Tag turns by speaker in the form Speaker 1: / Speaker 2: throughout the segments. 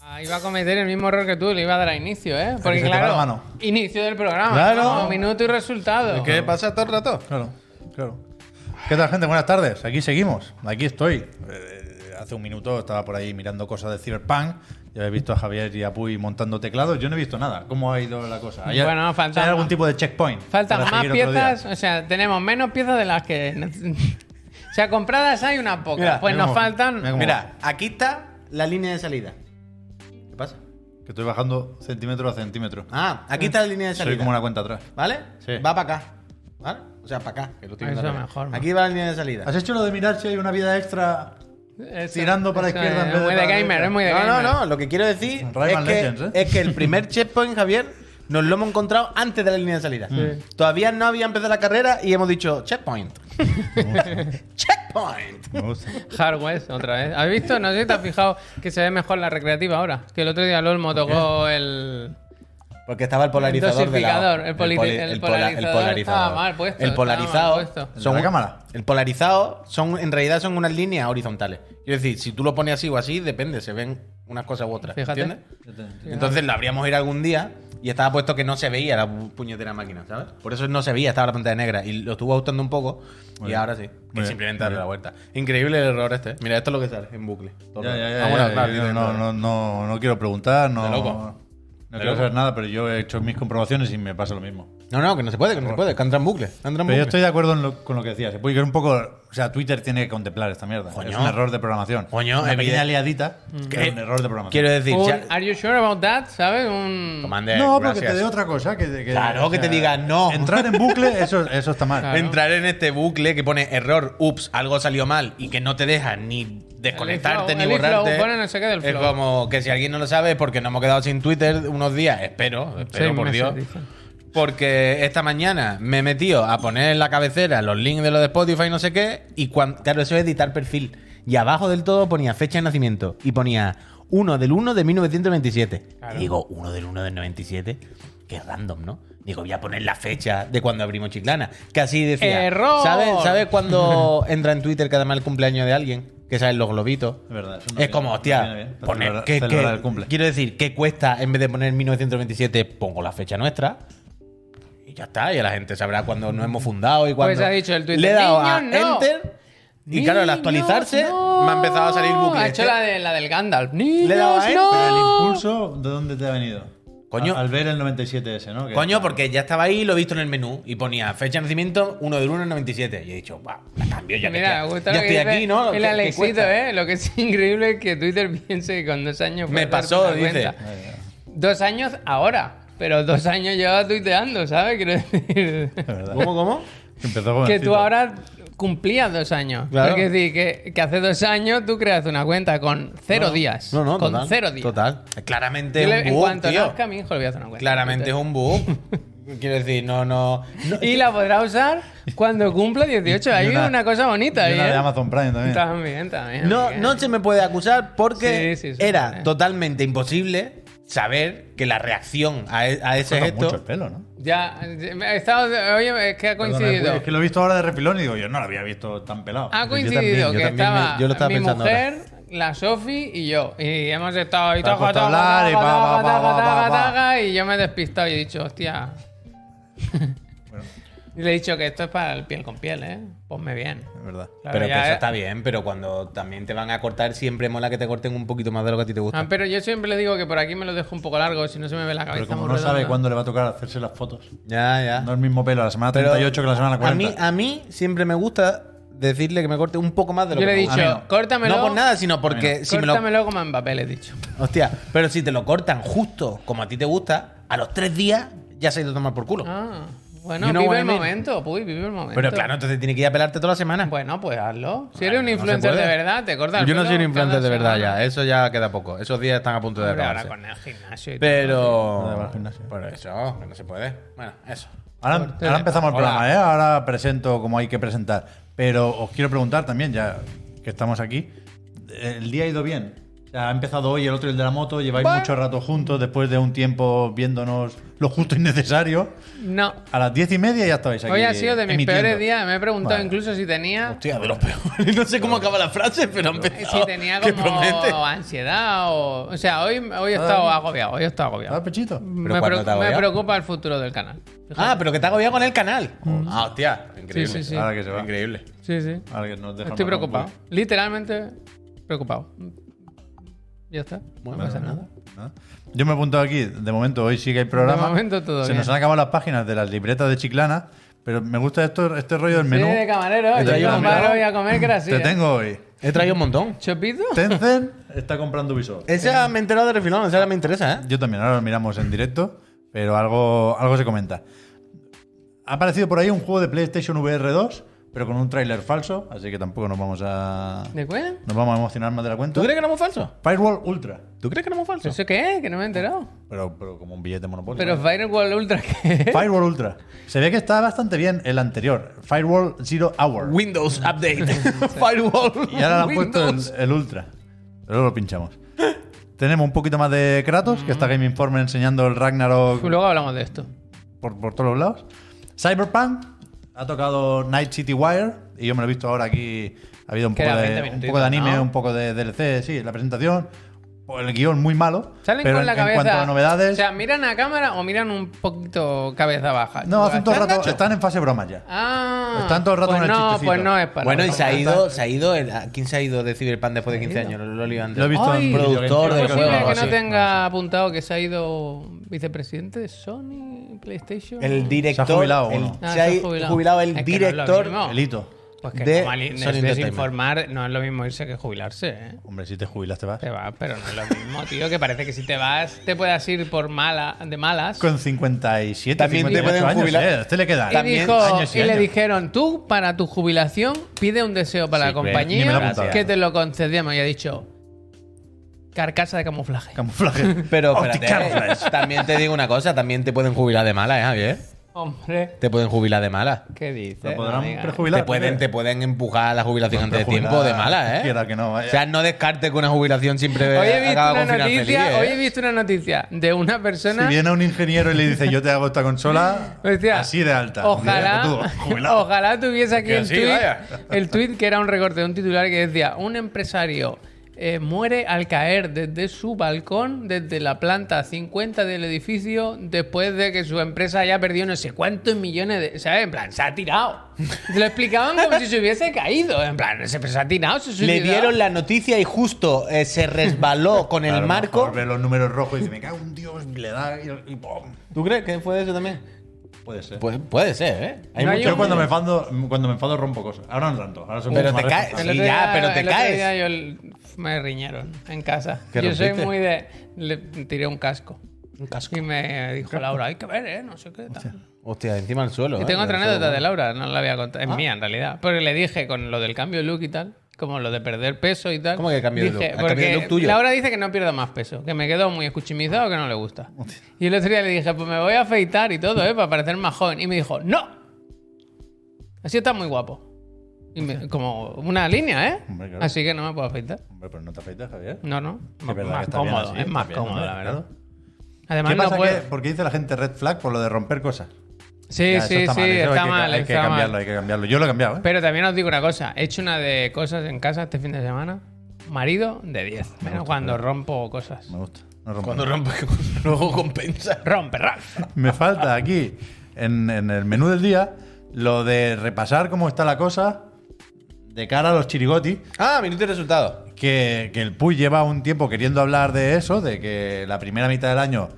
Speaker 1: Ah, iba a cometer el mismo error que tú, le iba a dar a inicio, ¿eh?
Speaker 2: que
Speaker 1: Porque
Speaker 2: se te va la
Speaker 1: claro,
Speaker 2: mano.
Speaker 1: inicio del programa.
Speaker 2: Claro.
Speaker 1: como Minuto y resultado.
Speaker 3: ¿Qué pasa todo el rato?
Speaker 2: Claro, claro. ¿Qué tal, gente? Buenas tardes. Aquí seguimos. Aquí estoy. Eh, hace un minuto estaba por ahí mirando cosas de Cyberpunk. Ya he visto a Javier y a Puy montando teclados. Yo no he visto nada. ¿Cómo ha ido la cosa? ¿Hay,
Speaker 1: Bueno, faltan-
Speaker 2: ¿hay algún tipo de checkpoint?
Speaker 1: Faltan
Speaker 2: para
Speaker 1: más
Speaker 2: seguir otro día?
Speaker 1: piezas, o sea, tenemos menos piezas de las que. nece- o sea, compradas hay unas pocas.
Speaker 2: Mira,
Speaker 1: pues
Speaker 2: mira
Speaker 1: nos
Speaker 2: cómo-
Speaker 1: faltan.
Speaker 2: mira cómo-
Speaker 3: Mira,
Speaker 4: Aquí está la línea de salida. ¿Qué pasa?
Speaker 2: Que estoy bajando centímetro a centímetro.
Speaker 4: Ah, aquí está la línea de salida.
Speaker 2: Soy como una cuenta atrás.
Speaker 4: ¿Vale?
Speaker 2: Sí.
Speaker 4: Va para acá. ¿Vale? O sea, para acá, que lo tiene
Speaker 1: Eso
Speaker 4: en la
Speaker 1: es
Speaker 4: tabla.
Speaker 1: mejor, ¿no?
Speaker 4: Aquí va la línea de salida.
Speaker 2: ¿Has hecho lo de mirar si hay una vida extra?
Speaker 1: Eso-
Speaker 2: Tirando para la
Speaker 1: eso
Speaker 2: izquierda en
Speaker 1: Es
Speaker 2: vez de
Speaker 1: muy de
Speaker 2: para la
Speaker 1: gamer,
Speaker 2: derecha.
Speaker 1: es muy de
Speaker 4: no, no,
Speaker 1: gamer.
Speaker 4: no. Lo que quiero decir es
Speaker 2: Rayman
Speaker 4: que,
Speaker 2: Legends, ¿eh?
Speaker 4: es que el primer checkpoint, Javier, nos lo hemos encontrado antes de la línea de salida. Todavía no había empezado la carrera y hemos dicho checkpoint. checkpoint.
Speaker 2: Me gusta.
Speaker 1: Hardware, otra vez. ¿Has visto? No sé si te has fijado que se ve mejor la recreativa ahora. Que el otro día LOL tocó el.
Speaker 4: Porque estaba el polarizador de la
Speaker 1: dosificador, el poli-
Speaker 4: poli-
Speaker 1: el
Speaker 4: el
Speaker 1: polarizador
Speaker 4: el polarizador.
Speaker 1: estaba mal puesto,
Speaker 4: El
Speaker 1: estaba mal
Speaker 4: polarizado
Speaker 1: puesto.
Speaker 2: ¿El de
Speaker 4: son
Speaker 2: la cámara?
Speaker 4: El polarizado son en realidad son unas líneas horizontales. Quiero decir, si tú lo pones así o así, depende, se ven unas cosas u otras,
Speaker 1: Fíjate.
Speaker 4: ¿entiendes? Entonces lo habríamos ir algún día y estaba puesto que no se veía la pu- puñetera máquina, ¿sabes? Por eso no se veía, estaba la pantalla negra y lo estuvo ajustando un poco y
Speaker 2: bien.
Speaker 4: ahora sí, que
Speaker 2: bien,
Speaker 4: simplemente
Speaker 2: muy
Speaker 4: darle
Speaker 2: bien.
Speaker 4: la vuelta. Increíble el error este. Mira, esto es lo que sale en bucle. Todo
Speaker 2: Ya,
Speaker 4: el-
Speaker 2: ya, ya,
Speaker 4: Ah, bueno,
Speaker 2: ya,
Speaker 4: claro,
Speaker 2: yo
Speaker 4: tiene-
Speaker 2: no, no, no, no quiero preguntar, no,
Speaker 4: De loco.
Speaker 2: no
Speaker 4: De
Speaker 2: quiero
Speaker 4: loco.
Speaker 2: saber nada, pero yo he hecho mis comprobaciones y me pasa lo mismo.
Speaker 4: No, no, que no se puede, que no se puede, que entra en bucle, entra en
Speaker 2: Pero yo
Speaker 4: bucle.
Speaker 2: estoy de acuerdo en lo- con lo que decías, porque es un poco, o sea, Twitter tiene que contemplar esta mierda.
Speaker 4: Coño.
Speaker 2: Es un error de programación.
Speaker 4: Coño,
Speaker 2: una pequeña
Speaker 4: evidente. Mm.
Speaker 2: liadita, que es un error de programación.
Speaker 4: Quiero decir,
Speaker 1: Un-
Speaker 4: ya-
Speaker 1: ¿Are you sure about that? ¿Sabes? Un.
Speaker 4: Commander,
Speaker 2: no, porque
Speaker 4: gracias.
Speaker 2: te dé otra cosa que, que-
Speaker 4: Claro, que te diga no.
Speaker 2: Entrar en bucle, eso, eso está mal.
Speaker 1: Claro.
Speaker 4: Entrar en este bucle que pone error, ups, algo salió mal y que no te deja ni desconectarte
Speaker 1: El
Speaker 4: ni
Speaker 1: flow, el
Speaker 4: borrarte.
Speaker 1: flow, pone no sé qué del
Speaker 4: es
Speaker 1: flow.
Speaker 4: como que si alguien no lo sabe es porque nos hemos quedado sin Twitter unos días. Espero, espero
Speaker 1: Seis
Speaker 4: por
Speaker 1: meses,
Speaker 4: Dios.
Speaker 1: dicen.
Speaker 4: Porque esta mañana me he metido a poner en la cabecera los links de lo de Spotify, no sé qué. Y cuando, claro, eso es editar perfil. Y abajo del todo ponía fecha de nacimiento. Y ponía 1 del 1 de 1927.
Speaker 1: Claro.
Speaker 4: Y digo, 1 del 1 del 97. Que es random, ¿no? Digo, voy a poner la fecha de cuando abrimos Chiclana. Que así decía.
Speaker 1: ¡Error!
Speaker 4: ¿Sabes ¿sabe cuando entra en Twitter que además el cumpleaños de alguien? Que salen los globitos.
Speaker 2: Es verdad, eso no
Speaker 4: Es
Speaker 2: viene-
Speaker 4: como,
Speaker 2: no viene
Speaker 4: hostia,
Speaker 2: bien para
Speaker 4: poner-
Speaker 2: celebrar-
Speaker 4: que-
Speaker 2: celebrar
Speaker 4: que-
Speaker 2: el cumple.
Speaker 4: quiero decir, ¿qué cuesta en vez de poner 1927? Pongo la fecha nuestra y ya está. Y la gente sabrá cuándo nos hemos fundado y cuándo.
Speaker 1: Pues ha dicho el Twitter,
Speaker 4: Le he dado a
Speaker 1: "Niños, no".
Speaker 4: Enter y claro, al
Speaker 1: Niños,
Speaker 4: actualizarse
Speaker 1: no.
Speaker 4: me ha empezado a salir bucle. ¿eh?
Speaker 1: Ha
Speaker 4: este.
Speaker 1: hecho la, de, la del Gandalf.
Speaker 4: he dado
Speaker 1: Niños,
Speaker 4: a él,
Speaker 1: no.
Speaker 2: Pero el impulso, ¿de dónde te ha venido?
Speaker 4: Coño.
Speaker 2: Al, al ver el 97S, ¿no? Que-
Speaker 4: Coño, porque ya estaba ahí y lo he visto en el menú y ponía fecha de nacimiento 1 del 1 del 97. Y he dicho, va, la cambio ya que
Speaker 1: Mira,
Speaker 4: estoy-
Speaker 1: me gusta
Speaker 4: ya
Speaker 1: lo que
Speaker 4: estoy
Speaker 1: dice
Speaker 4: aquí, ¿no? ¿Qué-
Speaker 1: El
Speaker 4: qué
Speaker 1: Alexito,
Speaker 4: cuesta?
Speaker 1: ¿eh? Lo que es increíble es que Twitter piense que con dos años.
Speaker 4: Me
Speaker 1: puedes
Speaker 4: pasó,
Speaker 1: darte una
Speaker 4: dice.
Speaker 1: cuenta.
Speaker 2: Eh,
Speaker 1: Dos años ahora. Pero dos años llevaba tuiteando, ¿sabes? Quiero decir.
Speaker 2: Es verdad.
Speaker 4: ¿Cómo, cómo?
Speaker 2: Empezó
Speaker 1: que
Speaker 2: jovencito.
Speaker 1: tú ahora cumplías dos años.
Speaker 4: Claro.
Speaker 1: Es decir, que, que hace dos años tú creaste una cuenta con cero días.
Speaker 4: No, no,
Speaker 1: con
Speaker 4: total,
Speaker 1: cero días.
Speaker 4: Total. Claramente
Speaker 1: Yo le-
Speaker 4: es
Speaker 1: en
Speaker 4: un bug,
Speaker 1: cuanto
Speaker 4: tío.
Speaker 1: nazca pues, mi hijo le voy a hacer una cuenta.
Speaker 4: Claramente es un bug. Quiero decir, no, no. no-
Speaker 1: Y la podrá usar cuando cumpla 18. Hay
Speaker 2: Y
Speaker 1: una,
Speaker 2: una-
Speaker 1: cosa
Speaker 2: Y
Speaker 1: bonita ahí.
Speaker 2: una de
Speaker 1: ¿eh?
Speaker 2: Amazon Prime también.
Speaker 1: También, también.
Speaker 4: no,
Speaker 1: bien.
Speaker 4: no se me puede acusar porque
Speaker 1: Sí, sí, sí,
Speaker 4: era
Speaker 1: sí.
Speaker 4: totalmente imposible saber que la reacción a, e- a ese
Speaker 2: Corta
Speaker 4: gesto.
Speaker 2: mucho el pelo, ¿no?
Speaker 1: Ya, he estado. Oye, es que ha
Speaker 2: Perdona,
Speaker 1: coincidido.
Speaker 2: es que lo he visto ahora de refilón y digo, yo no lo había visto tan pelado.
Speaker 1: Ha
Speaker 2: Yo
Speaker 1: coincidido
Speaker 2: también, yo
Speaker 1: que
Speaker 2: también me-
Speaker 1: estaba
Speaker 4: yo lo estaba
Speaker 1: mi
Speaker 4: pensando ahora.
Speaker 1: mujer, la Sofi y yo. Y hemos estado ahí
Speaker 2: Te has
Speaker 1: taca,
Speaker 2: puesto a
Speaker 1: taca,
Speaker 2: hablar y
Speaker 1: taca,
Speaker 2: va, va,
Speaker 1: taca,
Speaker 2: va, va,
Speaker 1: taca,
Speaker 2: va, va.
Speaker 1: taca, y yo me he despistado y he dicho, hostia. Y le he dicho que esto es para el piel con piel, ¿eh? Ponme bien.
Speaker 2: Es verdad.
Speaker 1: Claro,
Speaker 4: pero que
Speaker 1: ya
Speaker 4: eso
Speaker 1: es-
Speaker 4: está bien, pero cuando también te van a cortar, siempre mola que te corten un poquito más de lo que a ti te gusta.
Speaker 1: Ah, pero yo siempre le digo que por aquí me lo dejo un poco largo, si no se me ve la cabeza.
Speaker 2: Pero como
Speaker 1: muy
Speaker 2: no
Speaker 1: redonda.
Speaker 2: sabe cuándo le va a tocar hacerse las fotos.
Speaker 4: ya, ya.
Speaker 2: No el mismo pelo a la semana
Speaker 4: Pero
Speaker 2: 38 que la semana 40.
Speaker 4: A mí, a mí siempre me gusta decirle que me corte un poco más de lo
Speaker 1: Yo
Speaker 4: que
Speaker 1: le he
Speaker 4: me
Speaker 1: dicho,
Speaker 4: gusta.
Speaker 2: A mí no.
Speaker 1: córtamelo.
Speaker 4: No por nada, sino porque si me lo
Speaker 1: córtamelo como en papel, he dicho.
Speaker 4: Hostia, pero si te lo cortan justo como a ti te gusta, a los tres días ya se ha ido a tomar por culo.
Speaker 1: Ah, bueno,
Speaker 4: You know
Speaker 1: vive
Speaker 4: what I
Speaker 1: el
Speaker 4: mean.
Speaker 1: momento, puy, vive el momento.
Speaker 4: pero claro, entonces tiene que ir a pelarte toda la semana.
Speaker 1: Bueno, pues hazlo. Si eres
Speaker 4: Claro,
Speaker 1: un
Speaker 4: no se
Speaker 1: influencer de
Speaker 4: puede.
Speaker 1: verdad, te cortas el
Speaker 4: Yo no
Speaker 1: pelo
Speaker 4: soy un
Speaker 1: cada
Speaker 4: influencer de verdad
Speaker 1: semana.
Speaker 4: ya, eso ya queda poco. Esos días están a punto de
Speaker 1: Hombre, ahora
Speaker 4: acabarse.
Speaker 1: con el gimnasio y
Speaker 2: No, de bajar
Speaker 4: Pero...
Speaker 2: gimnasio.
Speaker 4: Por eso, que no se puede. Bueno, eso.
Speaker 2: Ahora, ahora empezamos el
Speaker 4: Hola.
Speaker 2: programa, ¿eh? Ahora presento como hay que presentar. Pero os quiero preguntar también, ya que estamos aquí, ¿el día ha ido bien? sea, ha empezado hoy el otro el de la moto, lleváis
Speaker 1: Bueno.
Speaker 2: mucho rato juntos, después de un tiempo viéndonos lo justo y necesario.
Speaker 1: No.
Speaker 2: A las diez y media ya estabais aquí.
Speaker 1: Hoy ha sido de mis
Speaker 2: emitiendo.
Speaker 1: peores días. Me he preguntado
Speaker 2: Vale.
Speaker 1: incluso si tenía,
Speaker 4: Hostia, de los peores. No sé cómo acaba la frase, pero han
Speaker 1: si tenía
Speaker 4: ¿Qué promete? Ah.
Speaker 1: como ansiedad o. O sea, hoy, hoy he estado agobiado. Hoy he estado agobiado.
Speaker 2: ¿Ah, Pechito?
Speaker 1: Me,
Speaker 4: cuando
Speaker 1: preo-
Speaker 4: te hago
Speaker 1: me
Speaker 4: ya.
Speaker 1: preocupa el futuro del canal.
Speaker 4: Ah, pero que te hago ya con el canal. Ah, hostia. Increíble.
Speaker 1: Sí, sí, sí.
Speaker 2: Mm. Ahora que se va.
Speaker 4: Increíble.
Speaker 1: Sí, sí.
Speaker 2: Ahora que nos deja
Speaker 1: Estoy
Speaker 2: más
Speaker 1: preocupado.
Speaker 2: con-
Speaker 1: Literalmente preocupado. Ya está.
Speaker 4: Bueno, no pasa nada.
Speaker 2: ¿no? ¿eh? Yo me he apuntado aquí. De momento, hoy sí que hay programa.
Speaker 1: De momento todo
Speaker 2: Se
Speaker 1: bien.
Speaker 2: nos han acabado las páginas de las libretas de Chiclana, pero me gusta esto, este rollo del
Speaker 1: Sí,
Speaker 2: menú.
Speaker 1: de camarero.
Speaker 2: Te
Speaker 1: Yo
Speaker 2: traigo
Speaker 1: iba a
Speaker 2: un
Speaker 1: parar
Speaker 2: menú.
Speaker 1: hoy a comer que era así,
Speaker 2: Te
Speaker 1: ¿eh?
Speaker 2: tengo hoy.
Speaker 4: He traído un montón.
Speaker 1: ¿Chopito?
Speaker 2: Tencent está comprando Ubisoft.
Speaker 4: Esa me he enterado de refilón, esa me interesa, ¿eh?
Speaker 2: Yo también, ahora lo miramos en directo, pero algo, algo se comenta. Ha aparecido por ahí un juego de PlayStation VR 2, pero con un tráiler falso, así que tampoco nos vamos a.
Speaker 1: ¿De cuál?
Speaker 2: Nos vamos a emocionar más de la
Speaker 4: ¿Tú
Speaker 2: cuenta.
Speaker 4: crees que éramos falsos?
Speaker 2: Firewall Ultra.
Speaker 4: ¿Tú crees que éramos falsos?
Speaker 1: ¿Eso qué es? Que no me he enterado.
Speaker 2: Pero, pero como un billete monopolio.
Speaker 1: Pero Firewall Ultra, ¿qué es?
Speaker 2: Firewall Ultra. Se ve que está bastante bien el anterior. Firewall Zero Hour.
Speaker 4: Windows Update. Firewall.
Speaker 2: Y ahora le han puesto el,
Speaker 1: Windows.
Speaker 2: el Ultra. Pero luego lo pinchamos. Tenemos un poquito más de Kratos, que está Game Informer enseñando el Ragnarok
Speaker 1: Luego hablamos de esto.
Speaker 2: por, por todos los lados. Cyberpunk ha tocado Night City Wire y yo me lo he visto ahora aquí. Ha habido un,
Speaker 1: Que
Speaker 2: poco
Speaker 1: era
Speaker 2: de,
Speaker 1: 20
Speaker 2: un
Speaker 1: minutitos,
Speaker 2: poco de anime,
Speaker 1: ¿no?
Speaker 2: un poco de DLC, sí, la presentación. El guión muy malo.
Speaker 1: Salen
Speaker 2: pero
Speaker 1: con
Speaker 2: en,
Speaker 1: la
Speaker 2: en
Speaker 1: cabeza.
Speaker 2: cuanto a novedades.
Speaker 1: O sea, miran a cámara o miran un poquito cabeza baja.
Speaker 2: no, hacen todo el
Speaker 1: ¿Están
Speaker 2: rato.
Speaker 1: gachos?
Speaker 2: Están en fase bromas ya.
Speaker 1: Ah.
Speaker 2: Están todo el rato
Speaker 1: pues
Speaker 2: en el
Speaker 1: no,
Speaker 2: chistecito.
Speaker 1: Pues no es para.
Speaker 4: Bueno, y
Speaker 1: nada.
Speaker 4: se ha ido, se ha ido, el- ¿a ¿quién se ha ido de Cyberpunk después de 15 años? Lo, lo he liado antes.
Speaker 2: Lo he visto
Speaker 1: Ay,
Speaker 2: en
Speaker 4: productor del
Speaker 1: ¿Es
Speaker 4: juego.
Speaker 1: posible
Speaker 4: algo
Speaker 1: que no
Speaker 4: así.
Speaker 1: tenga apuntado que se ha ido vicepresidente de Sony, PlayStation?
Speaker 4: El director.
Speaker 2: Se ha jubilado,
Speaker 4: el-
Speaker 2: bueno.
Speaker 1: Ah,
Speaker 4: se ha jubilado, el
Speaker 1: Es que no es lo
Speaker 4: director.
Speaker 1: mismo.
Speaker 2: El hito.
Speaker 1: Pues que
Speaker 4: de
Speaker 1: no, Mali-
Speaker 4: Sony
Speaker 1: es
Speaker 4: Entertainment.
Speaker 1: desinformar, no es lo mismo irse que jubilarse, ¿eh?
Speaker 2: Hombre, si te jubilas te vas.
Speaker 1: Te vas, pero no es lo mismo, tío. Que parece que si te vas, te puedas ir por mala, de malas.
Speaker 2: Con 57,
Speaker 4: También te
Speaker 2: 58
Speaker 4: pueden
Speaker 2: años.
Speaker 4: jubilar.
Speaker 2: eh, a usted le queda.
Speaker 1: Y, dijo-
Speaker 2: años y
Speaker 1: y le
Speaker 2: años.
Speaker 1: dijeron, tú para tu jubilación pide un deseo para
Speaker 4: Sí,
Speaker 1: la
Speaker 4: pero ni
Speaker 1: compañía
Speaker 2: me lo he apuntado.
Speaker 1: que te lo concedíamos. Y ha dicho, carcasa de camuflaje.
Speaker 2: Camuflaje.
Speaker 4: Pero
Speaker 2: Optic
Speaker 4: espérate, eh,
Speaker 2: camouflage.
Speaker 4: también te digo una cosa, también te pueden jubilar de mala, ¿eh, Javier?
Speaker 1: Hombre,
Speaker 4: Te pueden jubilar de mala.
Speaker 1: ¿qué dices?
Speaker 2: Lo podrán
Speaker 1: No digas.
Speaker 2: prejubilar.
Speaker 4: Te pueden, te pueden empujar a la jubilación antes de
Speaker 2: prejubilar,
Speaker 4: tiempo de mala, ¿eh?
Speaker 2: quiera que no, vaya.
Speaker 4: O sea, no descarte que una jubilación siempre
Speaker 2: Eh,
Speaker 1: Hoy he visto
Speaker 4: acaba
Speaker 1: una
Speaker 4: con final
Speaker 1: noticia,
Speaker 4: feliz, ¿eh?
Speaker 1: hoy he visto una noticia de una persona
Speaker 2: Si viene un ingeniero y le dice, yo te hago esta consola
Speaker 4: Pues
Speaker 1: Hostia,
Speaker 2: así de alta.
Speaker 1: Ojalá,
Speaker 2: Tú, jubilado.
Speaker 1: ojalá tuviese aquí
Speaker 2: Que
Speaker 1: el
Speaker 2: sí,
Speaker 1: tweet,
Speaker 2: vaya.
Speaker 1: el tweet que era un recorte de un titular que decía: Un empresario eh, muere al caer desde su balcón, desde la planta 50 del edificio, después de que su empresa haya perdido no sé cuántos millones de. ¿Sabes? En plan, se ha tirado. Te lo explicaban como si se hubiese caído. En plan, se, se ha tirado, se
Speaker 4: Le
Speaker 1: suicidó.
Speaker 4: dieron la noticia y justo eh, se resbaló con
Speaker 2: Claro, a
Speaker 4: el
Speaker 2: lo
Speaker 4: marco.
Speaker 2: mejor Ve los números rojos y dice, me cago en Dios, le da y, y ¡pum!
Speaker 4: ¿Tú crees que fue eso también?
Speaker 2: Puede ser.
Speaker 4: Pu- puede ser, ¿eh? Pues, Hay
Speaker 1: No hay
Speaker 4: mucho-
Speaker 2: yo cuando me, enfado, cuando me enfado rompo cosas. Ahora no tanto. Ahora soy
Speaker 4: Pero
Speaker 2: mucho
Speaker 4: te
Speaker 2: más
Speaker 4: caes.
Speaker 1: El
Speaker 2: responsable.
Speaker 1: otro
Speaker 4: Sí, ya, pero te
Speaker 1: el otro
Speaker 4: caes.
Speaker 1: día yo l- me riñeron en casa.
Speaker 4: ¿Qué
Speaker 1: Yo soy
Speaker 4: rompiste?
Speaker 1: muy de. Le tiré un casco.
Speaker 4: Un casco.
Speaker 1: Y me dijo Laura, hay que ver, ¿eh? No sé qué tal.
Speaker 4: Hostia, encima del suelo.
Speaker 1: Y
Speaker 4: ¿eh?
Speaker 1: tengo
Speaker 4: Del
Speaker 1: otra
Speaker 4: suelo,
Speaker 1: anécdota de
Speaker 4: bueno.
Speaker 1: Laura, no la voy a contar. Es
Speaker 2: Ah.
Speaker 1: mía, en realidad. Porque le dije con lo del cambio de look y tal, como lo de perder peso y tal.
Speaker 4: ¿Cómo que cambio de
Speaker 2: Ah,
Speaker 1: dije-
Speaker 4: look? ¿El
Speaker 1: porque
Speaker 4: cambio de look tuyo?
Speaker 1: Laura dice que no pierdo más peso, que me quedo muy escuchimizado, que no le gusta. Y el otro día le dije, pues me voy a afeitar y todo, ¿eh? Para parecer más joven. Y me dijo, ¡no! Así está muy guapo. Y me- como una línea, ¿eh?
Speaker 2: Hombre, claro.
Speaker 1: Así que no me puedo afeitar.
Speaker 2: Hombre, pero no te afeitas, Javier.
Speaker 1: No, no.
Speaker 2: Es
Speaker 1: Más,
Speaker 2: verdad que
Speaker 1: más
Speaker 2: está bien
Speaker 1: cómodo,
Speaker 2: así,
Speaker 1: es más
Speaker 2: está bien,
Speaker 1: cómodo, la
Speaker 2: hombre,
Speaker 1: verdad.
Speaker 2: claro.
Speaker 1: Además,
Speaker 2: ¿Qué
Speaker 1: no
Speaker 2: pasa?
Speaker 1: puedo.
Speaker 2: que- ¿Por qué dice la gente red flag por lo de romper cosas?
Speaker 1: Sí,
Speaker 2: Ya, eso
Speaker 1: sí, sí,
Speaker 2: eso hay
Speaker 1: está
Speaker 2: que-
Speaker 1: mal.
Speaker 2: Hay que
Speaker 1: está mal.
Speaker 2: cambiarlo, hay que cambiarlo. Yo lo he cambiado, ¿eh?
Speaker 1: Pero también os digo una cosa, he hecho una de cosas en casa este fin de semana. Marido de 10. Menos cuando rompo cosas.
Speaker 2: Me gusta. No rompo.
Speaker 4: Cuando rompe, luego compensa.
Speaker 1: Rompe, Ralph.
Speaker 2: Me falta aquí, en, en el menú del día, lo de repasar cómo está la cosa de cara a los chirigotis.
Speaker 4: Ah, minuto y resultado.
Speaker 2: Que, que el Puy lleva un tiempo queriendo hablar de eso, de que la primera mitad del año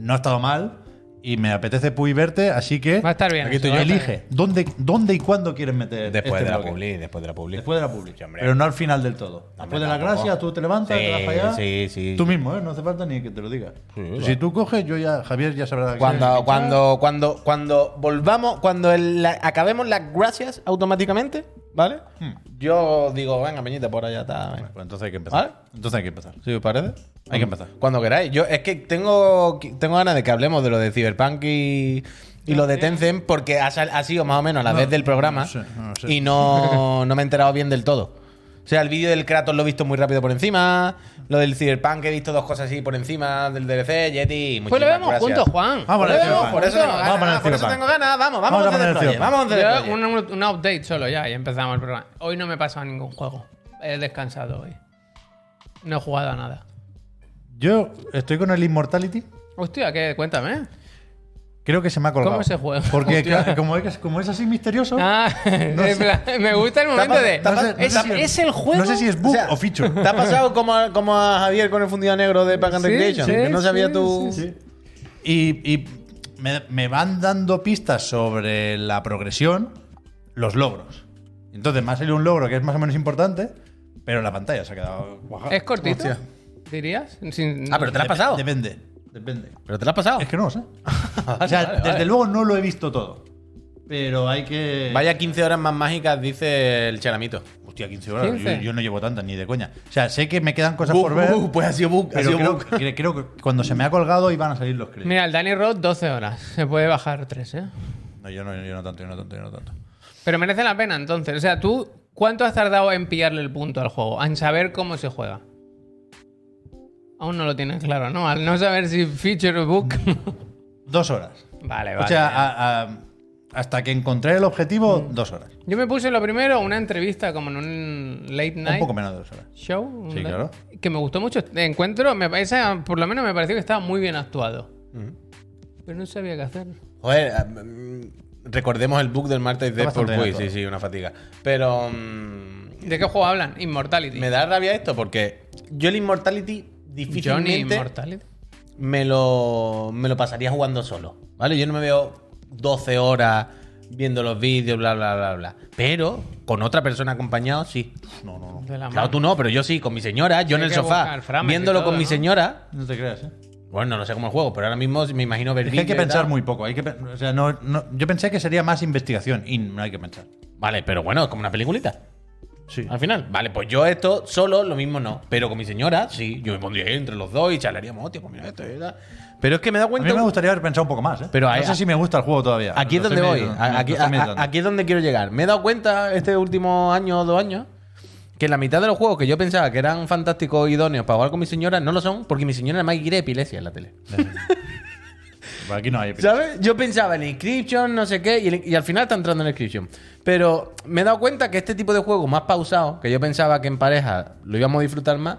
Speaker 2: no ha estado mal. Y me apetece Puy verte, así que.
Speaker 1: Va a estar bien,
Speaker 2: Aquí estoy
Speaker 1: eso
Speaker 2: yo.
Speaker 1: va a estar
Speaker 2: Elige dónde, dónde y cuándo quieres meter.
Speaker 4: Después
Speaker 2: este
Speaker 4: de la
Speaker 2: bloque.
Speaker 4: publi, después de la publi.
Speaker 2: Después de la publi.
Speaker 4: Sí, hombre.
Speaker 2: Pero no al final del todo. Después de las
Speaker 4: tampoco.
Speaker 2: gracias, tú te levantas, te vas para allá.
Speaker 4: Sí, sí, sí.
Speaker 2: Tú mismo, ¿eh? No hace falta ni que te lo diga.
Speaker 4: Sí,
Speaker 2: si tú coges, yo ya, Javier ya sabrá. que-
Speaker 4: Cuando, cuando, cuando, cuando volvamos, cuando el- la- acabemos las gracias automáticamente, ¿vale?
Speaker 2: Hmm.
Speaker 4: Yo digo, venga, Peñita, por allá está. venga.
Speaker 2: Pues entonces hay que empezar.
Speaker 4: ¿Vale?
Speaker 2: Entonces hay que empezar.
Speaker 4: ¿Sí os parece?
Speaker 2: Hay que empezar.
Speaker 4: Cuando queráis. Yo es que tengo, tengo ganas de que hablemos de lo de Cyberpunk y, y lo de Tencent porque ha, sal- ha sido más o menos a la vez del programa
Speaker 2: no sé, no sé.
Speaker 4: y no, no me he enterado bien del todo. O sea, el vídeo del Kratos lo he visto muy rápido por encima. Lo del Cyberpunk he visto dos cosas así por encima. Del DLC, Yeti.
Speaker 1: Pues lo
Speaker 4: muchísimas
Speaker 1: vemos
Speaker 4: gracias.
Speaker 1: juntos, Juan.
Speaker 2: Ah, vale,
Speaker 1: Lo vemos
Speaker 2: vale.
Speaker 4: Por eso tengo
Speaker 1: juntos.
Speaker 2: Vamos a poner
Speaker 4: ganas. Por eso
Speaker 2: Cyberpunk.
Speaker 4: tengo ganas. Vamos, vamos,
Speaker 2: Vamos a
Speaker 4: de
Speaker 2: poner
Speaker 4: Deathloop,
Speaker 2: Cyberpunk.
Speaker 4: Vamos de
Speaker 1: Yo, un,
Speaker 4: Deathloop.
Speaker 1: un update solo ya y empezamos el programa. Hoy no me he pasado ningún juego. He descansado hoy. No he jugado a nada.
Speaker 2: Yo estoy con el Immortality.
Speaker 1: Hostia, ¿qué? Cuéntame.
Speaker 2: Creo que se me ha colgado.
Speaker 1: ¿Cómo se juega?
Speaker 2: Porque claro, como, es, como es así misterioso.
Speaker 1: Ah, en plan, me gusta el momento
Speaker 4: Tapa-
Speaker 1: de.
Speaker 4: tapa-
Speaker 2: no sé-
Speaker 1: es,
Speaker 2: no sé-
Speaker 1: es el juego.
Speaker 2: No sé si es bug
Speaker 4: O sea,
Speaker 2: o feature.
Speaker 4: ¿Te ha pasado como a, como a Javier con el fundido negro de Pagan
Speaker 1: Sí,
Speaker 4: Recreation?
Speaker 1: sí,
Speaker 4: que no sabía
Speaker 1: sí,
Speaker 4: tú.
Speaker 1: sí,
Speaker 2: Y, y me, me van dando pistas sobre la progresión, los logros. Entonces me ha salido un logro que es más o menos importante, pero la pantalla se ha quedado cuajada.
Speaker 1: ¿Es cortito?
Speaker 4: Hostia.
Speaker 1: ¿Dirías? Sin-
Speaker 4: Ah, pero te la has pasado. Ah.
Speaker 2: Depende, depende.
Speaker 4: Pero te la has pasado.
Speaker 2: Es que no lo sé. o sea, desde luego no lo he visto todo. Pero hay que.
Speaker 4: Vaya 15 horas más mágicas, dice el charamito.
Speaker 2: Hostia, 15 horas.
Speaker 1: 15.
Speaker 2: Yo, yo no llevo tantas, ni de coña. O sea, sé que me quedan cosas
Speaker 4: Bu-
Speaker 2: por ver.
Speaker 4: bu- pues ha sido bug, ha
Speaker 2: pero
Speaker 4: sido
Speaker 2: creo,
Speaker 4: bug.
Speaker 2: cre- creo que cuando se me ha colgado iban a salir los créditos.
Speaker 1: Mira, el Danny Road, 12 horas. Se puede bajar 3, ¿eh?
Speaker 2: No, yo no, yo no tanto, yo no tanto, yo no tanto.
Speaker 1: Pero merece la pena entonces. O sea, tú, ¿cuánto has tardado en pillarle el punto al juego? En saber cómo se juega. Aún no lo tienes claro, ¿no? Al no saber si feature o book.
Speaker 2: Dos horas.
Speaker 1: vale, vale.
Speaker 2: O sea, a-
Speaker 4: ah.
Speaker 2: a- hasta que encontré el objetivo, dos horas.
Speaker 1: Yo me puse lo primero, una entrevista como en un late
Speaker 2: Un
Speaker 1: night
Speaker 2: poco menos de dos horas.
Speaker 1: show. un
Speaker 2: Sí,
Speaker 1: late-
Speaker 2: claro.
Speaker 1: Que me gustó mucho. Este encuentro, me parece, por lo menos me pareció que estaba muy bien actuado. Pero no sabía qué hacer.
Speaker 4: Joder, ah, mm, recordemos el bug del martes de
Speaker 2: bastante bien
Speaker 4: Paul Puig.
Speaker 2: actuado.
Speaker 4: Sí, sí, una fatiga. Pero. mm,
Speaker 1: ¿De qué juego hablan? Immortality.
Speaker 4: me da rabia esto porque yo el Immortality
Speaker 1: Johnny
Speaker 4: difícilmente.
Speaker 1: Immortality.
Speaker 4: me lo, me lo pasaría jugando solo, ¿vale? Yo no me veo 12 horas viendo los vídeos, bla, bla, bla, bla. Pero con otra persona acompañado, sí.
Speaker 2: No, no, no.
Speaker 1: De la
Speaker 4: Claro, tú no, pero yo sí, con mi señora, yo en
Speaker 1: Hay
Speaker 4: el
Speaker 1: que buscar
Speaker 4: sofá,
Speaker 1: frames y
Speaker 4: viéndolo
Speaker 1: todo,
Speaker 4: con mi
Speaker 1: ¿no?
Speaker 4: señora.
Speaker 2: No te creas, ¿eh?
Speaker 4: Bueno, no sé cómo el juego, pero ahora mismo me imagino ver
Speaker 2: Es que hay que
Speaker 4: vídeos y
Speaker 2: pensar
Speaker 4: tal.
Speaker 2: muy poco. Hay que, pe- o sea, no, no- yo pensé que sería más investigación y no hay que pensar.
Speaker 4: Vale, pero bueno, es como una peliculita.
Speaker 2: Sí.
Speaker 4: Al final, vale, pues yo esto solo, lo mismo no. Pero con mi señora, sí, yo me pondría ahí entre los dos y charlaríamos, hostia, pues mira esto y tal. Pero es que me da
Speaker 2: A
Speaker 4: cuenta.
Speaker 2: mí me gustaría haber pensado un poco más, ¿eh?
Speaker 4: Pero hay-
Speaker 2: no sé si me gusta el juego todavía.
Speaker 4: Aquí es
Speaker 2: Lo
Speaker 4: donde
Speaker 2: estoy
Speaker 4: voy.
Speaker 2: meditando,
Speaker 4: Aquí,
Speaker 2: lo estoy
Speaker 4: a-
Speaker 2: meditando.
Speaker 4: a- aquí es donde quiero llegar. Me he dado cuenta este último año o dos años que la mitad de los juegos que yo pensaba que eran fantásticos idóneos para jugar con mi señora no lo son porque mi señora además quiere epilepsia en la tele.
Speaker 2: Pero aquí no hay.
Speaker 4: ¿Sabes? Yo pensaba en Inscription, no sé qué, y, el- y al final está entrando en Inscription. Pero me he dado cuenta que este tipo de juegos más pausados, que yo pensaba que en pareja lo íbamos a disfrutar más,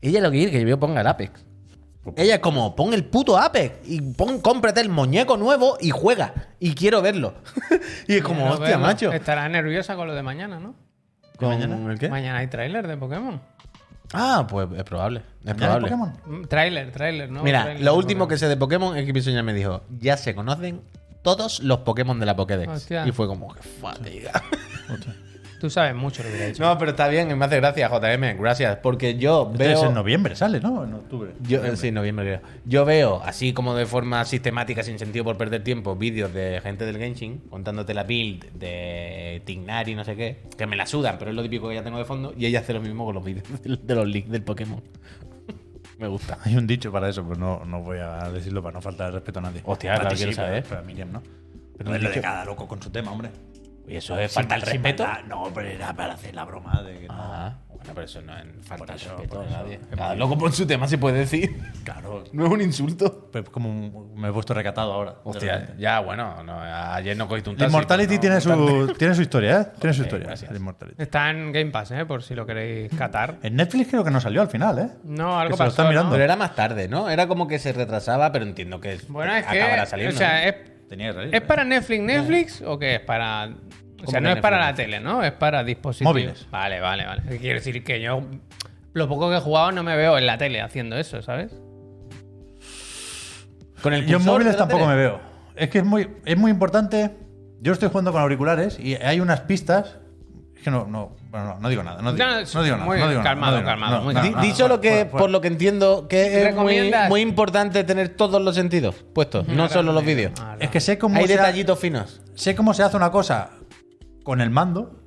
Speaker 4: ella lo que quiere es que yo ponga el Apex. Ella es como, pon el puto Apex y pon, cómprate el muñeco nuevo y juega. Y quiero verlo. y es como,
Speaker 1: Quiero
Speaker 4: hostia,
Speaker 1: verlo.
Speaker 4: macho.
Speaker 1: Estará nerviosa con lo de mañana, ¿no?
Speaker 4: ¿Con
Speaker 2: mañana?
Speaker 4: el qué?
Speaker 1: Mañana hay tráiler de Pokémon.
Speaker 4: Ah, pues es probable. Es
Speaker 2: ¿Ya hay
Speaker 4: probable.
Speaker 2: Pokémon?
Speaker 1: Mm, Tráiler, tráiler, ¿no?
Speaker 4: Mira,
Speaker 1: Tráiler
Speaker 4: lo
Speaker 1: de
Speaker 4: último que
Speaker 1: Pokémon.
Speaker 4: sé de Pokémon es que mi señora me dijo, ya se conocen todos los Pokémon de la Pokédex.
Speaker 1: Hostia.
Speaker 4: Y fue como, qué fatiga.
Speaker 2: Hostia.
Speaker 1: Tú sabes mucho lo que he hecho.
Speaker 4: No, pero está bien, me hace gracia, JM, gracias. Porque yo
Speaker 2: Este es en
Speaker 4: veo.
Speaker 2: noviembre, sale, ¿no? En octubre.
Speaker 4: Yo, eh, sí, noviembre creo. Yo veo, así como de forma sistemática, sin sentido por perder tiempo, vídeos de gente del Genshin contándote la build de Tignari, no sé qué, que me la sudan, pero es lo típico que ya tengo de fondo, y ella hace lo mismo con los vídeos del- de los leaks del Pokémon. me gusta.
Speaker 2: Hay un dicho para eso, pues no, no voy a decirlo para no faltar el respeto a nadie.
Speaker 4: Hostia,
Speaker 2: A ti
Speaker 4: claro, quiero
Speaker 2: pero-
Speaker 4: saber.
Speaker 2: ¿eh? Pero a Miriam no.
Speaker 4: Pero
Speaker 2: Pero es
Speaker 4: un
Speaker 2: lo de
Speaker 4: dicho-
Speaker 2: cada loco con su tema, hombre.
Speaker 4: ¿Y eso es falta el
Speaker 2: Sin
Speaker 4: respeto?
Speaker 2: maldad. No, pero era para hacer la broma de que no.
Speaker 4: Ah, bueno, pero eso no es falta
Speaker 2: Por
Speaker 4: de
Speaker 2: eso,
Speaker 4: respeto
Speaker 2: por
Speaker 4: a
Speaker 2: eso.
Speaker 4: nadie. Cada loco por su tema se puede decir.
Speaker 2: Claro.
Speaker 4: No es un insulto.
Speaker 2: Pues como un- me he puesto recatado ahora.
Speaker 4: Hostia, ya, bueno, no, ayer no cogiste un
Speaker 2: El
Speaker 4: taxi.
Speaker 2: Immortality
Speaker 4: pero no,
Speaker 2: tiene, su, tiene su historia, ¿eh? Tiene su
Speaker 4: Ok,
Speaker 2: historia.
Speaker 4: gracias.
Speaker 2: El Immortality.
Speaker 1: Está en Game Pass, ¿eh? Por si lo queréis catar.
Speaker 2: En Netflix creo que no salió al final, ¿eh?
Speaker 1: No, algo
Speaker 2: Que se lo
Speaker 1: pasó,
Speaker 2: están
Speaker 1: ¿no?
Speaker 2: mirando.
Speaker 4: Pero era más tarde, ¿no? Era como que se retrasaba, pero entiendo que
Speaker 1: Bueno, es
Speaker 4: acabará
Speaker 1: que.
Speaker 4: saliendo.
Speaker 1: o sea,
Speaker 4: ¿no?
Speaker 1: es,
Speaker 2: Tenía que salir.
Speaker 1: ¿es
Speaker 2: ¿eh?
Speaker 1: para Netflix, Netflix o qué es para. O sea,
Speaker 4: que
Speaker 1: no es para la
Speaker 4: Netflix?
Speaker 1: tele, ¿no? Es para dispositivos.
Speaker 2: Móviles.
Speaker 1: Vale, vale, vale. Quiero decir que yo. Lo poco que he jugado no me veo en la tele haciendo eso, ¿sabes?
Speaker 4: Con el
Speaker 2: Yo en
Speaker 4: cursor
Speaker 2: móviles
Speaker 4: de la
Speaker 2: tampoco
Speaker 4: tele.
Speaker 2: me veo. Es que es muy, es muy importante. Yo estoy jugando con auriculares y hay unas pistas. Es que no, no, bueno, no, no digo nada. No digo,
Speaker 1: No,
Speaker 2: no,
Speaker 1: es
Speaker 2: digo nada.
Speaker 1: muy
Speaker 2: no digo nada,
Speaker 1: calmado,
Speaker 2: no digo nada,
Speaker 1: calmado,
Speaker 2: no,
Speaker 1: muy
Speaker 2: nada,
Speaker 4: Di,
Speaker 1: calmado.
Speaker 2: nada,
Speaker 4: di solo
Speaker 2: fuera,
Speaker 4: que,
Speaker 2: fuera, fuera.
Speaker 4: por lo que entiendo, que es muy,
Speaker 1: recomiendas?
Speaker 4: muy importante tener todos los sentidos puestos, no solo los vídeos.
Speaker 1: Ah,
Speaker 2: Es que sé cómo,
Speaker 4: Hay
Speaker 2: se ha-
Speaker 4: detallitos finos.
Speaker 2: sé cómo se hace una cosa con el mando,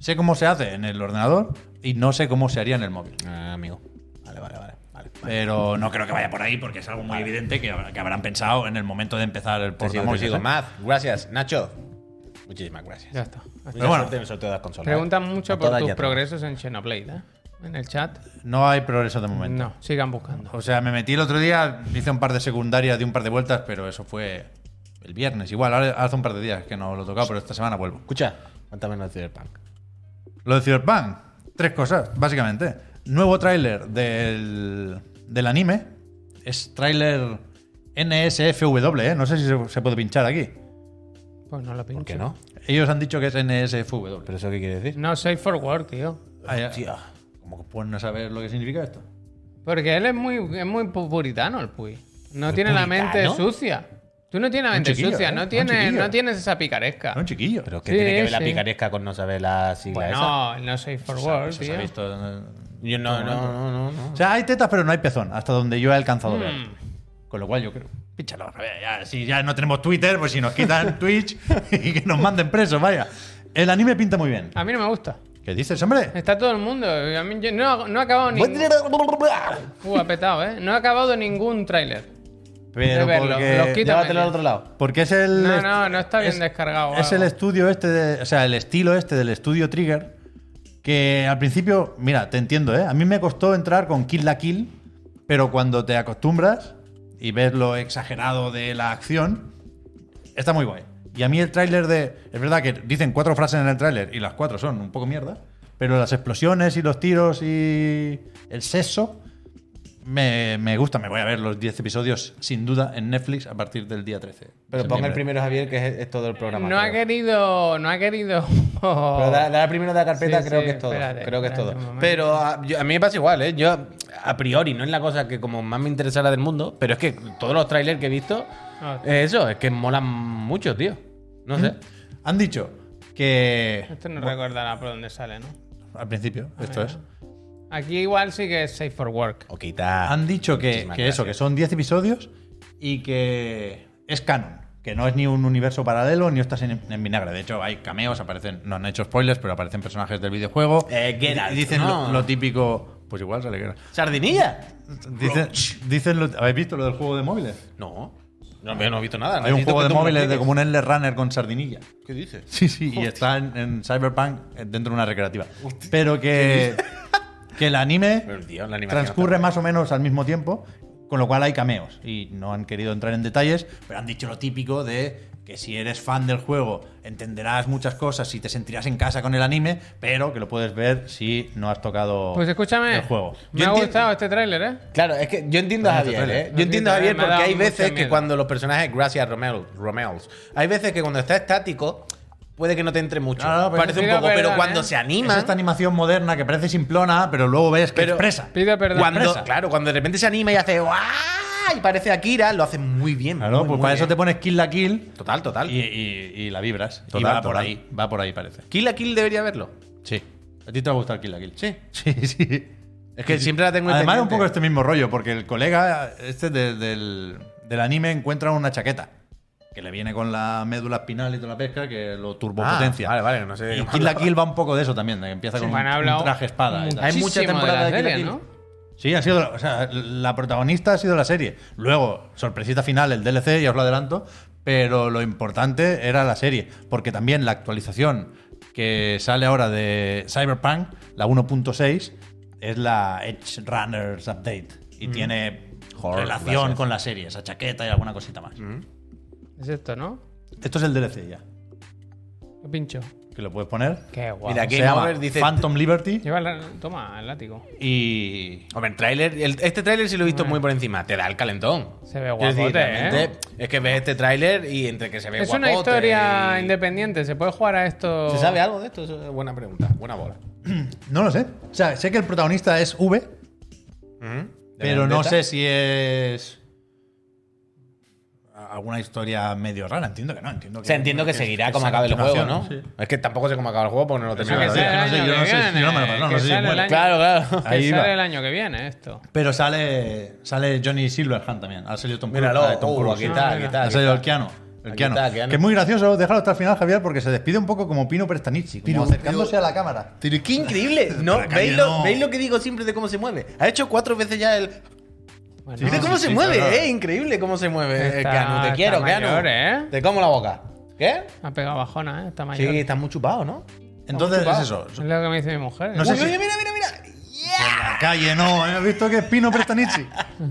Speaker 2: sé cómo se hace en el ordenador y no sé cómo se haría en el móvil.
Speaker 4: Ah, amigo. Vale, vale, vale. vale.
Speaker 2: Pero no creo que vaya por ahí porque es algo muy evidente que, que habrán pensado en el momento de empezar el
Speaker 4: Te sigo, te
Speaker 2: portamóvil. ¿eh?
Speaker 4: sigo. Maz, gracias. ¿eh? Nacho. Muchísimas gracias.
Speaker 1: Ya está. Hasta-
Speaker 4: Mucha
Speaker 2: bueno.
Speaker 4: suerte en el sorteo de las consolas.
Speaker 1: Preguntan mucho
Speaker 4: A
Speaker 1: por
Speaker 4: todas
Speaker 1: tus
Speaker 4: ya te-
Speaker 1: progresos en Xenoblade, ¿eh? En el chat.
Speaker 2: No hay progreso de momento.
Speaker 1: No, sigan buscando.
Speaker 2: O sea, me metí el otro día, hice un par de secundarias, di un par de vueltas, pero eso fue el viernes. Igual, ahora hace un par de días que no lo he tocado, pero esta semana vuelvo.
Speaker 4: Escucha, cuéntame lo de Cyberpunk.
Speaker 2: Lo de Cyberpunk, tres cosas, básicamente. Nuevo tráiler del, del anime. Es tráiler NSFW, ¿eh? No sé si se, se puede pinchar aquí.
Speaker 1: Pues no lo pincho.
Speaker 4: ¿Por qué no?
Speaker 2: Ellos han dicho que es NSFW.
Speaker 4: ¿Pero eso qué quiere decir?
Speaker 1: No, Safe for Work, tío.
Speaker 2: Ay, ay,
Speaker 4: Hostia.
Speaker 2: ¿Cómo Ah, que pueden no saber lo que significa esto?
Speaker 1: Porque él es muy, es muy pu- puritano, el Puy. No tiene la mente
Speaker 4: puritano?
Speaker 1: sucia. Tú no tienes la
Speaker 2: Un
Speaker 1: mente
Speaker 2: chiquillo,
Speaker 1: sucia,
Speaker 2: ¿eh?
Speaker 1: no,
Speaker 2: Un
Speaker 1: tienes,
Speaker 2: chiquillo.
Speaker 1: no tienes esa picaresca.
Speaker 2: Ah, No, un Pues chiquillo.
Speaker 4: ¿Pero qué
Speaker 1: Sí,
Speaker 4: tiene que ver la
Speaker 1: sí.
Speaker 4: picaresca con no saber la sigla esa?
Speaker 1: No, no Safe for Work,
Speaker 2: Eso se
Speaker 1: tío.
Speaker 2: ha visto en-
Speaker 4: Yo no, no, no, no, no.
Speaker 2: O sea, hay tetas, pero no hay pezón, hasta donde yo he alcanzado a ver. Con lo cual yo creo. Píchalo, a ver, ya, si ya no tenemos Twitter, pues si nos quitan Twitch y que nos manden presos, vaya. El anime pinta muy bien.
Speaker 1: A mí no me gusta.
Speaker 2: ¿Qué dices, hombre?
Speaker 1: Está todo el mundo. A mí yo- no, no ha acabado ni. Uh, ha petado, ¿eh? No ha acabado ningún tráiler.
Speaker 2: Pero
Speaker 1: de verlo, los
Speaker 2: porque,
Speaker 1: quita-
Speaker 4: Llévatelo al otro lado.
Speaker 2: porque es el.
Speaker 1: No,
Speaker 2: est-
Speaker 1: no, no está bien
Speaker 2: es-
Speaker 1: descargado. o
Speaker 2: Es el
Speaker 1: algo.
Speaker 2: estudio este, de- o sea, el estilo este del estudio Trigger, que al principio, mira, te entiendo, ¿eh? A mí me costó entrar con Kill la Kill, pero cuando te acostumbras y ves lo exagerado de la acción, está muy guay. Y a mí el tráiler de... Es verdad que dicen cuatro frases en el tráiler y las cuatro son un poco mierda, pero las explosiones y los tiros y el sexo me, me gusta. Me voy a ver los 10 episodios sin duda en Netflix a partir del día 13. de
Speaker 4: Pero ponga el
Speaker 2: septiembre.
Speaker 4: primero, Javier, que es, es todo el programa.
Speaker 1: No ha
Speaker 4: creo.
Speaker 1: querido. No ha querido.
Speaker 4: Pero da- dale primero de la carpeta,
Speaker 1: Sí,
Speaker 4: creo
Speaker 1: sí,
Speaker 4: que es todo.
Speaker 1: espérate,
Speaker 4: creo que es
Speaker 1: espérate
Speaker 4: todo.
Speaker 1: un momento.
Speaker 4: Pero a, yo- a mí me pasa igual, ¿eh? Yo, a priori, no es la cosa que como más me interesara del mundo, pero es que todos los trailers que he visto,
Speaker 1: Ah,
Speaker 4: eh, eso, es que molan mucho, tío. No
Speaker 2: Mm.
Speaker 4: sé.
Speaker 2: Han dicho que.
Speaker 1: Esto no recordará por dónde sale, ¿no?
Speaker 2: Al principio, esto es.
Speaker 1: Aquí igual sí que es Safe for Work.
Speaker 4: O quita.
Speaker 2: Han dicho que,
Speaker 4: muchísimas
Speaker 2: que eso,
Speaker 4: gracias.
Speaker 2: que son 10 episodios y que es canon. Que no es ni un universo paralelo ni estás en, en vinagre. De hecho, hay cameos, aparecen. No han hecho spoilers, pero aparecen personajes del videojuego.
Speaker 4: Eh, Geralt,
Speaker 2: Y- y dicen
Speaker 4: ¿no?
Speaker 2: lo, lo típico. Pues igual sale Geralt.
Speaker 4: ¿Sardinilla?
Speaker 2: Mm. Dicen, dicen lo- ¿Habéis visto lo del juego de móviles?
Speaker 4: No. No, yo no he visto
Speaker 2: Hay
Speaker 4: nada.
Speaker 2: un
Speaker 4: Necesito
Speaker 2: juego
Speaker 4: que
Speaker 2: de
Speaker 4: tú me lo
Speaker 2: móviles de
Speaker 4: expliques.
Speaker 2: como un Endless Runner con sardinilla.
Speaker 4: ¿Qué dices?
Speaker 2: Sí, sí, y está en, en Cyberpunk eh, dentro de una recreativa. Pero que, que el anime
Speaker 4: Pero, tío, la animación
Speaker 2: transcurre
Speaker 4: está
Speaker 2: más o menos al mismo tiempo, con lo cual hay cameos. Y no han querido entrar en detalles, pero han dicho lo típico de que si eres fan del juego entenderás muchas cosas y te sentirás en casa con el anime, pero que lo puedes ver si no has tocado
Speaker 1: Pues escúchame.
Speaker 2: el juego.
Speaker 1: Me
Speaker 4: Yo
Speaker 1: ha
Speaker 4: entiendo-
Speaker 1: gustado este tráiler, ¿eh?
Speaker 4: Claro, es que yo entiendo a
Speaker 2: Tremendo
Speaker 4: Javier,
Speaker 2: trailer.
Speaker 4: ¿eh?
Speaker 1: Sí,
Speaker 4: Yo entiendo a Javier
Speaker 1: también me ha
Speaker 4: porque
Speaker 1: dado
Speaker 4: hay
Speaker 1: mucho
Speaker 4: veces que
Speaker 1: miedo.
Speaker 4: cuando los personajes, gracias Romeo, Romeo, hay veces que cuando está estático puede que no te entre mucho.
Speaker 2: No, no, pero
Speaker 4: Parece un
Speaker 1: sí, la
Speaker 4: poco, pero
Speaker 1: verdad,
Speaker 4: cuando
Speaker 1: ¿eh?
Speaker 4: se
Speaker 2: Es
Speaker 4: anima,
Speaker 2: esta animación moderna que parece simplona, pero luego ves que
Speaker 4: Pero-
Speaker 2: expresa.
Speaker 1: Pido perdón.
Speaker 4: cuando,
Speaker 2: Expresa.
Speaker 4: claro, cuando de repente se anima y hace ¡guau! y parece Akira, lo hace muy bien.
Speaker 2: Claro,
Speaker 4: muy,
Speaker 2: pues
Speaker 4: muy
Speaker 2: para eso te
Speaker 4: bien.
Speaker 2: pones kill la kill
Speaker 4: Total, total.
Speaker 2: y, y- y la vibras. y
Speaker 4: Total,
Speaker 2: va por
Speaker 4: total.
Speaker 2: ahí, va por ahí parece.
Speaker 4: Kill la Kill debería verlo.
Speaker 2: Sí. ¿A ti te va a gustar Kill la Kill?
Speaker 4: Sí.
Speaker 2: Sí, sí.
Speaker 4: Es que siempre la tengo
Speaker 2: Además,
Speaker 4: pendiente.
Speaker 2: un poco este mismo rollo, porque el colega este de- del, del anime encuentra una chaqueta que le viene con la médula espinal y toda la pesca que lo turbopotencia.
Speaker 4: Ah, vale, vale, no sé de qué
Speaker 2: Pues Y
Speaker 4: me
Speaker 2: Kill la Kill va un poco de eso también, de que empieza
Speaker 1: Sí,
Speaker 2: con un,
Speaker 1: han hablado
Speaker 2: un traje espada. y tal.
Speaker 4: Hay mucha
Speaker 1: muchísimo
Speaker 4: temporada de Kill la
Speaker 1: serie,
Speaker 4: Kill.
Speaker 1: ¿no?
Speaker 2: Sí, ha sido, la- o sea, la protagonista ha sido la serie. Luego, sorpresita final, el DLC, ya os lo adelanto, pero lo importante era la serie, porque también la actualización que sale ahora de Cyberpunk, la 1.6, es la Edge Runners Update y tiene
Speaker 4: Mm. Joder,
Speaker 2: relación
Speaker 4: gracias.
Speaker 2: con la serie, esa chaqueta y alguna cosita más.
Speaker 1: Es esto, ¿no?
Speaker 2: Esto es el DLC ya,
Speaker 1: Lo pincho.
Speaker 2: que lo puedes poner.
Speaker 1: Qué guapo.
Speaker 4: Mira, aquí-
Speaker 2: Se
Speaker 4: Game
Speaker 2: llama
Speaker 4: Over dice-
Speaker 2: Phantom Liberty
Speaker 1: Lleva el, toma el látigo.
Speaker 2: y...
Speaker 4: Hombre, el tráiler, el- este tráiler sí lo he visto muy por encima. Te da el calentón.
Speaker 1: Se ve
Speaker 4: Quiero
Speaker 1: guapote, ¿eh?
Speaker 4: realmente, Es que ves este tráiler y entre que se ve
Speaker 1: Es
Speaker 4: guapote
Speaker 1: una historia
Speaker 4: y-
Speaker 1: independiente. ¿Se puede jugar a esto?
Speaker 4: ¿Se sabe algo de esto? Eso es buena pregunta. Buena bola.
Speaker 2: No lo sé. O sea, sé que el protagonista es V,
Speaker 4: ¿De
Speaker 2: Pero no
Speaker 4: Vendetta?
Speaker 2: sé si es alguna historia medio rara. Entiendo que no. Entiendo
Speaker 4: O
Speaker 2: que
Speaker 4: sea, entiendo que seguirá como
Speaker 2: es
Speaker 4: acabe el juego, ¿no?
Speaker 2: continuación, sí.
Speaker 4: Es que tampoco sé cómo acaba el juego porque no lo
Speaker 2: Eso
Speaker 4: termino.
Speaker 2: que
Speaker 4: de
Speaker 2: sea. eh.
Speaker 4: ver.
Speaker 2: es que no sé, yo no sé, yo no me lo paso, no sé si muere.
Speaker 1: muere.
Speaker 4: Claro, claro.
Speaker 1: Que
Speaker 2: Ahí
Speaker 1: sale
Speaker 2: va.
Speaker 1: el año que viene esto.
Speaker 2: Pero sale, sale Johnny Silverhand también. Ha salido Tom Cruise.
Speaker 4: Míralo.
Speaker 2: sale Ah, Tom
Speaker 4: Uh,
Speaker 2: Cruise.
Speaker 4: aquí está, aquí está,
Speaker 2: Ha
Speaker 4: aquí
Speaker 2: salido
Speaker 4: está.
Speaker 2: el Keanu. El
Speaker 4: Aquí
Speaker 2: Keanu.
Speaker 4: está, Keanu.
Speaker 2: Que es muy gracioso. Déjalo hasta el final, Javier, porque se despide un poco como Pino Prestanichi. Como acercándose a la cámara.
Speaker 4: Pero qué increíble. No,
Speaker 2: Pero que
Speaker 4: ¿veis,
Speaker 2: no.
Speaker 4: lo, veis lo que digo siempre de cómo se mueve? Ha hecho cuatro veces ya el.
Speaker 1: Bueno,
Speaker 4: Mira
Speaker 2: sí,
Speaker 4: cómo
Speaker 2: sí,
Speaker 4: se
Speaker 2: sí,
Speaker 4: mueve,
Speaker 2: claro.
Speaker 4: eh. Increíble cómo se mueve.
Speaker 1: Está-
Speaker 4: Canu, te quiero,
Speaker 1: está
Speaker 4: Canu.
Speaker 1: mayor, ¿eh?
Speaker 4: Te como la boca. ¿Qué?
Speaker 1: Ha pegado bajona, ¿eh? Está
Speaker 4: Sí,
Speaker 1: mayor.
Speaker 4: está muy chupado, ¿no?
Speaker 2: Entonces es
Speaker 4: chupado.
Speaker 2: eso.
Speaker 1: Es lo que me dice mi mujer.
Speaker 2: No sé
Speaker 4: Uy,
Speaker 2: si-
Speaker 4: oye, mira, mira, mira.
Speaker 2: En la calle no, he visto que es Pino Prestanichi.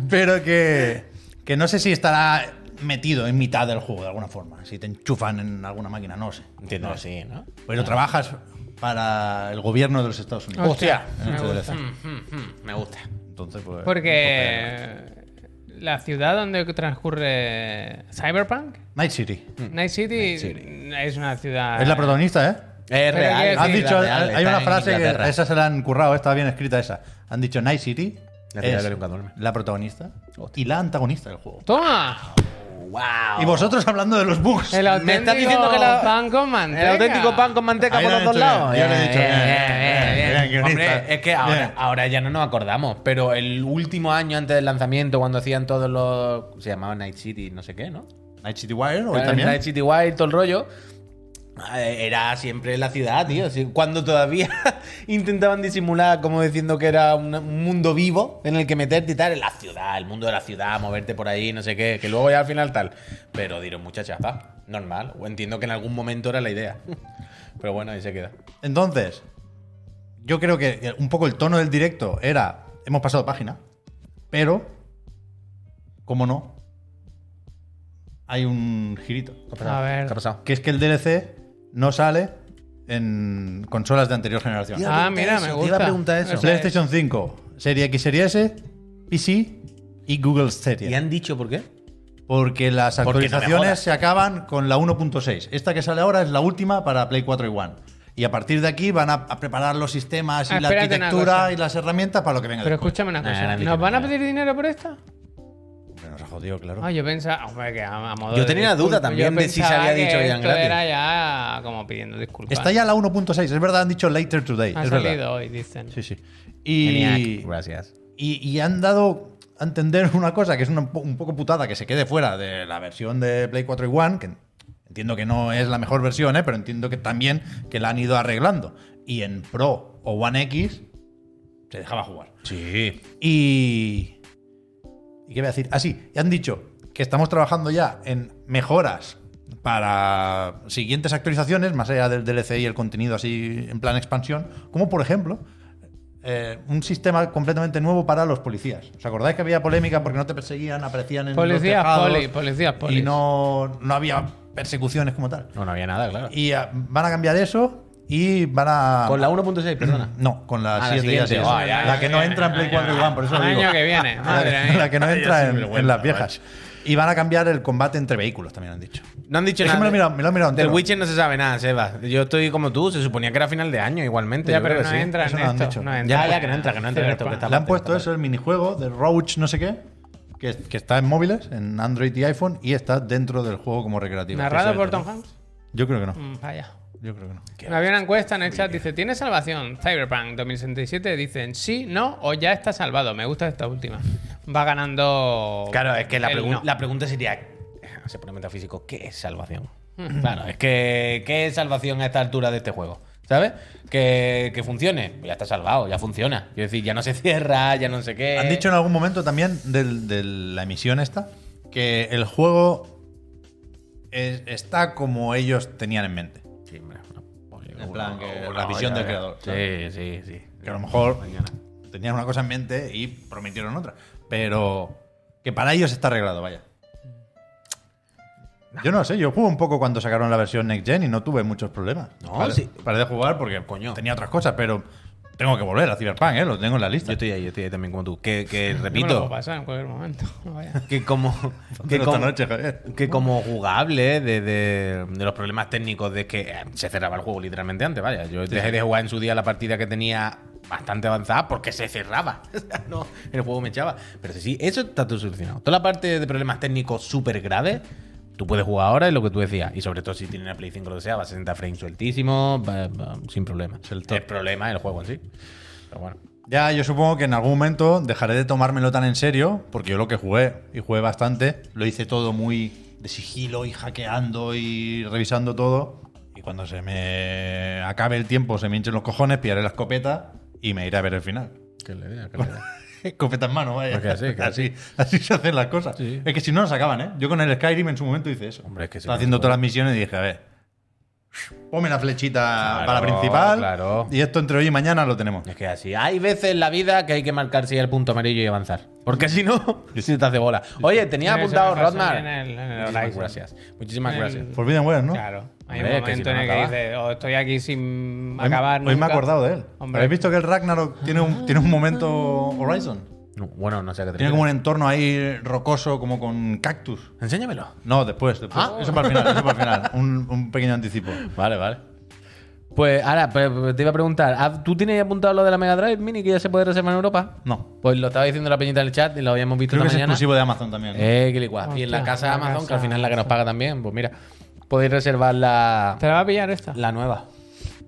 Speaker 2: Pero que, que no sé si estará metido en mitad del juego de alguna forma. Si te enchufan en alguna máquina, no sé.
Speaker 4: Entiendo que sí, ¿no?
Speaker 2: Pero trabajas para el gobierno de los Estados Unidos.
Speaker 4: Hostia.
Speaker 1: Me
Speaker 2: Mucho
Speaker 1: gusta.
Speaker 2: DLC.
Speaker 4: Mm, mm, me gusta.
Speaker 2: Entonces, pues,
Speaker 1: Porque la ciudad donde transcurre Cyberpunk,
Speaker 2: Night City.
Speaker 1: Hmm. Night City, es una ciudad.
Speaker 2: Es la protagonista, ¿eh?
Speaker 4: Es real.
Speaker 1: quiero
Speaker 2: Has
Speaker 1: Sí,
Speaker 2: dicho,
Speaker 4: es Ah. real,
Speaker 2: hay
Speaker 4: está
Speaker 2: una
Speaker 4: en
Speaker 2: frase que
Speaker 4: Inglaterra.
Speaker 2: esa se la han currado, estaba bien escrita esa. Han dicho Night City
Speaker 4: La ciudad que
Speaker 2: es
Speaker 4: nunca duerme.
Speaker 2: la protagonista y la antagonista del juego.
Speaker 1: ¡Toma!
Speaker 4: ¡Wow!
Speaker 2: Y vosotros hablando de los bugs.
Speaker 1: El auténtico
Speaker 4: Me estás diciendo que la-
Speaker 1: pan con manteca.
Speaker 4: El auténtico pan con manteca
Speaker 2: Ahí
Speaker 4: por
Speaker 2: lo
Speaker 4: los
Speaker 2: he
Speaker 4: dos
Speaker 2: dicho bien,
Speaker 4: lados.
Speaker 2: yo lo he
Speaker 4: Bien,
Speaker 2: dicho bien,
Speaker 4: bien,
Speaker 2: bien,
Speaker 4: bien,
Speaker 2: bien,
Speaker 4: Hombre,
Speaker 2: guionista.
Speaker 4: es que ahora,
Speaker 2: Bien.
Speaker 4: ahora ya no nos acordamos, pero el último año antes del lanzamiento, cuando hacían todos los. Se llamaba Night City, no sé qué, ¿no?
Speaker 2: Night City Wire hoy
Speaker 4: Claro,
Speaker 2: también.
Speaker 4: Eh, Night City Wild, todo el rollo. Eh, Era siempre la ciudad, tío. Sí, Cuando todavía intentaban disimular, como diciendo que era un un mundo vivo en el que meterte y tal, en la ciudad, el mundo de la ciudad, moverte por ahí, no sé qué, que luego ya al final tal. Pero dieron mucha chapa, normal. O entiendo que en algún momento era la idea. Pero bueno, ahí se queda.
Speaker 2: Entonces, yo creo que un poco el tono del directo era, hemos pasado página, pero, como no, hay un girito.
Speaker 4: ¿Qué ha
Speaker 1: pasado? A ver.
Speaker 4: ¿Qué ha pasado?
Speaker 2: Que es que el DLC no sale en consolas de anterior generación.
Speaker 1: Tío, Ah, mira, me
Speaker 4: Te iba a
Speaker 1: gusta.
Speaker 4: preguntar eso.
Speaker 1: Eso es.
Speaker 2: PlayStation 5, Serie X, Serie S, PC y Google
Speaker 4: ¿Y
Speaker 2: Series.
Speaker 4: han dicho por qué?
Speaker 2: Porque las
Speaker 4: Porque no me
Speaker 2: actualizaciones
Speaker 4: jodas.
Speaker 2: se acaban con la 1.6. Esta que sale ahora es la última para Play 4 y One. Y a partir de aquí van a, a preparar los sistemas y
Speaker 1: Ah,
Speaker 2: la
Speaker 1: espérate una
Speaker 2: arquitectura
Speaker 1: cosa.
Speaker 2: y las herramientas para lo que venga
Speaker 1: Pero
Speaker 2: después.
Speaker 1: escúchame una
Speaker 4: Nah,
Speaker 1: cosa.
Speaker 4: eran
Speaker 1: ¿Nos van a
Speaker 4: diferentes.
Speaker 1: pedir dinero por esta?
Speaker 2: Hombre, nos ha jodido, claro.
Speaker 1: Ah, yo pensaba. Hombre, que a, a modo
Speaker 4: Yo
Speaker 1: de
Speaker 4: tenía la duda
Speaker 1: disculpa,
Speaker 4: también
Speaker 1: yo
Speaker 4: de si se
Speaker 1: pensaba
Speaker 4: había
Speaker 1: que
Speaker 4: dicho que eran
Speaker 1: esto
Speaker 4: gratis.
Speaker 1: Era ya como pidiendo disculpas.
Speaker 2: Está ya la 1.6, es verdad, han dicho later today.
Speaker 1: Ha
Speaker 2: es
Speaker 1: salido
Speaker 2: verdad.
Speaker 1: hoy, dicen.
Speaker 2: Sí, sí. Y,
Speaker 4: Gracias.
Speaker 2: y, y han dado a entender una cosa que es una po- un poco putada que se quede fuera de la versión de Play 4 y One, que entiendo que no es la mejor versión, ¿eh? pero entiendo que también que la han ido arreglando. Y en Pro o One X se dejaba jugar.
Speaker 4: Sí.
Speaker 2: Y. ¿Y qué voy a decir? Así, han dicho que estamos trabajando ya en mejoras para siguientes actualizaciones, más allá del DLC y el contenido así en plan expansión, como por ejemplo eh, un sistema completamente nuevo para los policías. ¿Os acordáis que había polémica porque no te perseguían, aparecían en
Speaker 1: Policías,
Speaker 2: los tejados
Speaker 1: poli, policías, poli.
Speaker 2: y no, no había persecuciones como tal?
Speaker 4: No, no había nada, claro.
Speaker 2: Y ah, van a cambiar eso y van a...
Speaker 4: Con la 1.6, perdona.
Speaker 2: Mm. No, con la
Speaker 4: Ah, la
Speaker 2: 7 ya
Speaker 4: siguiente.
Speaker 2: sí,
Speaker 4: Ah,
Speaker 2: sí.
Speaker 4: ya,
Speaker 2: La
Speaker 1: ya, ya,
Speaker 2: que
Speaker 1: Ah,
Speaker 2: no
Speaker 1: ya,
Speaker 2: entra en Play 4 y One, por eso lo
Speaker 1: Al
Speaker 2: digo.
Speaker 1: año que viene, madre
Speaker 2: La,
Speaker 1: mía.
Speaker 2: la que no entra en, en las
Speaker 3: macho.
Speaker 2: viejas. Y van a cambiar el combate entre vehículos, también han dicho.
Speaker 4: No han dicho
Speaker 2: Es que me
Speaker 4: nada.
Speaker 2: lo he mirado- me lo he mirado
Speaker 4: Del
Speaker 2: entero.
Speaker 4: Witcher no se sabe nada, Seba. Yo estoy como tú, se suponía que era final de año igualmente.
Speaker 1: Ya,
Speaker 4: yo
Speaker 1: pero
Speaker 4: creo
Speaker 1: no
Speaker 4: que sí.
Speaker 1: entra
Speaker 2: Eso
Speaker 1: en
Speaker 2: no lo han
Speaker 1: esto.
Speaker 2: dicho.
Speaker 1: No entra.
Speaker 4: Ya, ya, que no entra, que no entra en esto. Que está
Speaker 2: Le han
Speaker 4: patente,
Speaker 2: puesto
Speaker 4: está
Speaker 2: eso, el minijuego de Roach no sé qué, que, que está en móviles, en Android y iPhone, y está dentro del juego como recreativo.
Speaker 1: ¿Narrado
Speaker 2: Que
Speaker 1: por
Speaker 2: eso es-
Speaker 1: Tom Hanks?
Speaker 2: Yo creo que no.
Speaker 1: Mm, vaya.
Speaker 2: Yo creo que no.
Speaker 1: Había una encuesta en el chat, dice, ¿tiene salvación Cyberpunk 2067? Dicen sí, no o ya está salvado. Me gusta esta última. Va ganando...
Speaker 4: Claro, es que la,
Speaker 1: el
Speaker 4: pregun-
Speaker 1: no.
Speaker 4: la pregunta sería, eh, se pone metafísico, ¿qué es salvación? claro, es que ¿qué es salvación a esta altura de este juego? ¿Sabes? Que, que funcione. Pues ya está salvado, ya funciona. Quiero decir, ya no se cierra, ya no sé qué.
Speaker 2: Han dicho en algún momento también del- de la emisión esta que el juego es- está como ellos tenían en mente.
Speaker 4: Sí, hombre, una-
Speaker 2: En plan, que
Speaker 4: una-
Speaker 2: la visión
Speaker 4: ya,
Speaker 2: del
Speaker 4: ya.
Speaker 2: creador,
Speaker 4: Sí, sí, sí.
Speaker 2: que a lo mejor tenían una cosa en mente y prometieron otra. Pero que para ellos está arreglado, vaya. Yo no sé, yo jugué un poco cuando sacaron la versión Next Gen y no tuve muchos problemas.
Speaker 4: No,
Speaker 2: Paré-
Speaker 4: sí.
Speaker 2: Paré de jugar porque
Speaker 4: Coño.
Speaker 2: tenía otras cosas, pero tengo que volver a Cyberpunk, ¿eh? Lo tengo en la
Speaker 4: Yo
Speaker 2: lista.
Speaker 4: estoy ahí, yo estoy ahí también como tú. Que, que
Speaker 1: Yo me lo puedo
Speaker 4: repito,
Speaker 1: pasar en cualquier momento. Vaya.
Speaker 4: que como... que
Speaker 2: Pero esta
Speaker 4: como-
Speaker 2: noche, Javier.
Speaker 4: que como jugable ¿eh? de, de- de los problemas técnicos de que eh, se cerraba el juego literalmente antes, vaya. Yo dejé de jugar en su día la partida que tenía bastante avanzada porque se cerraba. O sea, no, el juego me echaba. Pero sí, sí, eso está todo solucionado. Toda la parte de problemas técnicos súper graves, tú puedes jugar ahora y lo que tú decías. Y sobre todo si tienes una Play 5 lo que sea, va a 60 frames sueltísimo, va- va sin problema. El, problema es el juego en sí. Pero bueno.
Speaker 2: Ya, yo supongo que en algún momento dejaré de tomármelo tan en serio, porque yo lo que jugué, y jugué bastante, lo hice todo muy de sigilo y hackeando y revisando todo. Y cuando se me acabe el tiempo, se me hinchen los cojones, pillaré la escopeta y me iré a ver el final.
Speaker 4: ¿Qué le diga? ¿Qué le diga?
Speaker 2: Escopeta en mano, vaya.
Speaker 4: Porque así, claro.
Speaker 2: así, así se hacen las cosas.
Speaker 4: Sí.
Speaker 2: Es que si no, nos acaban, ¿eh? Yo con el Skyrim en su momento hice eso.
Speaker 4: Hombre, es que sí,
Speaker 2: Estaba
Speaker 4: no
Speaker 2: haciendo
Speaker 4: se puede.
Speaker 2: todas las misiones y dije, a ver, ponme la flechita
Speaker 4: Claro,
Speaker 2: para la principal.
Speaker 4: claro.
Speaker 2: Y esto entre hoy y mañana lo tenemos.
Speaker 4: Es que así. Hay veces en la vida que hay que marcarse el punto amarillo y avanzar. Porque si no, si te hace bola. Oye, tenía
Speaker 1: Eso me
Speaker 4: apuntado
Speaker 1: pasó
Speaker 4: Rodmar.
Speaker 1: en el- en el
Speaker 4: Muchísimas
Speaker 1: Horizon.
Speaker 4: gracias. Muchísimas
Speaker 1: En el-
Speaker 4: gracias.
Speaker 2: Forbidden West, ¿no?
Speaker 1: Claro. Hay
Speaker 4: Hombre,
Speaker 1: un
Speaker 4: es que si
Speaker 1: momento
Speaker 4: no,
Speaker 1: en el que
Speaker 4: acaba.
Speaker 1: dices, "Oh, estoy aquí sin
Speaker 2: Hoy-
Speaker 1: acabar.
Speaker 2: hoy me he
Speaker 1: nunca".
Speaker 2: acordado
Speaker 4: ¿eh?
Speaker 2: de él.
Speaker 1: Hombre.
Speaker 2: ¿Habéis visto que el Ragnarok tiene un, tiene un momento Horizon?
Speaker 4: No, Bueno, no sé a qué te
Speaker 2: Tiene como un
Speaker 4: refieres.
Speaker 2: entorno ahí rocoso, como con cactus.
Speaker 4: Enséñamelo.
Speaker 2: No, después, después. Eso para el final, eso para el final. Un, un pequeño anticipo.
Speaker 4: Vale, vale. Pues ahora, pues, pues, te iba a preguntar, ¿ah, ¿tú tienes apuntado lo de la Mega Drive Mini que ya se puede reservar en Europa?
Speaker 2: No.
Speaker 4: Pues lo estaba diciendo la peñita en el chat y lo habíamos visto
Speaker 2: Creo que es
Speaker 4: esta mañana.
Speaker 2: exclusivo de Amazon también. ¿no?
Speaker 4: Eh, qué licuaz. Y en la
Speaker 1: Hostia,
Speaker 4: casa de
Speaker 1: la
Speaker 4: Amazon, que
Speaker 1: casa-
Speaker 4: al final es la que nos paga también, pues mira, podéis reservar la,
Speaker 1: ¿Te la va a pillar esta?
Speaker 4: la nueva.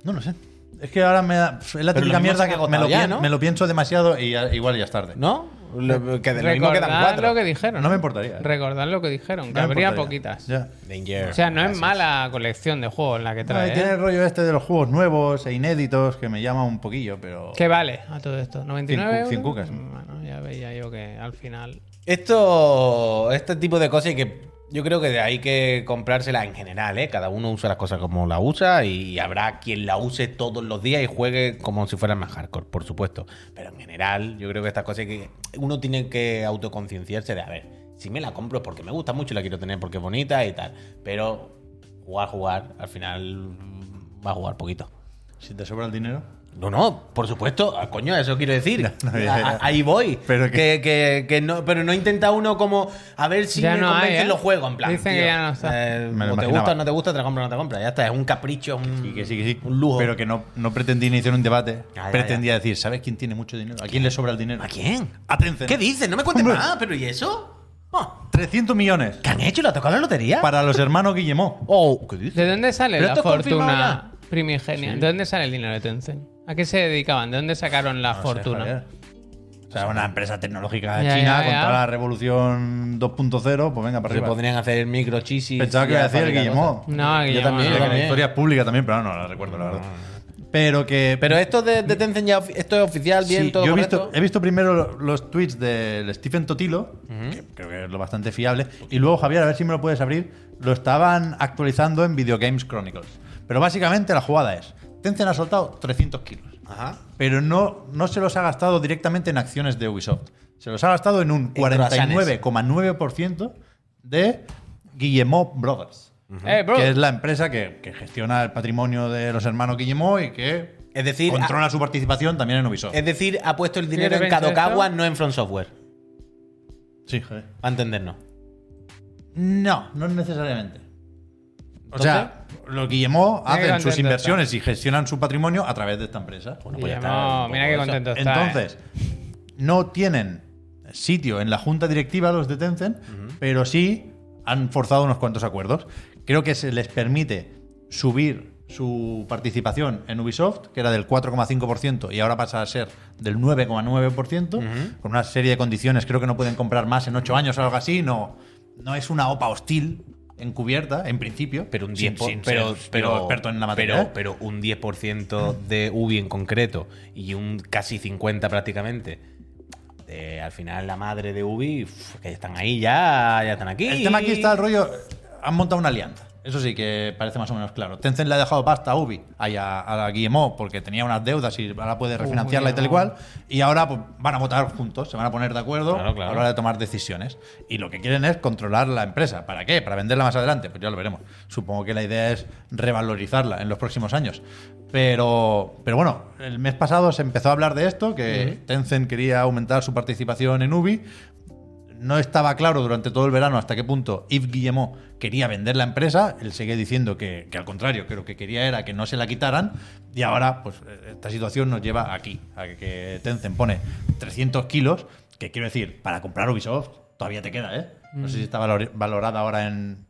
Speaker 2: No lo sé. Es que ahora me da. Es la
Speaker 4: Pero
Speaker 2: típica
Speaker 4: lo mismo
Speaker 2: mierda
Speaker 4: se
Speaker 2: que
Speaker 4: ha
Speaker 2: me lo,
Speaker 4: agotado ya,
Speaker 2: pien-
Speaker 4: ¿no?
Speaker 2: me lo pienso demasiado y ya- igual ya es tarde.
Speaker 4: ¿No? Lo- que de lo mismo quedan
Speaker 1: Recordad
Speaker 4: cuatro.
Speaker 1: lo que dijeron.
Speaker 2: No me importaría. ¿eh?
Speaker 1: Recordad lo que dijeron, que
Speaker 2: No me
Speaker 1: habría
Speaker 2: importaría.
Speaker 1: poquitas.
Speaker 2: Ya.
Speaker 4: Danger.
Speaker 1: O sea, no es mala colección de juegos la que
Speaker 2: Ay,
Speaker 1: trae.
Speaker 2: Tiene
Speaker 1: ¿eh?
Speaker 2: el rollo este de los juegos nuevos e inéditos que me llama un poquillo, pero.
Speaker 1: ¿Qué vale a todo esto? ¿99
Speaker 2: Cien cu-
Speaker 1: euros?
Speaker 2: cien cucas.
Speaker 1: Bueno, ya veía yo que al final...
Speaker 4: Esto, este tipo de cosas hay que, yo creo que hay que comprárselas en general, ¿eh? Cada uno usa las cosas como la usa y habrá quien la use todos los días y juegue como si fuera más hardcore, por supuesto. Pero en general, yo creo que estas cosas hay que uno tiene que autoconcienciarse de, a ver, si me la compro es porque me gusta mucho y la quiero tener porque es bonita y tal. Pero jugar, jugar, al final mm, va a jugar poquito.
Speaker 2: Si te sobra el dinero.
Speaker 4: No, no, por supuesto, ah, coño, eso quiero decir.
Speaker 2: no, ya,
Speaker 4: A-
Speaker 2: ya.
Speaker 4: a- Ahí voy.
Speaker 2: Pero
Speaker 4: Pero
Speaker 2: que-
Speaker 4: que, que- que no, pero no intenta uno como a ver si
Speaker 1: Ya
Speaker 4: me
Speaker 1: no
Speaker 4: convencen
Speaker 1: hay, ¿eh?
Speaker 4: los juegos, en plan.
Speaker 1: Dicen que ya no está.
Speaker 4: eh,
Speaker 2: Me lo
Speaker 4: o te
Speaker 2: imaginaba.
Speaker 4: gusta o no te gusta, te la compras o no te la compras. Ya está, es un capricho, un,
Speaker 2: Sí, que sí, que sí.
Speaker 4: un lujo.
Speaker 2: Pero que no, no pretendía iniciar un debate.
Speaker 4: Ya, ya,
Speaker 2: pretendía decir, ¿sabes quién tiene mucho dinero? ¿A quién le sobra el dinero?
Speaker 4: ¿A quién?
Speaker 2: A Tencent.
Speaker 4: ¿Qué dices? No me cuentes
Speaker 2: Hombre.
Speaker 4: nada, pero ¿y eso? Oh,
Speaker 2: 300 millones
Speaker 4: ¿Qué han hecho? ¿Le ha tocado la lotería?
Speaker 2: para los hermanos Guillemot.
Speaker 4: Oh, ¿qué dices?
Speaker 1: ¿De dónde sale
Speaker 4: Pero
Speaker 1: la
Speaker 4: esto es confirmado
Speaker 1: fortuna primigenia? ¿De dónde sale el dinero de Tencent? ¿A qué se dedicaban? ¿De dónde sacaron la fortuna?
Speaker 2: O sea, una empresa tecnológica
Speaker 1: Ya,
Speaker 2: china
Speaker 1: ya, ya.
Speaker 2: con toda la revolución 2.0, pues venga, para
Speaker 4: Se
Speaker 2: arriba.
Speaker 4: podrían hacer microchis y-
Speaker 2: Pensaba que
Speaker 4: y
Speaker 2: iba a decir el
Speaker 4: fabricar
Speaker 2: Guillemot.
Speaker 4: cosas.
Speaker 1: No,
Speaker 4: Yo
Speaker 1: Guillermo,
Speaker 4: también,
Speaker 1: no.
Speaker 2: Que la historia es pública también, pero no la recuerdo, la verdad. Pero que.
Speaker 4: Pero esto de, de Tencent ya ofi- esto es oficial, bien,
Speaker 2: sí,
Speaker 4: todo
Speaker 2: yo he
Speaker 4: correcto.
Speaker 2: visto, he visto primero los tweets del Stephen Totilo, que creo que es lo bastante fiable, y luego, Javier, a ver si me lo puedes abrir, lo estaban actualizando en Video Games Chronicles. Pero básicamente la jugada es: Tencent ha soltado 300 kilos.
Speaker 4: Ajá.
Speaker 2: pero no, no se los ha gastado directamente en acciones de Ubisoft. Se los ha gastado en un
Speaker 4: croissants.
Speaker 2: 49,9% de Guillemot Brothers,
Speaker 1: Eh, bro.
Speaker 2: que es la empresa que, que gestiona el patrimonio de los hermanos Guillemot y que
Speaker 4: Es decir,
Speaker 2: controla su participación también en Ubisoft.
Speaker 4: Es decir, ha puesto el
Speaker 1: ¿Qué
Speaker 4: dinero en
Speaker 1: pensáis,
Speaker 4: Kadokawa,
Speaker 1: no?
Speaker 4: no en Front Software.
Speaker 2: Sí, joder.
Speaker 4: A entendernos.
Speaker 2: No, no necesariamente. O
Speaker 4: Entonces,
Speaker 2: sea, los Guillemot
Speaker 1: Mira qué
Speaker 2: hacen sus
Speaker 1: contento
Speaker 2: inversiones y gestionan su patrimonio a través de esta empresa.
Speaker 4: Bueno, pues ya
Speaker 1: Guillermo,
Speaker 4: está, un poco
Speaker 1: mira qué
Speaker 4: eso.
Speaker 1: contento está. ¿eh?
Speaker 2: Entonces, no tienen sitio en la junta directiva los de Tencent, pero sí han forzado unos cuantos acuerdos. Creo que se les permite subir su participación en Ubisoft, que era del 4,5% y ahora pasa a ser del 9,9%, con una serie de condiciones, creo que no pueden comprar más en 8 años o algo así, no, no es una OPA hostil encubierta, en principio,
Speaker 4: Pero un
Speaker 2: sin-
Speaker 4: 10%.
Speaker 2: sin ser yo experto en la materia. ¿eh?
Speaker 4: Pero, pero un 10% de UBI en concreto y un casi 50 prácticamente. Eh, al final, la madre de UBI, uf, que están ahí ya, ya están aquí.
Speaker 2: El tema aquí está el rollo. Han montado una alianza. Eso sí que parece más o menos claro. Tencent le ha dejado pasta a Ubi, ahí a, a la Guillemot, porque tenía unas deudas y ahora puede refinanciarla y tal y cual. Y ahora pues, van a votar juntos, se van a poner de acuerdo
Speaker 4: Claro, claro.
Speaker 2: a la hora de tomar decisiones. Y lo que quieren es controlar la empresa. ¿Para qué? ¿Para venderla más adelante? Pues ya lo veremos. Supongo que la idea es revalorizarla en los próximos años. Pero, pero bueno, el mes pasado se empezó a hablar de esto, que Tencent quería aumentar su participación en Ubi, no estaba claro durante todo el verano hasta qué punto Yves Guillemot quería vender la empresa. Él seguía diciendo que, que al contrario, que lo que quería era que no se la quitaran. Y ahora, pues, eh, esta situación nos lleva aquí, a que Tencent pone 300 kilos, que quiero decir, para comprar Ubisoft todavía te queda, ¿eh? No
Speaker 1: Mm.
Speaker 2: sé si está valor- valorada ahora en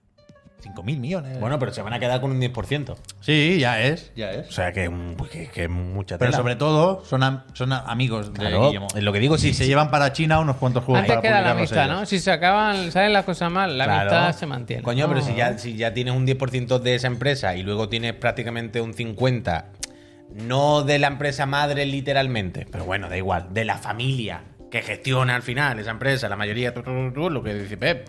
Speaker 2: 5.000 millones.
Speaker 4: Bueno, pero se van a quedar con un 10%.
Speaker 2: sí, ya es, ya
Speaker 4: O
Speaker 2: es.
Speaker 4: sea, que, mm, pues que, que mucha
Speaker 2: Pero
Speaker 4: tela.
Speaker 2: sobre todo son, am- son a- amigos de
Speaker 4: Claro,
Speaker 2: Guillemot.
Speaker 4: es lo que digo,
Speaker 2: Y
Speaker 4: sí,
Speaker 2: se
Speaker 4: sí.
Speaker 2: llevan para China unos cuantos juegos
Speaker 1: Antes
Speaker 2: para
Speaker 1: queda la
Speaker 2: publicarlos
Speaker 1: amistad,
Speaker 2: ellos.
Speaker 1: ¿no? Si se acaban, salen las cosas mal, la
Speaker 4: Claro.
Speaker 1: amistad se mantiene.
Speaker 4: Coño,
Speaker 1: No.
Speaker 4: pero si ya, si ya tienes un 10% de esa empresa y luego tienes prácticamente un 50%, no de la empresa madre literalmente, pero bueno, da igual, de la familia, que gestiona al final esa empresa, la mayoría, tu, tu, tu, lo que dice Pep.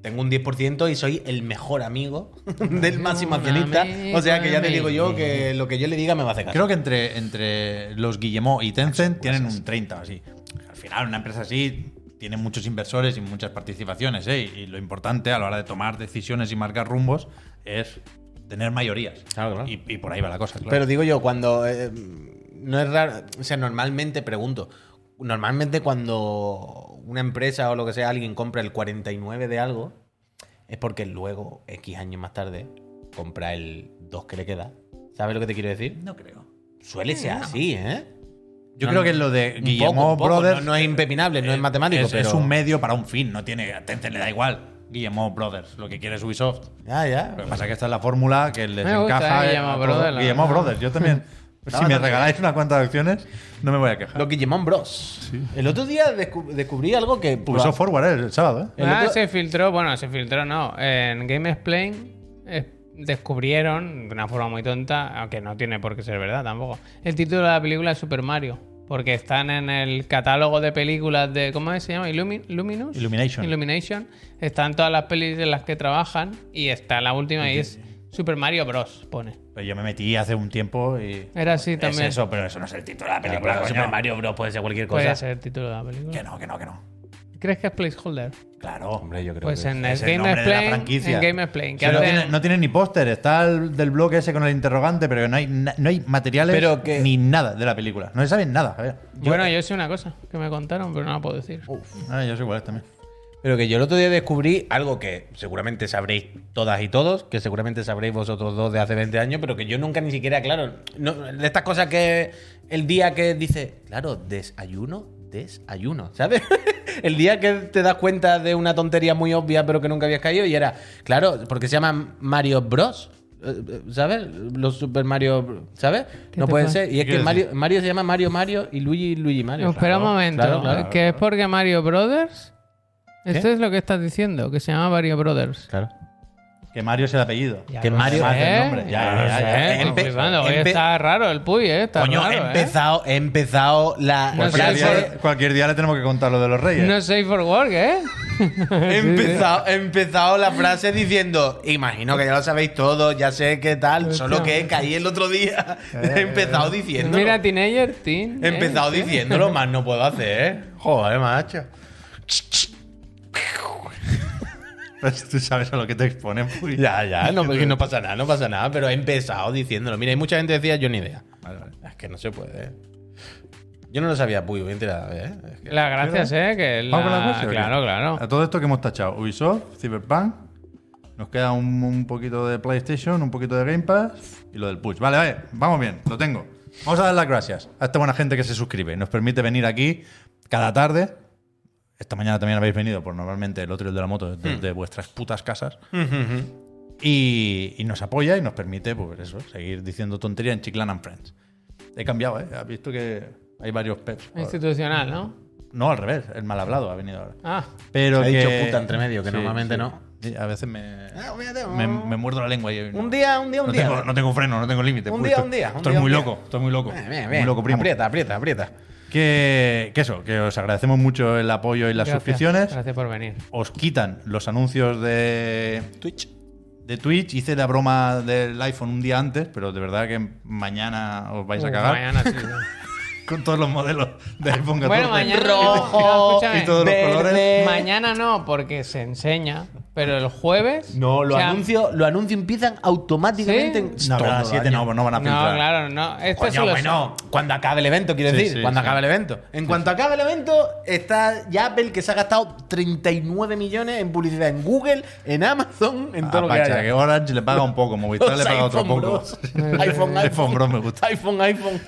Speaker 4: Tengo un 10% y soy el mejor amigo del máximo accionista. O sea que ya te digo yo que lo que yo le diga me va a hacer caso.
Speaker 2: Creo que entre, entre los Guillemot y Tencent tienen un 30 o así. Al final, una empresa así tiene muchos inversores y muchas participaciones, ¿eh? Y lo importante a la hora de tomar decisiones y marcar rumbos es tener mayorías.
Speaker 4: Claro, claro.
Speaker 2: Y, y por ahí va la cosa, claro.
Speaker 4: Pero digo yo, cuando. eh, no es raro. O sea, normalmente pregunto. Normalmente cuando una empresa o lo que sea, alguien compra el 49 de algo, es porque luego, X años más tarde, compra el 2 que le queda. ¿Sabes lo que te quiero decir?
Speaker 2: no creo.
Speaker 4: Suele ser así, ¿eh?
Speaker 2: Yo creo
Speaker 4: No, no.
Speaker 2: que lo de
Speaker 4: Un
Speaker 2: Guillemot
Speaker 4: poco, un poco.
Speaker 2: Brothers.
Speaker 4: No, no es impepinable, no
Speaker 2: eh,
Speaker 4: es matemático,
Speaker 2: es,
Speaker 4: pero.
Speaker 2: es un medio para un fin, no tiene. A Tencent le da igual. Guillemot Brothers, lo que quiere es Ubisoft.
Speaker 4: Ya, ya.
Speaker 2: Lo que pasa es que esta es la fórmula que les
Speaker 1: Me gusta,
Speaker 2: encaja.
Speaker 1: eh,
Speaker 2: a
Speaker 1: Guillemot
Speaker 2: todos.
Speaker 1: Brothers, la
Speaker 2: Guillemot
Speaker 1: verdad.
Speaker 2: Brothers, yo también. si me
Speaker 4: bastante
Speaker 2: regaláis una cuanta de acciones, no me voy a quejar.
Speaker 4: Los Guillemón Bros. El otro día descu- descubrí algo que.
Speaker 2: Ubisoft Forward eh, el sábado, ¿eh?
Speaker 4: El
Speaker 1: Ah,
Speaker 4: otro-
Speaker 1: se filtró, bueno, se filtró, no. En Game Explain eh, descubrieron, de una forma muy tonta, aunque no tiene por qué ser verdad tampoco, el título de la película Super Mario. Porque están en el catálogo de películas de. ¿Cómo es? se llama? Illumi- Luminous?
Speaker 2: Illumination.
Speaker 1: Illumination. Están todas las pelis en las que trabajan y está la última y es Super Mario Bros. Pone.
Speaker 2: Pero yo me metí hace un tiempo y.
Speaker 1: Era así Eh, también.
Speaker 2: Es eso, pero eso no es el título de la
Speaker 4: Claro,
Speaker 2: película.
Speaker 4: pero
Speaker 2: coño.
Speaker 4: Super Mario Bros. puede ser cualquier cosa.
Speaker 1: Puede ser el título de la
Speaker 2: Que
Speaker 1: película.
Speaker 2: no, que no, que no.
Speaker 1: ¿Crees que es placeholder?
Speaker 2: Claro.
Speaker 4: Hombre, yo creo
Speaker 1: Pues
Speaker 4: que.
Speaker 1: en el
Speaker 2: es el
Speaker 1: Game
Speaker 2: nombre de la
Speaker 1: Explain.
Speaker 2: franquicia.
Speaker 1: En Game Explain. que
Speaker 2: Sí, no,
Speaker 1: hacen-
Speaker 2: tiene, no tiene ni póster, está el del bloque ese con el interrogante, pero no hay, na- no hay materiales
Speaker 4: Pero que-
Speaker 2: ni nada de la película. No se sabe nada. A ver.
Speaker 1: bueno, yo sé una cosa que me contaron, pero no la puedo decir.
Speaker 2: Ah, yo soy igual también.
Speaker 4: Pero que yo el otro día descubrí algo que seguramente sabréis todas y todos, que seguramente sabréis vosotros dos de hace 20 años, pero que yo nunca ni siquiera, claro, no- de estas cosas que el día que dice, claro, desayuno, desayuno, ¿sabes? el día que te das cuenta de una tontería muy obvia, pero que nunca habías caído, y era, claro, porque se llaman Mario Bros. eh, eh, ¿Sabes? Los Super Mario, ¿sabes?
Speaker 1: ¿Qué
Speaker 4: No
Speaker 1: te
Speaker 4: puede
Speaker 1: pasa?
Speaker 4: ser. Y
Speaker 2: ¿Qué
Speaker 4: es que
Speaker 2: quieres
Speaker 4: Mario, Mario se llama Mario Mario y Luigi Luigi Mario.
Speaker 1: Espera un
Speaker 4: Claro,
Speaker 1: momento,
Speaker 4: claro, claro.
Speaker 1: que es porque Mario Brothers. Esto es lo que estás diciendo, que se llama Mario Brothers.
Speaker 4: Claro.
Speaker 2: Que Mario es el apellido.
Speaker 1: Ya
Speaker 4: Que
Speaker 1: lo
Speaker 4: Mario-
Speaker 1: sé,
Speaker 2: Más del nombre, ya,
Speaker 1: ya lo
Speaker 2: ya, ya.
Speaker 1: sé,
Speaker 2: Empe-
Speaker 1: estoy flipando. Hoy
Speaker 4: empe-
Speaker 1: está raro el Puy, eh, está
Speaker 4: Coño,
Speaker 1: raro,
Speaker 4: he
Speaker 1: eh.
Speaker 4: empezado, he empezado la
Speaker 1: No sé,
Speaker 2: Cualquier,
Speaker 1: Francia-
Speaker 2: día, cualquier día le tenemos que contar lo de los reyes.
Speaker 1: No safe for work, ¿eh?
Speaker 4: He empezado, he empezado la frase diciendo, imagino que ya lo sabéis todos, ya sé qué tal, solo que caí el otro día.
Speaker 2: Eh,
Speaker 4: He empezado diciéndolo.
Speaker 1: Mira, Teenager, Teen.
Speaker 4: he empezado
Speaker 1: eh,
Speaker 4: diciéndolo, más no puedo hacer, ¿eh? Joder, macho.
Speaker 2: Pues tú sabes a lo que te exponen. pues, Puy.
Speaker 4: Ya, ya, no, porque no pasa nada, no pasa nada, pero he empezado diciéndolo. Mira, hay mucha gente que decía, yo ni idea. Es que no se puede, ¿eh? Yo no lo sabía, Puyo, bien tirada, ¿eh? Es que-
Speaker 1: Las gracias, ¿eh? Que la...
Speaker 2: ¿Vamos con las gracias o qué?
Speaker 1: Claro, claro.
Speaker 2: A todo esto que hemos tachado, Ubisoft, Cyberpunk, nos queda un, un poquito de PlayStation, un poquito de Game Pass y lo del Push. Vale, vale, vamos bien, lo tengo. Vamos a dar las gracias a esta buena gente que se suscribe. Nos permite venir aquí cada tarde. Esta mañana también habéis venido, por normalmente el otro de la moto desde
Speaker 1: Hmm.
Speaker 2: vuestras putas casas. y, y nos apoya y nos permite, pues eso, seguir diciendo tontería en Chiclan and Friends. He cambiado, ¿eh? Has visto que hay varios peps. ahora.
Speaker 1: Institucional, ¿no?
Speaker 2: No, al revés, el mal hablado ha venido ahora.
Speaker 1: Ah,
Speaker 2: Pero
Speaker 4: Ha
Speaker 2: que...
Speaker 4: dicho puta entre medio, que normalmente no.
Speaker 2: Sí, A veces me,
Speaker 4: Ah,
Speaker 2: me, me muerdo la lengua. y no-
Speaker 4: Un día, un día, un
Speaker 2: no
Speaker 4: día.
Speaker 2: Tengo, no tengo freno, no tengo límite.
Speaker 4: Un
Speaker 2: pues,
Speaker 4: día,
Speaker 2: estoy-
Speaker 4: un día, un
Speaker 2: Estoy
Speaker 4: día,
Speaker 2: muy
Speaker 4: un
Speaker 2: loco, estoy muy loco.
Speaker 4: Bien, bien,
Speaker 2: Muy
Speaker 4: bien.
Speaker 2: loco, primo.
Speaker 4: Aprieta, aprieta, aprieta.
Speaker 2: Que, que eso, que os agradecemos mucho el apoyo y las
Speaker 1: gracias.
Speaker 2: suscripciones.
Speaker 1: Gracias por venir.
Speaker 2: Os quitan los anuncios de,
Speaker 4: Twitch.
Speaker 2: de Twitch. Hice la broma del iPhone un día antes, pero de verdad que mañana os vais a
Speaker 1: Uh,
Speaker 2: cagar
Speaker 1: Mañana, sí, sí.
Speaker 2: con todos los modelos de iPhone 14.
Speaker 1: Bueno, mañana.
Speaker 4: Rojo
Speaker 1: escúchame.
Speaker 2: y todos los
Speaker 4: verde.
Speaker 2: colores.
Speaker 4: Eh.
Speaker 1: Mañana no, porque se enseña, pero el jueves.
Speaker 4: No, lo
Speaker 1: o sea,
Speaker 4: anuncio, lo anuncio empiezan automáticamente.
Speaker 1: ¿Sí?
Speaker 4: en-
Speaker 2: No, pero a las
Speaker 4: Todo
Speaker 2: 7
Speaker 4: el año.
Speaker 2: no, no van a
Speaker 1: No,
Speaker 2: filtrar.
Speaker 1: claro, no. Este
Speaker 4: Coño,
Speaker 1: solo es-
Speaker 4: bueno, cuando acabe el evento, quiero
Speaker 2: Sí,
Speaker 4: decir.
Speaker 2: sí,
Speaker 4: cuando
Speaker 2: sí.
Speaker 4: acabe el evento. En cuanto acabe el evento, está ya Apple que se ha gastado 39 millones en publicidad en Google, en Amazon, en todo lo que
Speaker 2: Apache,
Speaker 4: haya.
Speaker 2: que Orange le paga un poco, Movistar le
Speaker 4: Los
Speaker 2: paga otro
Speaker 4: iPhone
Speaker 2: poco.
Speaker 4: Bros. iPhone,
Speaker 2: iPhone
Speaker 4: iPhone,
Speaker 2: Bros me gusta.
Speaker 4: iPhone, iPhone.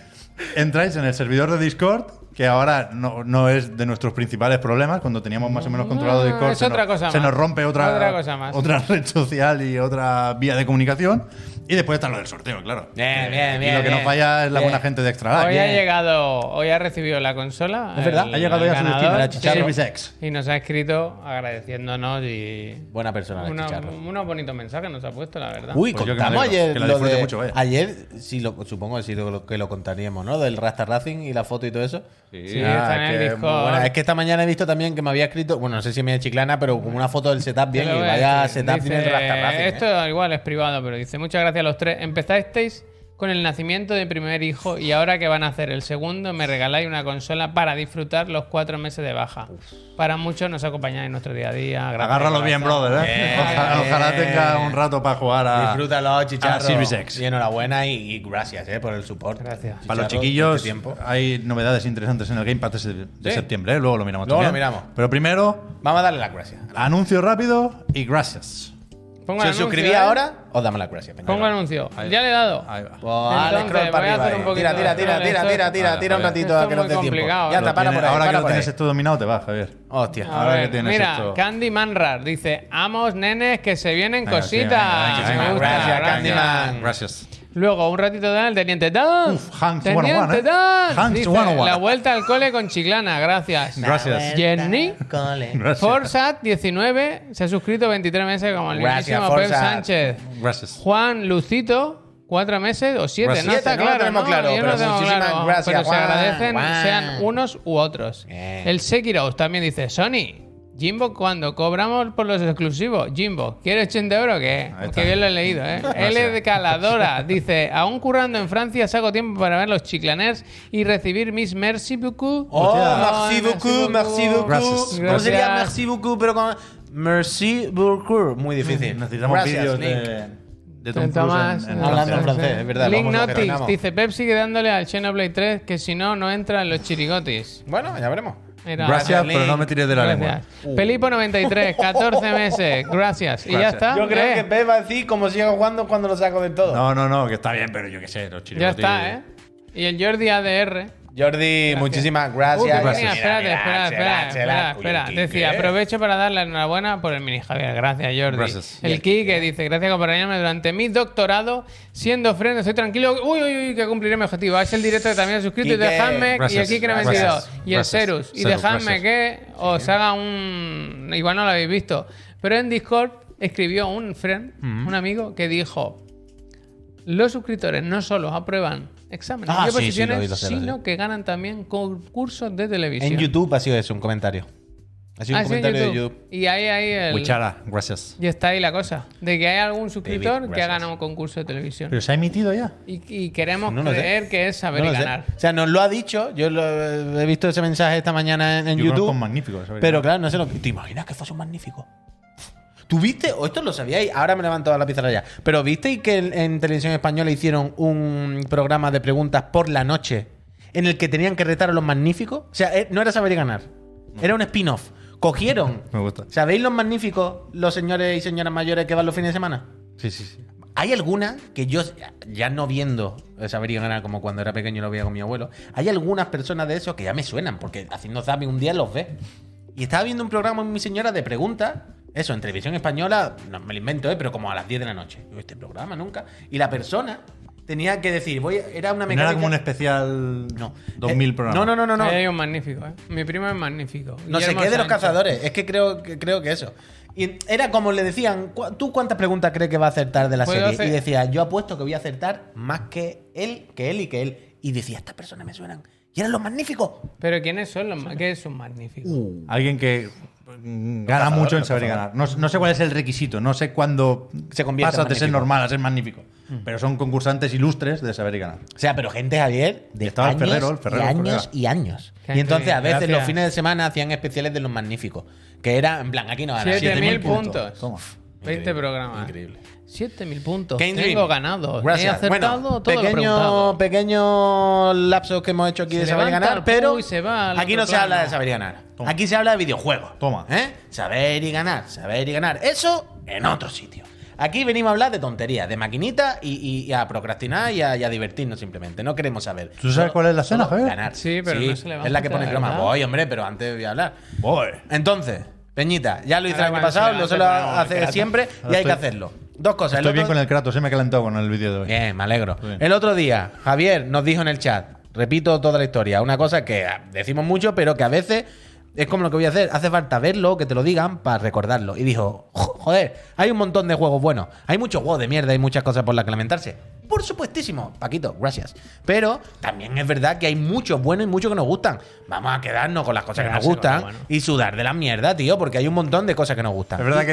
Speaker 2: Entráis en el servidor de Discord, que ahora no, no es de nuestros principales problemas. Cuando teníamos más o menos controlado
Speaker 1: No,
Speaker 2: Discord,
Speaker 1: es
Speaker 2: se,
Speaker 1: otra
Speaker 2: nos,
Speaker 1: cosa
Speaker 2: se
Speaker 1: más.
Speaker 2: nos rompe otra,
Speaker 1: Otra cosa más.
Speaker 2: otra red social y otra vía de comunicación. Y después está lo del sorteo, claro. y
Speaker 4: Bien, bien, bien.
Speaker 2: lo que
Speaker 4: bien.
Speaker 2: no falla es la
Speaker 4: Bien.
Speaker 2: buena gente de Extra Life.
Speaker 1: Hoy ha
Speaker 4: bien.
Speaker 1: llegado, hoy ha recibido la consola.
Speaker 4: Es verdad,
Speaker 1: el-
Speaker 2: Ha llegado
Speaker 1: el
Speaker 2: ya su destino,
Speaker 1: ganador,
Speaker 2: la chicharra
Speaker 1: sí.
Speaker 2: Service X.
Speaker 1: Y nos ha escrito agradeciéndonos y.
Speaker 4: Buena persona, este la
Speaker 1: Una-
Speaker 4: chicharra.
Speaker 1: unos bonitos mensajes nos ha puesto, la verdad.
Speaker 4: Uy,
Speaker 2: Pues yo que me
Speaker 4: contamos
Speaker 2: alegro,
Speaker 4: ayer.
Speaker 2: que la
Speaker 4: lo
Speaker 2: disfrute
Speaker 4: de-
Speaker 2: mucho, vaya.
Speaker 4: Ayer, sí, lo, supongo que sí lo, que lo contaríamos, ¿no? Del Rasta Racing y la foto y todo eso.
Speaker 1: Sí,
Speaker 2: Ah,
Speaker 1: está en
Speaker 2: es
Speaker 1: el
Speaker 2: que es muy
Speaker 1: Discord.
Speaker 4: Bueno, es que esta mañana he visto también que me había escrito, bueno, no sé si me chiclana, pero como una foto del setup
Speaker 1: Te
Speaker 4: bien,
Speaker 1: lo
Speaker 4: y
Speaker 1: voy a
Speaker 4: vaya
Speaker 1: decir.
Speaker 4: setup
Speaker 1: Dice,
Speaker 4: tiene el rascarrafing, ¿eh?
Speaker 1: Esto igual es privado, pero dice, muchas gracias a los tres. Empezasteis con el nacimiento de mi primer hijo y ahora que van a hacer el segundo, me regaláis una consola para disfrutar los cuatro meses de baja. Para muchos nos acompañáis en nuestro día a día. Gracias,
Speaker 2: Agárralo
Speaker 1: corazón.
Speaker 2: bien, brother. ¿eh?
Speaker 4: Bien.
Speaker 2: Ojalá, ojalá tenga un rato para jugar a.
Speaker 4: Disfrútalo, chicharro.
Speaker 2: Ah, Series X.
Speaker 4: Y enhorabuena y, y gracias eh, por el support.
Speaker 1: Gracias.
Speaker 4: Chicharro,
Speaker 2: Para los
Speaker 4: mucho
Speaker 2: chiquillos
Speaker 4: tiempo.
Speaker 2: hay novedades interesantes en el Game Pass de, se- de
Speaker 4: Sí.
Speaker 2: septiembre, ¿eh? luego lo miramos
Speaker 4: Luego lo
Speaker 2: también.
Speaker 4: miramos.
Speaker 2: Pero primero,
Speaker 4: Vamos a darle las gracias.
Speaker 2: anuncio rápido y gracias.
Speaker 1: Pongo
Speaker 4: Si os
Speaker 1: anuncio,
Speaker 4: suscribís
Speaker 1: ¿eh?
Speaker 4: ahora, os damos las gracias. venga.
Speaker 1: Pongo anuncio.
Speaker 2: Ahí va.
Speaker 1: Ya le he dado.
Speaker 2: Ahí va.
Speaker 4: Pues, dale,
Speaker 1: Entonces,
Speaker 4: scroll
Speaker 1: voy
Speaker 4: para
Speaker 1: a
Speaker 4: arriba
Speaker 1: hacer
Speaker 4: ahí.
Speaker 1: un poquito
Speaker 4: Tira, tira,
Speaker 1: de-
Speaker 4: tira,
Speaker 1: vale,
Speaker 4: tira,
Speaker 1: esto-
Speaker 4: tira, tira,
Speaker 2: Vale,
Speaker 4: tira un
Speaker 2: vale.
Speaker 4: ratito
Speaker 1: Esto es
Speaker 4: que nos
Speaker 1: muy
Speaker 4: dé tiempo.
Speaker 1: complicado,
Speaker 4: Ya
Speaker 1: ¿no?
Speaker 4: está, para
Speaker 2: Tienes-
Speaker 4: por ahí.
Speaker 2: ahora que
Speaker 4: para
Speaker 2: lo
Speaker 4: por ahí.
Speaker 2: tienes todo dominado, te vas, Javier.
Speaker 4: Hostia.
Speaker 1: A
Speaker 2: Ahora que
Speaker 1: ver,
Speaker 2: tienes
Speaker 1: mira,
Speaker 2: esto.
Speaker 1: Candy Manrar dice, amos nenes que se vienen
Speaker 2: Venga, sí,
Speaker 1: cositas.
Speaker 2: venga, venga,
Speaker 1: Me
Speaker 2: venga,
Speaker 1: gusta,
Speaker 4: gracias, Candyman.
Speaker 2: Gracias.
Speaker 1: Luego, un ratito de el Teniente Dan.
Speaker 2: Uf, Hanks 101,
Speaker 1: Teniente
Speaker 2: ¿eh?
Speaker 1: Dan.
Speaker 2: Hanks
Speaker 1: dice,
Speaker 2: 101.
Speaker 1: La vuelta al cole con Chiclana, gracias. pues,
Speaker 2: Gracias.
Speaker 1: Jenny.
Speaker 4: Cole.
Speaker 2: Gracias.
Speaker 1: Forsat19 se ha suscrito 23 meses como el
Speaker 4: Gracias,
Speaker 1: mismísimo Pep
Speaker 4: Forsat.
Speaker 1: Sánchez.
Speaker 2: Gracias.
Speaker 1: Juan Lucito, 4 meses o 7,
Speaker 4: Gracias.
Speaker 1: no está
Speaker 4: Siete, no lo
Speaker 1: claro.
Speaker 4: tenemos
Speaker 1: ¿no?
Speaker 4: claro,
Speaker 1: Yo no
Speaker 4: pero
Speaker 1: lo tengo
Speaker 4: muchísimas
Speaker 1: claro,
Speaker 4: gracias,
Speaker 1: pero se
Speaker 4: Juan.
Speaker 1: agradecen
Speaker 4: Juan.
Speaker 1: sean unos u otros.
Speaker 4: Bien.
Speaker 1: El Sekiros también dice, Sony, Jimbo, cuando cobramos por los exclusivos, Jimbo, ¿quieres 80 euros? Que
Speaker 2: Ahí está.
Speaker 1: que bien lo he leído, ¿eh? L de Caladora dice, aún currando en Francia saco tiempo para ver los chiclaners y recibir mis merci beaucoup.
Speaker 4: Oh,
Speaker 2: Hostia.
Speaker 4: merci beaucoup, merci beaucoup.
Speaker 2: Gracias.
Speaker 4: ¿Cómo sería
Speaker 1: Gracias.
Speaker 4: merci beaucoup, pero con. Merci beaucoup. Muy difícil.
Speaker 2: Necesitamos
Speaker 4: Gracias,
Speaker 2: vídeos
Speaker 4: Link.
Speaker 2: de, de Tom
Speaker 1: Tanto
Speaker 2: Cruise en-
Speaker 1: más,
Speaker 2: en
Speaker 1: no.
Speaker 4: Hablando en
Speaker 2: Francia.
Speaker 4: francés, es verdad,
Speaker 1: Link
Speaker 4: vamos a lo que
Speaker 1: Notics
Speaker 4: ganamos.
Speaker 1: dice Pepsi sigue dándole al Xenoblade 3 que si no, no entra en los chirigotis.
Speaker 4: Bueno, ya veremos.
Speaker 1: Era-
Speaker 2: Gracias,
Speaker 4: Link.
Speaker 2: pero no me tires de la lengua. Uh.
Speaker 1: Gracias. Pelipo 93, 14 meses. Gracias. Y ya
Speaker 2: Gracias.
Speaker 1: está.
Speaker 4: Yo creo
Speaker 1: Eh,
Speaker 4: que Pep va a decir como sigo jugando cuando lo saco del todo.
Speaker 2: No, no, no, que está bien, pero yo qué sé, los
Speaker 1: Ya
Speaker 2: chirigotis.
Speaker 1: está, ¿eh? Y el Jordi ADR.
Speaker 4: Jordi, muchísimas gracias.
Speaker 1: Uy,
Speaker 4: Mira,
Speaker 1: mira, espérate,
Speaker 4: mira,
Speaker 1: espera, espera,
Speaker 4: chela,
Speaker 1: espera,
Speaker 4: chela.
Speaker 1: espera.
Speaker 4: Uy, el
Speaker 1: Decía,
Speaker 4: Quique.
Speaker 1: aprovecho para dar la enhorabuena por el mini Javier. Gracias, Jordi.
Speaker 2: Gracias.
Speaker 1: El Kike dice, gracias por acompañarme durante mi doctorado. Siendo friend, estoy tranquilo. Uy, uy, uy, que cumpliré mi objetivo. Es el directo que también he suscrito.
Speaker 4: Quique.
Speaker 1: Y dejadme, y el
Speaker 2: Gracias,
Speaker 1: Kike
Speaker 2: gracias.
Speaker 1: 92. Y el
Speaker 2: Gracias.
Speaker 1: Serus. Y
Speaker 2: Serus,
Speaker 1: dejadme
Speaker 2: gracias.
Speaker 1: que os haga un... Igual no lo habéis visto. Pero en Discord escribió un friend, un amigo, que dijo... Los suscriptores no solo aprueban exámenes
Speaker 4: Ah,
Speaker 1: de
Speaker 4: sí, sí, lo he
Speaker 1: oposiciones,
Speaker 4: oído, sí, lo he
Speaker 1: sino que ganan también concursos de televisión.
Speaker 4: En YouTube ha sido eso, un comentario. Ha sido
Speaker 1: Ah,
Speaker 4: un
Speaker 1: sí, en
Speaker 4: comentario de
Speaker 1: YouTube.
Speaker 4: YouTube.
Speaker 1: Y ahí, ahí el...
Speaker 2: Huichara, gracias.
Speaker 1: Y está ahí la cosa. De que hay algún suscriptor que ha
Speaker 4: gracias.
Speaker 1: ganado un concurso de televisión.
Speaker 2: Pero se ha emitido ya.
Speaker 1: Y, y queremos
Speaker 4: No lo sé.
Speaker 1: creer que es saber
Speaker 4: No
Speaker 1: y
Speaker 4: lo sé.
Speaker 1: ganar.
Speaker 4: O sea, nos lo ha dicho. Yo lo- he visto ese mensaje esta mañana en, en
Speaker 2: Yo conozco un
Speaker 4: YouTube.
Speaker 2: magnífico. esa
Speaker 4: Pero
Speaker 2: verdad.
Speaker 4: claro, no sé lo que. ¿Te imaginas que fuese un magnífico? ¿Tuviste? O Oh, esto lo sabíais, ahora me levanto a la pizarra ya. Pero ¿visteis que en, en televisión española hicieron un programa de preguntas por la noche en el que tenían que retar a los magníficos? O sea, eh, no era saber y ganar. Era un spin-off. Cogieron.
Speaker 2: Me gusta.
Speaker 4: ¿Sabéis los magníficos, los señores y señoras mayores que van los fines de semana?
Speaker 2: Sí, sí, sí.
Speaker 4: Hay algunas que yo, ya no viendo Saber y Ganar como cuando era pequeño lo veía con mi abuelo, hay algunas personas de esos que ya me suenan, porque haciendo zapping un día los ves. Y estaba viendo un programa con mi señora de preguntas, eso, en televisión española, no me lo invento, ¿eh? pero como a las 10 de la noche. Yo, este programa nunca. Y la persona tenía que decir, voy, a- era una
Speaker 2: No era
Speaker 4: mecánica...
Speaker 2: como un especial
Speaker 4: No.
Speaker 2: 2000
Speaker 4: Eh,
Speaker 2: programas.
Speaker 4: No, no, no, no. no.
Speaker 1: Ahí hay un magnífico, ¿eh? Mi primo es magnífico.
Speaker 4: No sé
Speaker 1: Guillermo
Speaker 4: qué de los
Speaker 1: Sancho.
Speaker 4: cazadores. Es que creo, que creo que eso. Y era como le decían, "¿Cu- ¿tú cuántas preguntas crees que va a acertar de la
Speaker 1: Puedo
Speaker 4: serie?
Speaker 1: hacer-
Speaker 4: Y decía, yo apuesto que voy a acertar más que él, que él y que él. Y decía, estas personas me suenan. Y eran los magníficos.
Speaker 1: Pero ¿quiénes son los ma- ¿Qué es un magnífico?
Speaker 4: Uh,
Speaker 2: Alguien que mm, gana mucho en saber y ganar. No, no sé cuál es el requisito, no sé cuándo
Speaker 4: Se convierte
Speaker 2: pasas
Speaker 4: en
Speaker 2: de ser
Speaker 4: magnífico. Mm.
Speaker 2: normal a ser magnífico. Pero son concursantes ilustres de saber y ganar.
Speaker 4: O sea, pero gente, Javier, de
Speaker 2: Estaba el
Speaker 4: años,
Speaker 2: Ferrero, el Ferrero,
Speaker 4: y
Speaker 2: el
Speaker 4: años
Speaker 2: colega.
Speaker 4: y años.
Speaker 1: Qué
Speaker 4: Y entonces a veces
Speaker 1: gracias.
Speaker 4: los fines de semana hacían especiales de los magníficos. Que era, en plan, aquí no ganan.
Speaker 1: 7.000
Speaker 2: puntos.
Speaker 1: puntos.
Speaker 2: Toma.
Speaker 1: 20 programas.
Speaker 4: Increíble.
Speaker 1: 7.000 puntos.
Speaker 4: Game
Speaker 1: Tengo
Speaker 4: Dream.
Speaker 1: ganado. He
Speaker 4: Gracias.
Speaker 1: acertado
Speaker 4: Bueno,
Speaker 1: todo lo preguntado.
Speaker 4: pequeño, pequeño lapso que hemos hecho aquí
Speaker 1: Se
Speaker 4: de saber y
Speaker 1: levanta
Speaker 4: ganar,
Speaker 1: el
Speaker 4: pero
Speaker 1: pu y se va al
Speaker 4: aquí
Speaker 1: otro
Speaker 4: no se habla
Speaker 1: plano.
Speaker 4: de saber y ganar.
Speaker 2: Toma.
Speaker 4: Aquí se habla de videojuegos.
Speaker 2: Toma.
Speaker 4: ¿Eh? Saber y ganar, saber y ganar. Eso en otro sitio. Aquí venimos a hablar de tonterías, de maquinitas y, y- y a procrastinar y a, y a divertirnos simplemente. No queremos saber.
Speaker 2: ¿Tú sabes cuál es la cena,
Speaker 4: Solo
Speaker 2: Javier?
Speaker 4: Ganar.
Speaker 1: Sí, pero no se levanta,
Speaker 4: Es la que pone croma.
Speaker 1: ¿verdad?
Speaker 4: Voy, hombre, pero antes voy a hablar.
Speaker 2: Voy.
Speaker 4: Entonces, Peñita, ya lo hice el
Speaker 1: Ahora
Speaker 4: año
Speaker 1: cuando se
Speaker 4: pasado, lo
Speaker 1: levante,
Speaker 4: suelo
Speaker 1: ponemos el
Speaker 4: hacer
Speaker 1: plato.
Speaker 4: siempre y
Speaker 2: Ahora
Speaker 4: hay que
Speaker 2: estoy-
Speaker 4: hacerlo. Dos cosas. El
Speaker 2: Estoy bien
Speaker 4: otro-
Speaker 2: con el Kratos, se me ha calentado con el vídeo de hoy.
Speaker 4: Bien, me alegro.
Speaker 2: Bien.
Speaker 4: El otro día, Javier nos dijo en el chat, repito toda la historia, una cosa que ah, decimos mucho, pero que a veces es como lo que voy a hacer, hace falta verlo, que te lo digan para recordarlo. Y dijo, "Jo- joder, hay un montón de juegos buenos, hay muchos juegos de mierda, hay muchas cosas por las que lamentarse,
Speaker 5: Por supuestísimo, Paquito, gracias. Pero también es verdad que hay muchos buenos y muchos que nos gustan. Vamos a quedarnos con las cosas que nos
Speaker 1: Quedarse con
Speaker 5: gustan
Speaker 1: lo bueno.
Speaker 5: y sudar de la mierda, tío, porque hay un montón de cosas que nos gustan.
Speaker 2: Es verdad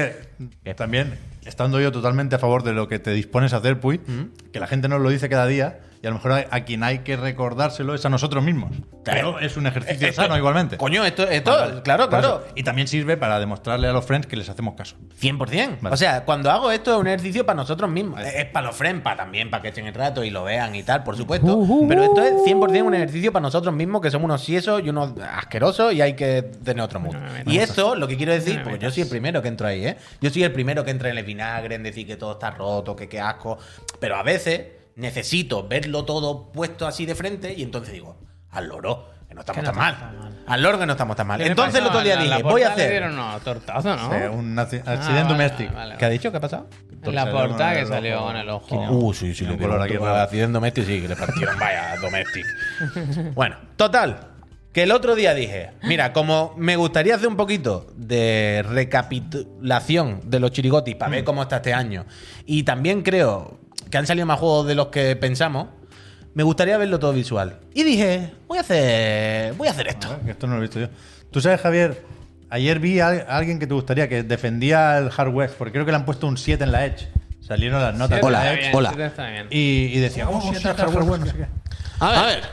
Speaker 2: que también, estando yo totalmente a favor de lo que te dispones a hacer, Puy,
Speaker 4: Mm.
Speaker 2: que la gente nos lo dice cada día y a lo mejor a, a quien hay que recordárselo es a nosotros mismos. Pero es un ejercicio
Speaker 5: Esto-
Speaker 2: sano igualmente.
Speaker 5: Coño, esto, esto
Speaker 2: Vale, vale.
Speaker 5: claro,
Speaker 2: Por
Speaker 5: claro.
Speaker 2: eso. Y también sirve para demostrarle a los friends que les hacemos caso.
Speaker 5: 100%.
Speaker 2: Vale.
Speaker 5: O sea, cuando hago esto es un ejercicio para nosotros mismos. Es para los friends, para también, para que echen el rato y lo vean y tal, por
Speaker 1: Uh,
Speaker 5: supuesto. Pero esto es 100% un ejercicio para nosotros mismos, que somos unos siesos y unos asquerosos y hay que tener otro mundo.
Speaker 1: No me metas.
Speaker 5: y eso, lo que quiero decir,
Speaker 1: No me
Speaker 5: porque yo soy el primero que entro ahí, ¿eh? Yo soy el primero que entra en el vinagre, en decir que todo está roto, que qué asco. Pero a veces necesito verlo todo puesto así de frente y entonces digo, al loro, que no estamos
Speaker 1: Que no
Speaker 5: tan mal.
Speaker 1: estamos mal.
Speaker 5: Al loro que no estamos tan mal.
Speaker 1: ¿Qué le
Speaker 5: Entonces el
Speaker 1: pasó?
Speaker 5: otro día
Speaker 1: En la- en la
Speaker 5: dije, voy a
Speaker 1: portada le
Speaker 5: hacer...
Speaker 1: dieron, no, tortazo, ¿no?
Speaker 2: O sea, un nazi-
Speaker 1: vale,
Speaker 2: accident domestic.
Speaker 1: vale, vale.
Speaker 5: ¿Qué ha dicho? ¿Qué ha pasado?
Speaker 1: En la
Speaker 2: Torcedor
Speaker 1: portada
Speaker 2: con
Speaker 1: que
Speaker 2: el
Speaker 1: salió
Speaker 2: ojo.
Speaker 1: con el ojo.
Speaker 2: Tiene
Speaker 5: Uh, sí, sí,
Speaker 2: un
Speaker 5: le
Speaker 2: color
Speaker 5: color
Speaker 2: aquí
Speaker 5: aquí.
Speaker 2: raro.
Speaker 5: Accidente doméstico, sí, que le partieron, vaya, doméstico. Bueno, total. Que el otro día dije, mira, como me gustaría hacer un poquito de recapitulación de los chirigotis para ver cómo está este año, y también creo que han salido más juegos de los que pensamos, me gustaría verlo todo visual. Y dije, voy a hacer, voy a hacer esto.
Speaker 2: Ah, que Esto no lo he visto yo. Tú sabes, Javier, ayer vi a a alguien que te gustaría, que defendía el hardware, porque creo que le han puesto un 7 en la Edge. Salieron las notas.
Speaker 1: Sí,
Speaker 2: de la
Speaker 1: está
Speaker 2: Edge.
Speaker 1: bien,
Speaker 6: hola.
Speaker 1: sí, está bien.
Speaker 2: Y, y decía, oh, 7 al hardware, no sé qué.
Speaker 6: A ver.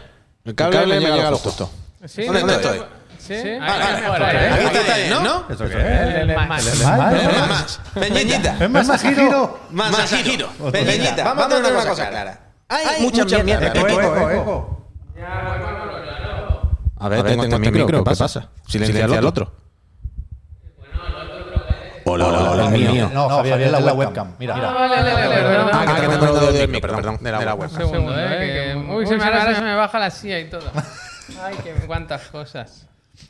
Speaker 4: El
Speaker 6: cable
Speaker 4: cable, me
Speaker 6: llega
Speaker 4: llega
Speaker 6: a
Speaker 4: a
Speaker 6: lo
Speaker 4: lo justo.
Speaker 1: Sí,
Speaker 6: ¿Dónde
Speaker 1: no,
Speaker 6: estoy?
Speaker 1: yo- Sí, Ah, ahí
Speaker 4: Vale,
Speaker 1: está
Speaker 4: vale,
Speaker 1: mejor,
Speaker 4: ok.
Speaker 1: ahí.
Speaker 4: Aquí
Speaker 6: está
Speaker 1: Ahí.
Speaker 4: bien, ¿no?
Speaker 2: ¿Esto qué es?
Speaker 1: El más.
Speaker 2: El más.
Speaker 6: Es más. Peñita.
Speaker 2: Es más, más giro.
Speaker 6: Masajiro. Peñita. Vamos a tener una cosa clara.
Speaker 5: Hay mucha mierda.
Speaker 2: Eco,
Speaker 4: Eco,
Speaker 2: eco,
Speaker 4: eco.
Speaker 2: eco.
Speaker 4: A ver, tengo, este micro, ¿qué pasa? Silencia al otro. Hola, hola, hola, el mío.
Speaker 2: No, Javier, es la webcam. Mira,
Speaker 1: Ah,
Speaker 2: mira.
Speaker 1: vale, vale, vale, perdón.
Speaker 4: Ah, que tengo el audio del micro, perdón, de la web.
Speaker 1: Un segundo, eh. que- Uy, se me, ahora se me baja la silla y todo. Ay, que cuántas cosas.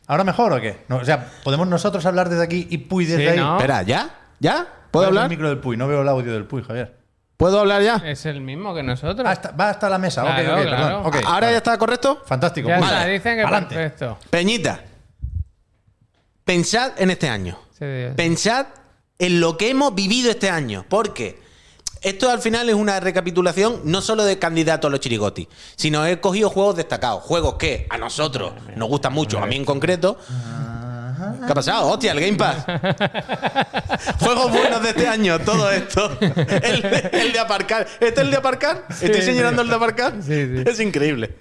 Speaker 2: ¿Ahora mejor o qué? No, o sea, ¿podemos nosotros hablar desde aquí y Puy desde
Speaker 1: Sí,
Speaker 2: ahí?
Speaker 1: ¿no?
Speaker 4: Espera, ¿ya? ¿Ya? ¿Puedo
Speaker 2: Veo El
Speaker 4: hablar?
Speaker 2: micro del Puy, no veo el audio del Puy, Javier.
Speaker 4: ¿Puedo hablar ya?
Speaker 1: Es el mismo que nosotros.
Speaker 2: Ah, está- va hasta la mesa. Ok,
Speaker 1: Claro,
Speaker 2: ok,
Speaker 1: claro.
Speaker 2: perdón. Ok.
Speaker 4: Ah, ¿Ahora ya está correcto?
Speaker 2: Fantástico.
Speaker 1: ya
Speaker 2: Puy.
Speaker 1: está, dicen que pues,
Speaker 2: Adelante.
Speaker 1: perfecto.
Speaker 4: Peñita, pensad en este año.
Speaker 1: Sí, Dios.
Speaker 4: Pensad en lo que hemos vivido este año, porque esto al final es una recapitulación no solo de candidatos a los chirigotis, sino he cogido juegos destacados, juegos que a nosotros nos gustan mucho, a mí en concreto. ¿Qué ha pasado? Hostia, el Game Pass. Juegos buenos de este año, todo esto. El, de- el de aparcar. ¿Este es el de aparcar? ¿Estoy señalando el de aparcar?
Speaker 1: Sí, sí.
Speaker 4: Es increíble.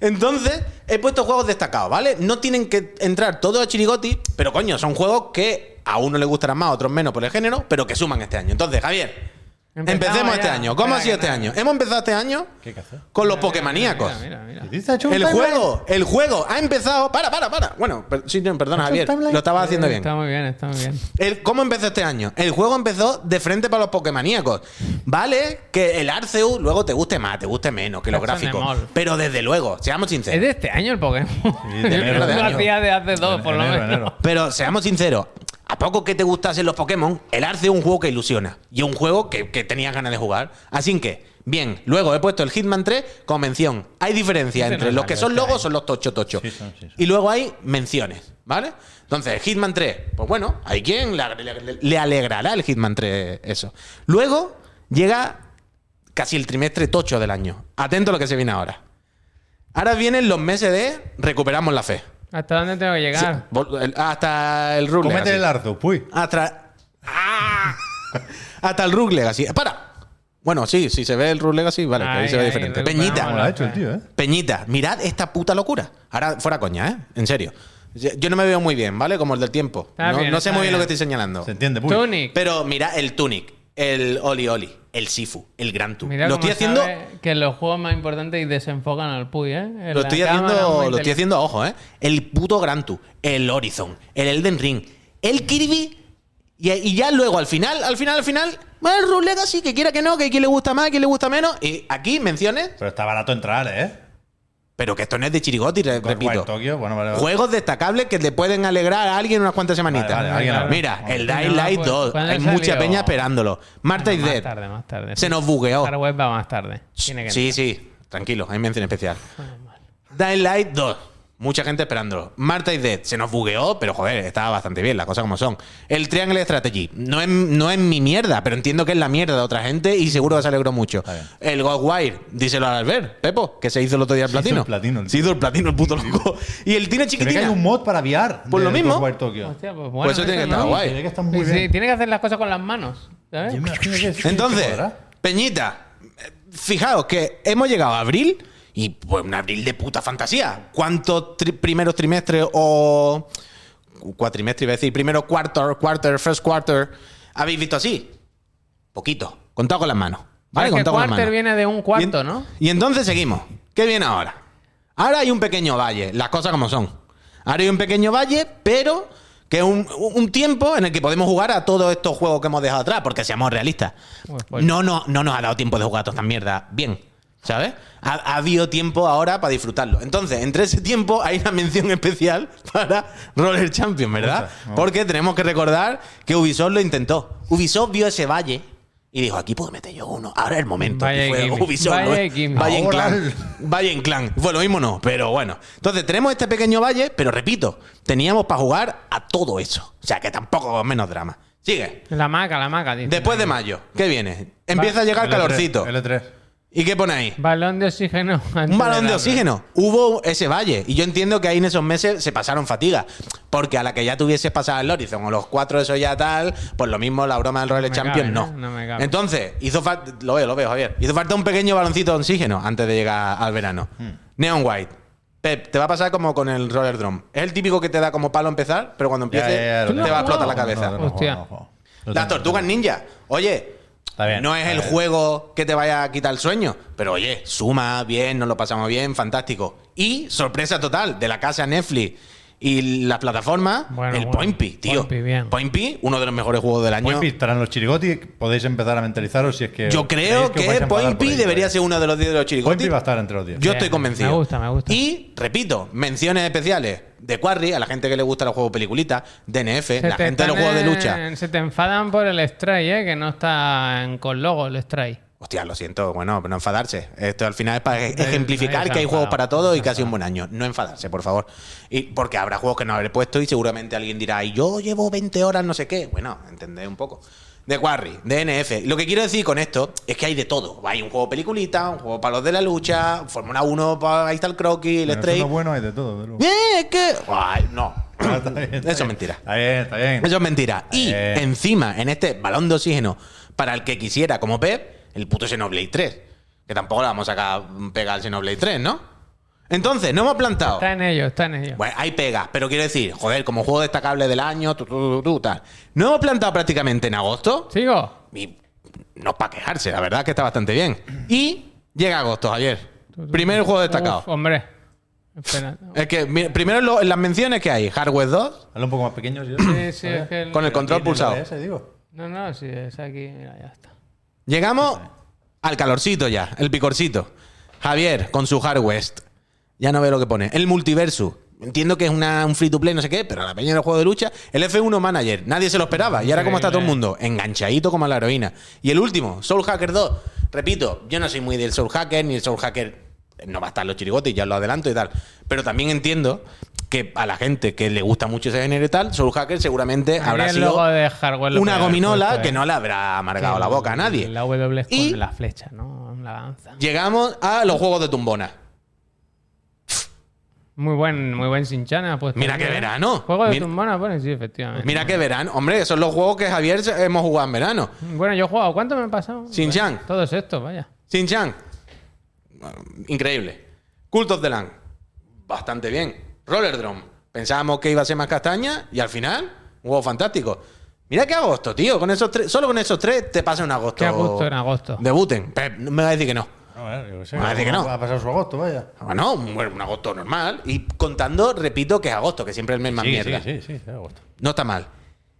Speaker 4: Entonces, he puesto juegos destacados, ¿vale? No tienen que entrar todos a Chirigoti, pero coño, son juegos que a uno le gustarán más, a otros menos por el género, pero que suman este año. Entonces, Javier,
Speaker 1: Empezamos
Speaker 4: empecemos
Speaker 1: ya.
Speaker 4: este año. ¿Cómo
Speaker 1: Espera,
Speaker 4: ha sido
Speaker 1: que
Speaker 4: este
Speaker 1: nada.
Speaker 4: año? Hemos empezado este año
Speaker 2: ¿Qué hay que hacer?
Speaker 4: con los
Speaker 1: Mira,
Speaker 4: Pokémaníacos.
Speaker 1: Mira, mira, mira.
Speaker 2: Dice, ha hecho un
Speaker 4: El
Speaker 2: timeline.
Speaker 4: juego, el juego ha empezado. Para, para, para. Bueno, per- sí, perdona,
Speaker 2: ¿Has hecho un
Speaker 4: Javier.
Speaker 2: timeline?
Speaker 4: Lo estaba haciendo bien.
Speaker 1: Está muy bien, está muy bien.
Speaker 4: El- ¿Cómo empezó este año? El juego empezó de frente para los Pokémaníacos. Vale que el Arceus luego te guste más, te guste menos, que los
Speaker 1: Jackson de
Speaker 4: gráficos.
Speaker 1: Mol.
Speaker 4: Pero desde luego, seamos
Speaker 1: Es
Speaker 4: sinceros.
Speaker 1: de este año el Pokémon.
Speaker 2: Sí, de enero,
Speaker 1: Yo
Speaker 2: de
Speaker 1: lo
Speaker 2: año.
Speaker 1: hacía de hace dos, por lo
Speaker 2: Enero,
Speaker 1: menos.
Speaker 2: enero.
Speaker 4: Pero seamos sinceros, a poco que te gustasen los Pokémon, el Arceus es un juego que ilusiona. Y un juego que, que tenías ganas de jugar. Así que, bien, luego he puesto el Hitman 3 con mención. Hay diferencia
Speaker 1: Este
Speaker 4: entre
Speaker 1: no
Speaker 4: los que
Speaker 1: salió
Speaker 4: son
Speaker 1: este
Speaker 4: logos son los tocho tocho.
Speaker 2: Sí, son, sí, son.
Speaker 4: Y luego hay menciones, ¿vale? Entonces, Hitman 3, pues bueno, hay quien le, le- le alegrará el Hitman 3 eso. Luego llega casi el trimestre tocho del año. Atento a lo que se viene ahora. Ahora vienen los meses de recuperamos la fe.
Speaker 1: ¿Hasta dónde tengo que
Speaker 4: Sí,
Speaker 1: llegar?
Speaker 4: vol- el- hasta el Rule
Speaker 2: Cómete el
Speaker 4: Legacy.
Speaker 2: ardo, Puy.
Speaker 4: Hasta, ¡Ah! hasta el Rule Legacy. Para. Bueno, sí, si se ve el Rule Legacy, vale, que ahí
Speaker 1: Ay,
Speaker 4: se ve
Speaker 1: ay,
Speaker 4: diferente.
Speaker 1: recuperamos
Speaker 4: Peñita.
Speaker 2: ¿Cómo lo ha hecho el tío, eh?
Speaker 4: Peñita, mirad esta puta locura. Ahora, fuera coña, ¿eh? En serio. Yo yo no me veo muy bien, ¿vale? Como el del tiempo.
Speaker 1: Está
Speaker 4: No,
Speaker 1: bien,
Speaker 4: no sé
Speaker 1: está
Speaker 4: muy bien lo que
Speaker 1: bien.
Speaker 4: estoy señalando.
Speaker 2: Se entiende, Puy.
Speaker 1: Tunic.
Speaker 4: Pero mirad el Tunic, el Oli Oli, el Sifu, el Gran Tour.
Speaker 1: Mira
Speaker 4: Lo
Speaker 1: cómo
Speaker 4: estoy haciendo.
Speaker 1: sabe que los juegos más importantes y desenfocan al Puy, ¿eh? En
Speaker 4: Lo
Speaker 1: la cámara,
Speaker 4: estoy,
Speaker 1: muy
Speaker 4: haciendo, lo
Speaker 1: inteligente.
Speaker 4: estoy haciendo a ojo, ¿eh? El puto Gran Tour, el Horizon, el Elden Ring, el Kirby. Y, y ya luego, al final, al final, al final, bueno, el Rune Legacy, que quiera que no, que a quien le gusta más, a quien le gusta menos. Y aquí menciones,
Speaker 2: Pero está barato entrar, ¿eh?
Speaker 4: pero que esto no es de Chirigoti, re-
Speaker 2: Wild
Speaker 4: repito.
Speaker 2: Tokio, bueno, vale. vale.
Speaker 4: Juegos destacables que le pueden alegrar a alguien unas cuantas semanitas.
Speaker 2: Vale, vale, alguien
Speaker 4: Mira,
Speaker 2: habla.
Speaker 4: el
Speaker 1: Bueno,
Speaker 4: Dying Light
Speaker 1: pues,
Speaker 4: 2.
Speaker 1: ¿cuándo
Speaker 4: Hay
Speaker 1: salió?
Speaker 4: mucha peña esperándolo. Marta is
Speaker 1: más
Speaker 4: Dead.
Speaker 1: tarde, más tarde.
Speaker 4: Se nos bugueó.
Speaker 1: Star Wars va más tarde. Tiene que
Speaker 4: Sí, sí. Tranquilo, hay mención especial. Dying Light 2. Mucha gente esperándolo. Marta is Dead se nos bugueó, pero joder, estaba bastante bien, las cosas como son. El Triangle Strategy no es, no es mi mierda, pero entiendo que es la mierda de otra gente y seguro que se alegró mucho. El Godwire, díselo al Albert, Pepo, que se hizo el otro día el
Speaker 2: Se hizo
Speaker 4: platino.
Speaker 2: el platino, el
Speaker 4: Se hizo el platino, el puto loco. Y el Tino
Speaker 2: Se ve que hay
Speaker 4: Chiquitina.
Speaker 2: un mod para VR.
Speaker 4: Pues lo
Speaker 2: del
Speaker 4: mismo.
Speaker 2: Ghostwire Tokyo.
Speaker 1: Hostia, pues bueno,
Speaker 4: Pues eso tiene que estar
Speaker 1: ¿no?
Speaker 4: guay.
Speaker 2: Se ve que está muy
Speaker 1: Sí, sí,
Speaker 2: bien.
Speaker 1: tiene que hacer las cosas con las manos. ¿sabes?
Speaker 2: Yo me imagino que sí,
Speaker 4: Entonces,
Speaker 2: que podrá.
Speaker 4: Peñita, eh, fijaos que hemos llegado a abril y pues un abril de puta fantasía. ¿Cuántos tri- primeros trimestres o cuatrimestre iba a decir, primero quarter, quarter, first quarter habéis visto así? Poquito, contado con las manos. ¿Vale?
Speaker 1: Es que
Speaker 4: Contado con las
Speaker 1: quarter
Speaker 4: manos.
Speaker 1: viene de un
Speaker 4: Y en-
Speaker 1: cuarto, ¿no?
Speaker 4: Y entonces seguimos. ¿Qué viene ahora? Ahora hay un pequeño valle, las cosas como son. Ahora hay un pequeño valle, pero que es un, un tiempo en el que podemos jugar a todos estos juegos que hemos dejado atrás, porque seamos realistas.
Speaker 1: Pues, pues.
Speaker 4: No, no, no nos ha dado tiempo de jugar a toda esta mierda bien, ¿sabes? Ha, ha habido tiempo ahora para disfrutarlo. Entonces, entre ese tiempo hay una mención especial para Roller Champions, ¿verdad?
Speaker 2: gusta, me gusta.
Speaker 4: Porque tenemos que recordar que Ubisoft lo intentó. Ubisoft vio ese valle y dijo, aquí puedo meter yo uno. Ahora es el momento.
Speaker 1: Vaya
Speaker 4: Y fue
Speaker 1: gimmick.
Speaker 4: Ubisoft,
Speaker 1: Vaya
Speaker 4: ¿no?
Speaker 1: gimmick.
Speaker 4: Valle
Speaker 2: Ahora
Speaker 4: Inclán.
Speaker 2: el-
Speaker 4: Valle Inclán. Fue lo mismo, no, pero bueno. Entonces, tenemos este pequeño valle, pero repito, teníamos para jugar a todo eso. O sea, que tampoco menos drama. Sigue.
Speaker 1: La maca, la maca, dice.
Speaker 4: Después de mayo, ¿qué viene? Empieza a llegar
Speaker 2: L3,
Speaker 4: calorcito.
Speaker 2: L3.
Speaker 4: ¿Y qué pone ahí?
Speaker 1: Balón de oxígeno. antes
Speaker 4: Un balón de
Speaker 1: la-
Speaker 4: oxígeno. Hubo ese valle. Y yo entiendo que ahí en esos meses se pasaron fatiga. Porque a la que ya tuvieses pasado el Horizon o los cuatro, eso ya tal, pues lo mismo la broma del Roller
Speaker 1: me
Speaker 4: Champions
Speaker 1: cabe, ¿no?
Speaker 4: no.
Speaker 1: No me cabe.
Speaker 4: Entonces, hizo falta. Lo veo, lo veo, Javier. Hizo falta un pequeño baloncito de oxígeno antes de llegar al verano.
Speaker 2: Hmm.
Speaker 4: Neon White. Pep, te va a pasar como con el roller drum. Es el típico que te da como palo empezar, pero cuando
Speaker 2: Ya,
Speaker 4: empieces
Speaker 2: ya, ya, lo
Speaker 4: te
Speaker 2: tengo.
Speaker 4: va a explotar
Speaker 1: No,
Speaker 4: la cabeza.
Speaker 2: No, no, no,
Speaker 1: Hostia.
Speaker 2: no, no, no.
Speaker 4: Las tortugas ninja. Oye,
Speaker 2: Está bien,
Speaker 4: no es
Speaker 2: está
Speaker 4: el
Speaker 2: bien.
Speaker 4: juego que te vaya a quitar el sueño, pero oye, suma bien, nos lo pasamos bien, fantástico. Y sorpresa total de la casa Netflix y las plataformas,
Speaker 1: Bueno,
Speaker 4: el
Speaker 1: bueno.
Speaker 4: Point P, tío.
Speaker 1: Point P, bien.
Speaker 4: Point P, uno de los mejores juegos del
Speaker 2: Point
Speaker 4: año.
Speaker 2: P estarán Pues los chirigotis. Podéis empezar a mentalizaros si es
Speaker 1: eh,
Speaker 2: que.
Speaker 4: Yo
Speaker 2: creéis os
Speaker 4: creo
Speaker 2: vais
Speaker 4: que
Speaker 2: a enfadar por
Speaker 4: Point P
Speaker 2: ahí,
Speaker 4: debería
Speaker 2: ¿vale?
Speaker 4: ser uno de los 10 de los
Speaker 2: Point P
Speaker 4: chiricotis.
Speaker 2: va a estar entre los 10.
Speaker 4: Yo
Speaker 1: Bien,
Speaker 4: estoy convencido.
Speaker 1: me gusta, me gusta.
Speaker 4: Y, repito, menciones especiales de Quarry, a la gente que le gusta los juegos peliculita, DNF,
Speaker 1: Se
Speaker 4: la
Speaker 1: te
Speaker 4: gente de
Speaker 1: están
Speaker 4: los juegos de
Speaker 1: en-
Speaker 4: lucha.
Speaker 1: Se te enfadan por el strike, ¿eh? Que no está en- con logo el strike.
Speaker 4: Hostia, lo siento, bueno, pero no enfadarse. Esto al final es para ejemplificar
Speaker 1: nadie se
Speaker 4: que hay
Speaker 1: ha
Speaker 4: juegos
Speaker 1: enfadado,
Speaker 4: para
Speaker 1: nadie
Speaker 4: todo
Speaker 1: se
Speaker 4: y
Speaker 1: ha
Speaker 4: casi un buen año. No enfadarse, por favor. Y porque habrá juegos que no habré puesto y seguramente alguien dirá, y yo llevo 20 horas, no sé qué. Bueno, entendé un poco. De Quarry, de NF. Lo que quiero decir con esto es que hay de todo. Hay un juego peliculita, un juego para los de la lucha, Fórmula 1, pa- ahí está el croquis, el
Speaker 2: Menos
Speaker 4: straight.
Speaker 2: uno bueno hay de todo, de luego.
Speaker 4: Eh, es que. Ay, no.
Speaker 2: Ah, está bien, está
Speaker 4: Eso es
Speaker 2: bien.
Speaker 4: mentira.
Speaker 2: Está bien, está bien.
Speaker 4: Eso es mentira. Y
Speaker 2: Eh.
Speaker 4: encima, en este balón de oxígeno, para el que quisiera, como Pep, el puto Xenoblade 3. Que tampoco le vamos a sacar pega al Xenoblade 3, ¿no? Entonces, no hemos plantado.
Speaker 1: Está en ello, está en ello.
Speaker 4: Bueno, hay pegas, pero quiero decir, joder, como juego destacable del año, tu, tu, tu, tu, tal. No hemos plantado prácticamente en agosto.
Speaker 1: ¿Sigo?
Speaker 4: Y no para quejarse, la verdad es que está bastante bien. Y llega agosto, ayer. Primer juego destacado.
Speaker 1: Uf, hombre. Espera.
Speaker 4: Es que, mira, primero lo- las menciones que hay: Hardware 2,
Speaker 2: Hazlo un poco más pequeño. si yo-
Speaker 1: Sí, sí, es que el-
Speaker 4: con el control
Speaker 2: Tiene
Speaker 4: pulsado.
Speaker 2: la DS, digo.
Speaker 1: No, no, sí, es aquí. Mira, ya está.
Speaker 4: Llegamos al calorcito ya, el picorcito. Javier con su Hard West. Ya no veo lo que pone. El multiverso. Entiendo que es una, un free to play, no sé qué, pero la peña del juego de lucha. El F1 Manager. Nadie se lo esperaba. Y ahora, ¿cómo está todo el mundo? Enganchadito como a la heroína. Y el último, Soul Hacker 2. Repito, yo no soy muy del Soul Hacker, ni el Soul Hacker. eh, No va a estar los chirigotes, ya lo adelanto y tal. Pero también entiendo que a la gente que le gusta mucho ese género y tal, Soul Hacker seguramente
Speaker 1: Ahí
Speaker 4: habrá
Speaker 1: el
Speaker 4: sido
Speaker 1: logo de hardware lo
Speaker 4: una
Speaker 1: podría haber
Speaker 4: gominola
Speaker 1: puesto,
Speaker 4: que
Speaker 1: ¿eh?
Speaker 4: no le habrá amargado la boca a nadie.
Speaker 1: La W es con
Speaker 4: Y-
Speaker 1: la flecha, ¿no? La lanza.
Speaker 4: Llegamos a los juegos de tumbona.
Speaker 1: Muy buen, muy buen Sinchana. Pues,
Speaker 4: Mira qué verano.
Speaker 1: Juego de
Speaker 4: Mira-
Speaker 1: tumbona, bueno, sí, efectivamente.
Speaker 4: Mira que verán, hombre, esos son los juegos que Javier hemos jugado en verano.
Speaker 1: Bueno, yo he jugado. ¿Cuánto me he pasado?
Speaker 4: Sin Chan.
Speaker 1: Todos estos, vaya.
Speaker 4: Sin Chan. Increíble. Cult of the Land. Bastante bien. Roller Drum. Pensábamos que iba a ser más castaña y al final, un juego fantástico. Mira que agosto, tío. Con esos tres, solo con esos tres te pasa un agosto.
Speaker 1: Qué a gusto en agosto.
Speaker 4: Debuten. Pep, no me va a decir que no.
Speaker 2: No, bueno, yo qué sé.
Speaker 4: Parece que no.
Speaker 2: Ha pasado su agosto, vaya.
Speaker 4: Bueno, un, un agosto normal. Y contando, repito, que es agosto, que siempre es el mes más
Speaker 2: sí,
Speaker 4: mierda.
Speaker 2: sí, sí, sí, sí, agosto.
Speaker 4: No está mal.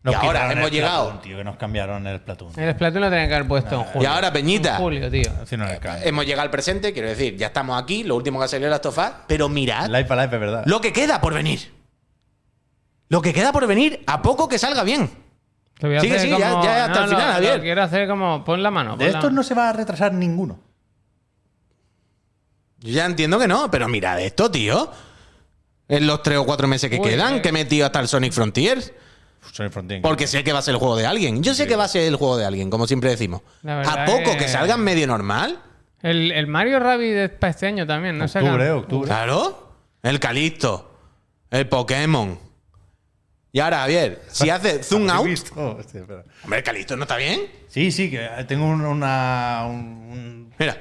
Speaker 2: Nos
Speaker 4: y ahora
Speaker 2: quitaron
Speaker 4: hemos
Speaker 2: el
Speaker 4: llegado. Eh,
Speaker 2: Splatoon, tío, que nos cambiaron el Splatoon.
Speaker 1: El Splatoon lo tenían que haber puesto en julio.
Speaker 4: Y ahora, Peñita,
Speaker 1: En julio, tío.
Speaker 2: Así no
Speaker 4: eh,
Speaker 2: les cae.
Speaker 4: hemos llegado al presente, quiero decir, ya estamos aquí, lo último que ha salido es Last of Us, pero mirad
Speaker 2: Life para life, es verdad.
Speaker 4: lo que queda por venir. Lo que queda por venir, a poco que salga bien.
Speaker 1: Lo voy a
Speaker 4: Sigue,
Speaker 1: hacer
Speaker 4: sigue, ya-
Speaker 1: como-
Speaker 4: ya hasta el
Speaker 1: lo-
Speaker 4: final,
Speaker 1: lo
Speaker 4: Javier.
Speaker 1: quiero hacer como. Pon la mano. pon
Speaker 2: De
Speaker 1: la
Speaker 2: estos
Speaker 1: mano.
Speaker 2: no se va a retrasar ninguno.
Speaker 4: Yo ya entiendo que no, pero mirad esto, tío.
Speaker 5: en los tres o cuatro meses que
Speaker 1: Uy,
Speaker 5: quedan,
Speaker 1: eh.
Speaker 5: que he metido hasta el Sonic Frontiers.
Speaker 2: Sonic Frontier.
Speaker 5: Porque sé que va a ser el juego de alguien. Yo sé que va a ser el juego de alguien, como siempre decimos.
Speaker 1: La verdad
Speaker 5: A poco
Speaker 1: que-
Speaker 5: que salga en medio normal,
Speaker 1: El, el Mario Rabbit es para este año también, ¿no?
Speaker 2: Octubre,
Speaker 1: Sacan-
Speaker 2: octubre.
Speaker 5: claro. El Calisto, el Pokémon. Y ahora, Javier, si hace zoom out.
Speaker 2: Oh, hostia, espera.
Speaker 5: Hombre, el Calisto no está bien.
Speaker 2: Sí, sí, que eh, tengo un- una, un-
Speaker 5: Mira,